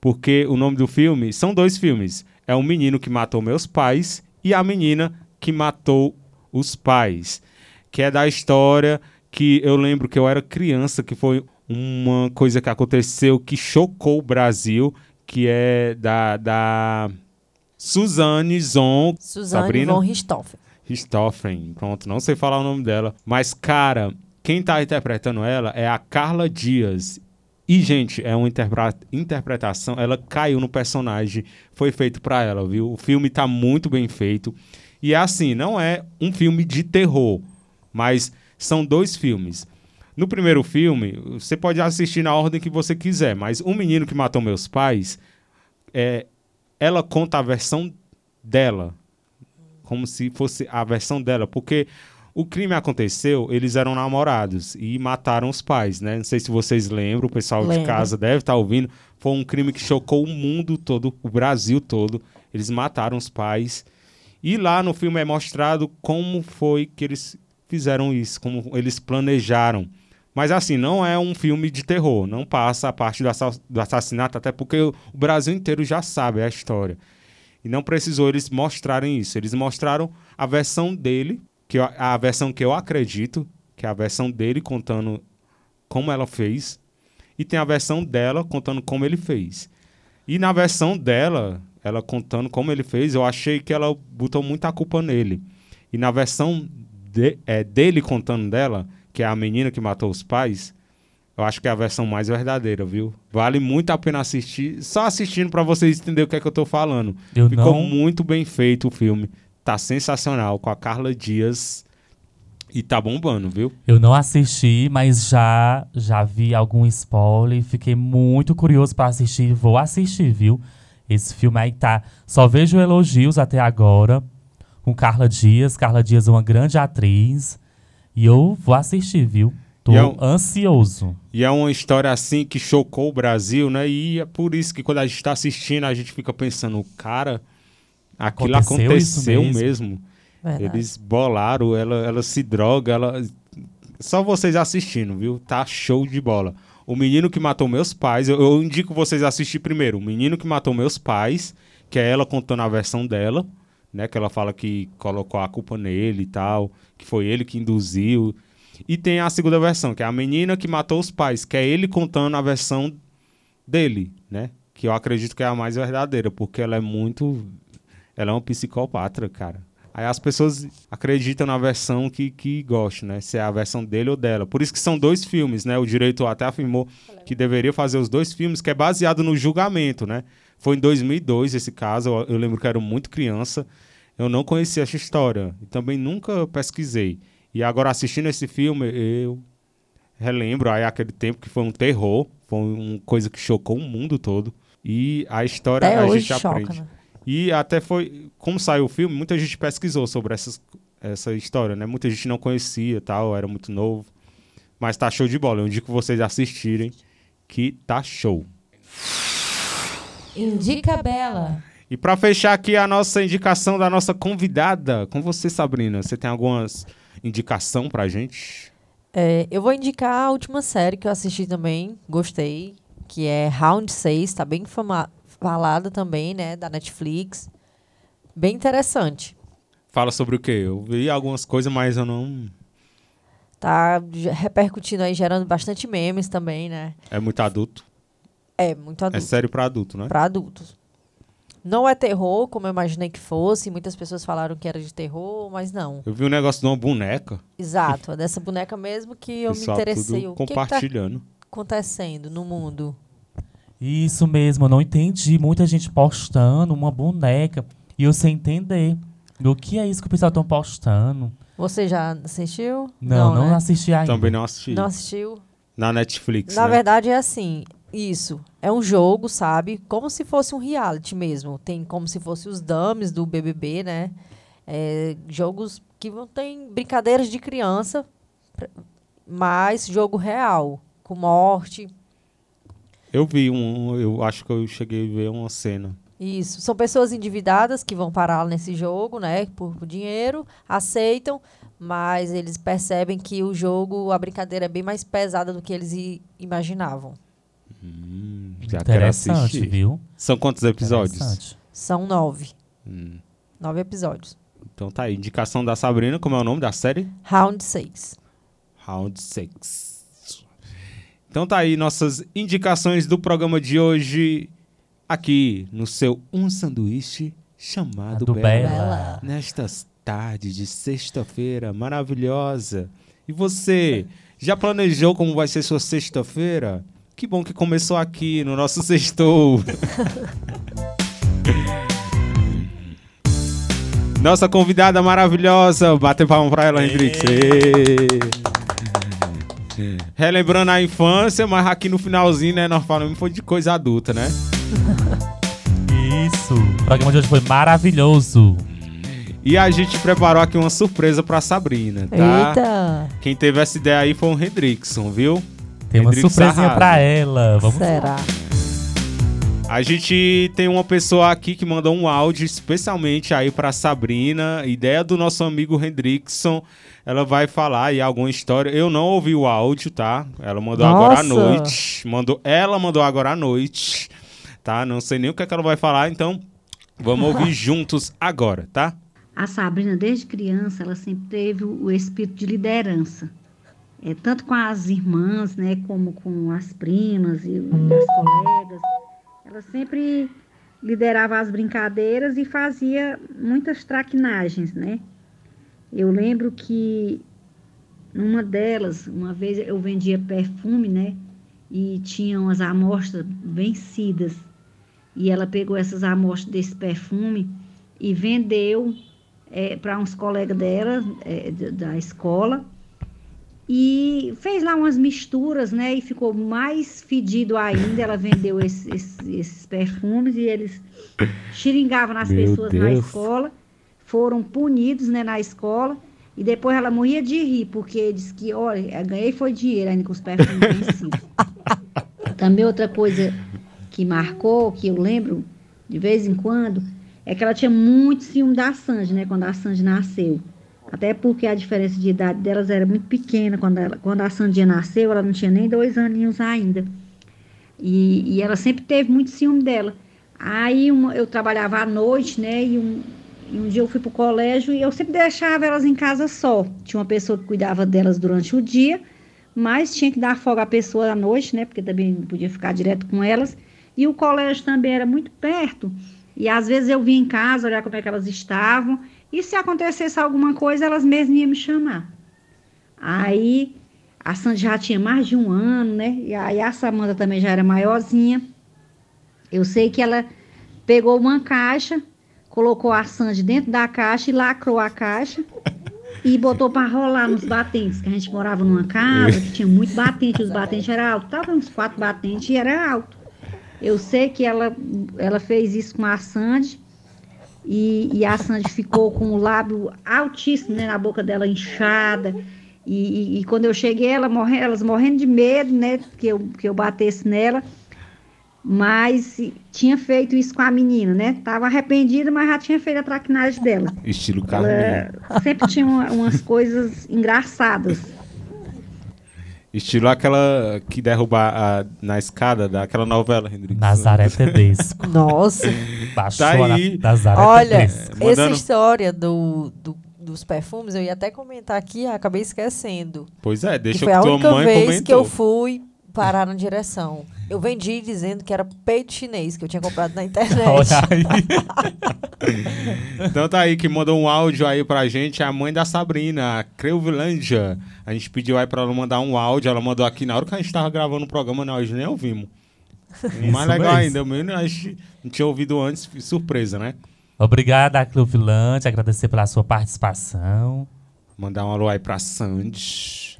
Porque o nome do filme são dois filmes: é o menino que matou meus pais e a menina que matou os pais. Que é da história que eu lembro que eu era criança, que foi uma coisa que aconteceu que chocou o Brasil, que é da, da Suzane Zon.
Suzane
Sabrina?
von Richthofen.
Richthofen, pronto, não sei falar o nome dela. Mas, cara, quem tá interpretando ela é a Carla Dias. E, gente, é uma interpra- interpretação, ela caiu no personagem, foi feito pra ela, viu? O filme tá muito bem feito. E é assim, não é um filme de terror, mas são dois filmes. No primeiro filme, você pode assistir na ordem que você quiser, mas O Menino que Matou Meus Pais, é, ela conta a versão dela, como se fosse a versão dela, porque o crime aconteceu, eles eram namorados e mataram os pais, né? Não sei se vocês lembram, o pessoal de
Lembro.
casa deve estar ouvindo. Foi um crime que chocou o mundo todo, o Brasil todo. Eles mataram os pais. E lá no filme é mostrado como foi que eles fizeram isso, como eles planejaram. Mas assim, não é um filme de terror, não passa a parte do, assa- do assassinato, até porque o o Brasil inteiro já sabe a história. E não precisou eles mostrarem isso. Eles mostraram a versão dele, que eu- a versão que eu acredito, que é a versão dele contando como ela fez, e tem a versão dela contando como ele fez. E na versão dela, ela contando como ele fez, eu achei que ela botou muita culpa nele. E na versão de- é, dele contando dela, que é a menina que matou os pais, eu acho que é a versão mais verdadeira, viu? Vale muito a pena assistir, só assistindo pra vocês entenderem o que é que eu tô falando.
Eu
Ficou
não-
muito bem feito o filme. Tá sensacional com a Carla Dias e tá bombando, viu?
Eu não assisti, mas já já vi algum spoiler, e fiquei muito curioso para assistir, e vou assistir, viu? Esse filme aí tá, só vejo elogios até agora com Carla Dias, Carla Dias é uma grande atriz, e eu vou assistir, viu? Tô
E é um-
ansioso.
E é uma história assim que chocou o Brasil, né? E é por isso que quando a gente tá assistindo, a gente fica pensando, cara, aquilo aconteceu,
Aconteceu isso
mesmo.
mesmo."
Verdade.
Eles bolaram, ela, ela se droga, ela. Só vocês assistindo, viu? Tá show de bola. O Menino que Matou Meus Pais, eu, eu indico vocês assistir primeiro. O Menino que Matou Meus Pais, que é ela contando a versão dela, né? Que ela fala que colocou a culpa nele e tal, que foi ele que induziu. E tem a segunda versão, que é a menina que matou os pais, que é ele contando a versão dele, né? Que eu acredito que é a mais verdadeira, porque ela é muito Ela é uma psicopata, cara. Aí as pessoas acreditam na versão que, que gosta, né? Se é a versão dele ou dela. Por isso que são dois filmes, né? O direito até afirmou que deveria fazer os dois filmes, que é baseado no julgamento, né? Foi em 2002 esse caso, eu, eu lembro que eu era muito criança. Eu não conhecia essa história e também nunca pesquisei. E agora assistindo esse filme, eu relembro aí aquele tempo que foi um terror, foi uma coisa que chocou o mundo todo. E a história
Até
a
hoje
gente
choca,
aprende.
né?
E até foi, como saiu o filme, muita gente pesquisou sobre essas, essa história, né? Muita gente não conhecia, tal, era muito novo. Mas tá show de bola. Eu indico vocês assistirem que tá show.
Indica Bela.
E pra fechar aqui a nossa indicação da nossa convidada, com você, Sabrina, você tem algumas indicação pra gente?
É, eu vou indicar a última série que eu assisti também, gostei, que é Round 6, tá bem fama- falada também, né, da Netflix. Bem interessante.
Fala sobre o quê? Eu vi algumas coisas, mas eu não
Tá ge- repercutindo aí, gerando bastante memes também, né?
é muito adulto.
É, muito
É
adulto.
série pra adulto, né?
Pra adultos. Não é terror, como eu imaginei que fosse. Muitas pessoas falaram que era de terror, mas não.
Eu vi um negócio de uma boneca.
Exato, é dessa boneca mesmo que eu
pessoal
me interessei.
tudo
O que, que tá
compartilhando.
acontecendo no mundo?
Isso mesmo, eu não entendi. Muita gente postando uma boneca. E eu sem entender. O que é isso que o pessoal estão postando?
Você já assistiu?
Não, não,
né?
assisti ainda.
Também não assisti.
Não assistiu?
Na Netflix,
Na
né?
verdade, é assim. Isso. É um jogo, sabe? Como se fosse um reality mesmo. Tem como se fosse os dummies do BBB, né? É, jogos que não tem brincadeiras de criança, pra- mas jogo real. Com morte.
Eu vi um, eu acho que eu cheguei a ver uma cena.
Isso. São pessoas endividadas que vão parar nesse jogo, né? Por por dinheiro, aceitam, mas eles percebem que o jogo, a brincadeira é bem mais pesada do que eles i- imaginavam.
Hum, já quero
Interessante,
assistir.
viu?
São quantos episódios?
Interessante.
São nove.
Hum,
Nove episódios.
Então tá aí. Indicação da Sabrina, como é o nome da série?
Round 6.
Round 6. Então tá aí nossas indicações do programa de hoje. Aqui no seu Um Sanduíche
A
chamado
do
Bela.
Bela.
Nestas tardes de sexta-feira maravilhosa. E você, já planejou como vai ser sua sexta-feira? Que bom que começou aqui no nosso sextou. Nossa convidada maravilhosa. Bater palma pra ela, Hendrix. Ê. Relembrando a infância, mas aqui no finalzinho, né? Nós falamos foi de coisa adulta, né?
Isso. O programa de hoje foi maravilhoso.
E a gente preparou aqui uma surpresa pra Sabrina, tá?
Eita!
Quem teve essa ideia aí foi o Hendrickson, viu?
Tem uma
Rodrigo
surpresinha
Sarrado.
pra ela. Vamos
Será?
A gente tem uma pessoa aqui que mandou um áudio especialmente aí pra Sabrina, ideia do nosso amigo Hendrickson. Ela vai falar aí alguma história. Eu não ouvi o áudio, tá? Ela mandou agora à
Nossa!
noite. Mandou, ela mandou agora à noite, tá? Não sei nem o que, é que ela vai falar, então vamos ouvir juntos agora, tá?
A Sabrina, desde criança, ela sempre teve o espírito de liderança. É, tanto com as irmãs, né, como com as primas e as colegas. Ela sempre liderava as brincadeiras e fazia muitas traquinagens, né? Eu lembro que numa delas, uma vez eu vendia perfume, né? E tinham as amostras vencidas. E ela pegou essas amostras desse perfume e vendeu para é, uns colegas dela, eh, d- da escola, e fez lá umas misturas, né? E ficou mais fedido ainda. Ela vendeu esse- esse- esses perfumes e eles xingavam nas
Meu
pessoas na
Deus.
escola, foram punidos né, na escola. E depois ela morria de rir, porque disse que, olha, eu ganhei foi dinheiro ainda com os perfumes vencidos. Também outra coisa que marcou, que eu lembro de vez em quando, é que ela tinha muito ciúme da Sandy, né? Quando a Sandy nasceu. Até porque a diferença de idade delas era muito pequena. Quando, ela, quando a Sandinha nasceu, ela não tinha nem dois aninhos ainda. E, e ela sempre teve muito ciúme dela. Aí uma- eu trabalhava à noite, né? E um, e um dia eu fui pro colégio e eu sempre deixava elas em casa só. Tinha uma pessoa que cuidava delas durante o dia, mas tinha que dar folga à pessoa à noite, né? Porque também não podia ficar direto com elas. E o colégio também era muito perto. E às vezes eu vinha em casa olhar como é que elas estavam. E se acontecesse alguma coisa, elas mesmas iam me chamar. Aí a Sandy já tinha mais de um ano, né? E aí a Samanta também já era maiorzinha. Eu sei que ela pegou uma caixa, colocou a Sandy dentro da caixa e lacrou a caixa e botou para rolar nos batentes, que a gente morava numa casa que tinha muito batente, os batentes eram altos, tava uns quatro batentes e era alto. Eu sei que ela, ela fez isso com a Sandy e, e a Sandy ficou com o lábio altíssimo, né, na boca dela inchada. E, e- e quando eu cheguei, ela morre, elas morrendo de medo, né, que eu, que eu batesse nela. Mas e, tinha feito isso com a menina, né? Tava arrependida, mas já tinha feito a traquinagem dela.
Estilo né? Carminha.
Ela sempre tinha uma- umas coisas engraçadas.
Estilo aquela que derruba a- na escada daquela novela, Hendrix.
Nazaré Tedesco.
Nossa.
Baixou
Tá
na
aí.
Nazaré
Olha,
Tedesco.
essa
Mandando-
história do, do- dos perfumes, eu ia até comentar aqui, acabei esquecendo.
Pois é, deixa
que foi
que
a
tua
única
mãe
vez
comentou.
que eu fui parar na direção. Eu vendi dizendo que era peito chinês que eu tinha comprado na internet.
Olha aí.
Então tá aí, que mandou um áudio aí pra gente, a mãe da Sabrina, a Creuvilândia. A gente pediu aí pra ela mandar um áudio, ela mandou aqui na hora que a gente tava gravando o programa, nós nem ouvimos. O mais
Isso
legal
mesmo.
ainda, mesmo a gente não tinha ouvido antes, f- surpresa, né?
Obrigada, Clovilante, agradecer pela sua participação.
Mandar um alô aí pra Sandy.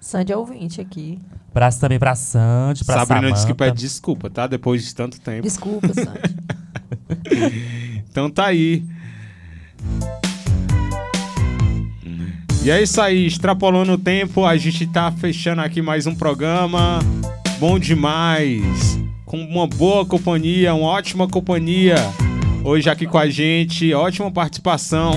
Sandy é ouvinte aqui.
Abraço também pra Sandy, pra
Sabrina disse que
Samantha.
pede desculpa, tá? Depois de tanto tempo.
Desculpa, Sandy.
Então tá aí. E é isso aí, extrapolando o tempo, a gente tá fechando aqui mais um programa. Bom demais! Com uma boa companhia, uma ótima companhia. Hoje aqui com a gente, ótima participação.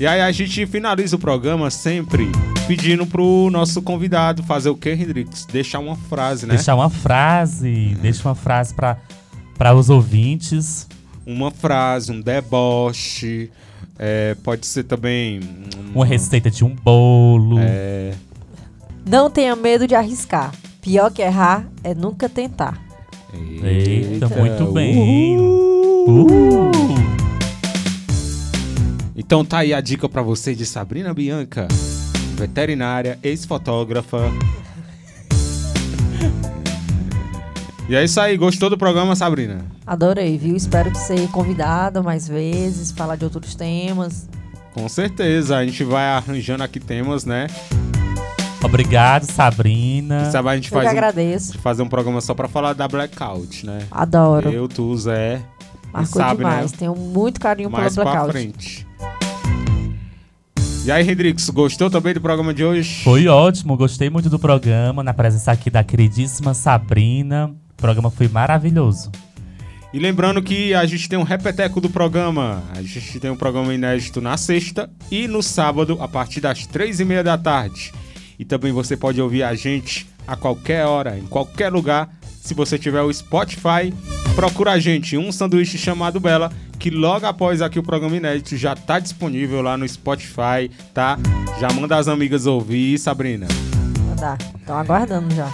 E aí a gente finaliza o programa sempre pedindo pro nosso convidado fazer o quê, Hendrix? Deixar uma frase, né?
Deixar uma frase, deixa uma frase pra, pra os ouvintes.
uma frase, um deboche. é, pode ser também. hum,
Uma receita de um bolo.
É.
Não tenha medo de arriscar. Pior que errar é nunca tentar.
Eita, muito bem.
uhul.
Uhul.
Então tá aí a dica pra você de Sabrina Bianca, veterinária, ex-fotógrafa. E é isso aí, gostou do programa, Sabrina?
Adorei, viu? Espero ser convidada mais vezes, falar de outros temas.
Com certeza, a gente vai arranjando aqui temas, né?
Obrigado, Sabrina.
Sabe, a gente
Eu que
faz um,
agradeço.
gente faz um programa só pra falar da Blackout, né?
Adoro.
Eu, tu, Zé, quem
Marcou
sabe,
demais.
né?
Tenho muito carinho pelo
mais pra
blackout.
frente. E aí, Hendrix, gostou também do programa de hoje?
Foi ótimo, gostei muito do programa, na presença aqui da queridíssima Sabrina. O programa foi maravilhoso.
E lembrando que a gente tem um repeteco do programa. A gente tem um programa inédito na sexta e no sábado, a partir das três e meia da tarde. E também você pode ouvir a gente a qualquer hora, em qualquer lugar. Se você tiver o Spotify, procura a gente, um sanduíche chamado Bela, que logo após aqui o programa inédito já tá disponível lá no Spotify, tá? Já manda as amigas ouvir, Sabrina.
Tá, estão aguardando já.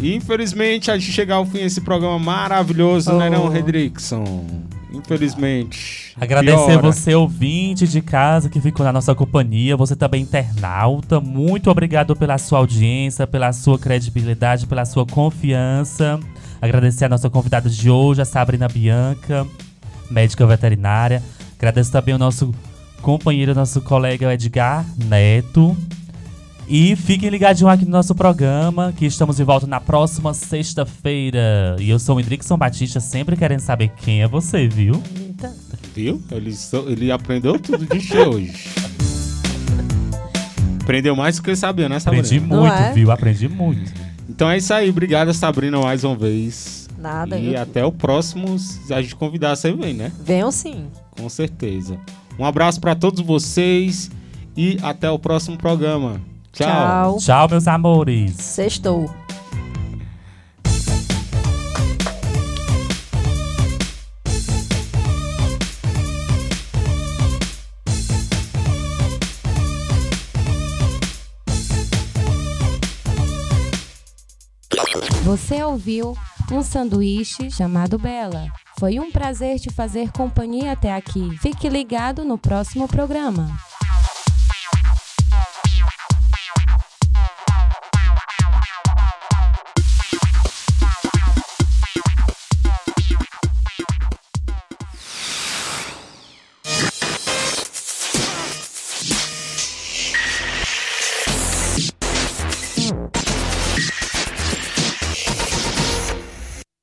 E infelizmente a gente chega ao fim desse programa maravilhoso, né, não,
Oh.
Redrickson? Infelizmente.
Agradecer
Piora.
você, ouvinte de casa, que ficou na nossa companhia, você também, internauta. Muito obrigado pela sua audiência, pela sua credibilidade, pela sua confiança. Agradecer a nossa convidada de hoje, a Sabrina Bianca, médica veterinária. Agradeço também o nosso companheiro, nosso colega Edgar Neto. E fiquem ligadinhos aqui no nosso programa, que estamos de volta na próxima sexta-feira. E eu sou o Hendrickson Batista, sempre querendo saber quem é você, viu?
Eita.
Viu? Ele, so- ele aprendeu tudo de ti hoje. Aprendeu mais do que eu sabia, né, Sabrina?
Aprendi
Não
muito,
é?
viu? Aprendi muito.
Então é isso aí. Obrigado, Sabrina, mais uma vez.
Nada,
E
eu-
até o próximo. Se a gente convidar, você vem, né?
Venham sim.
Com certeza. Um abraço pra todos vocês e até o próximo programa. Tchau.
Tchau.
Tchau, meus amores.
Sextou.
Você ouviu um sanduíche chamado Bela. Foi um prazer te fazer companhia até aqui. Fique ligado no próximo programa.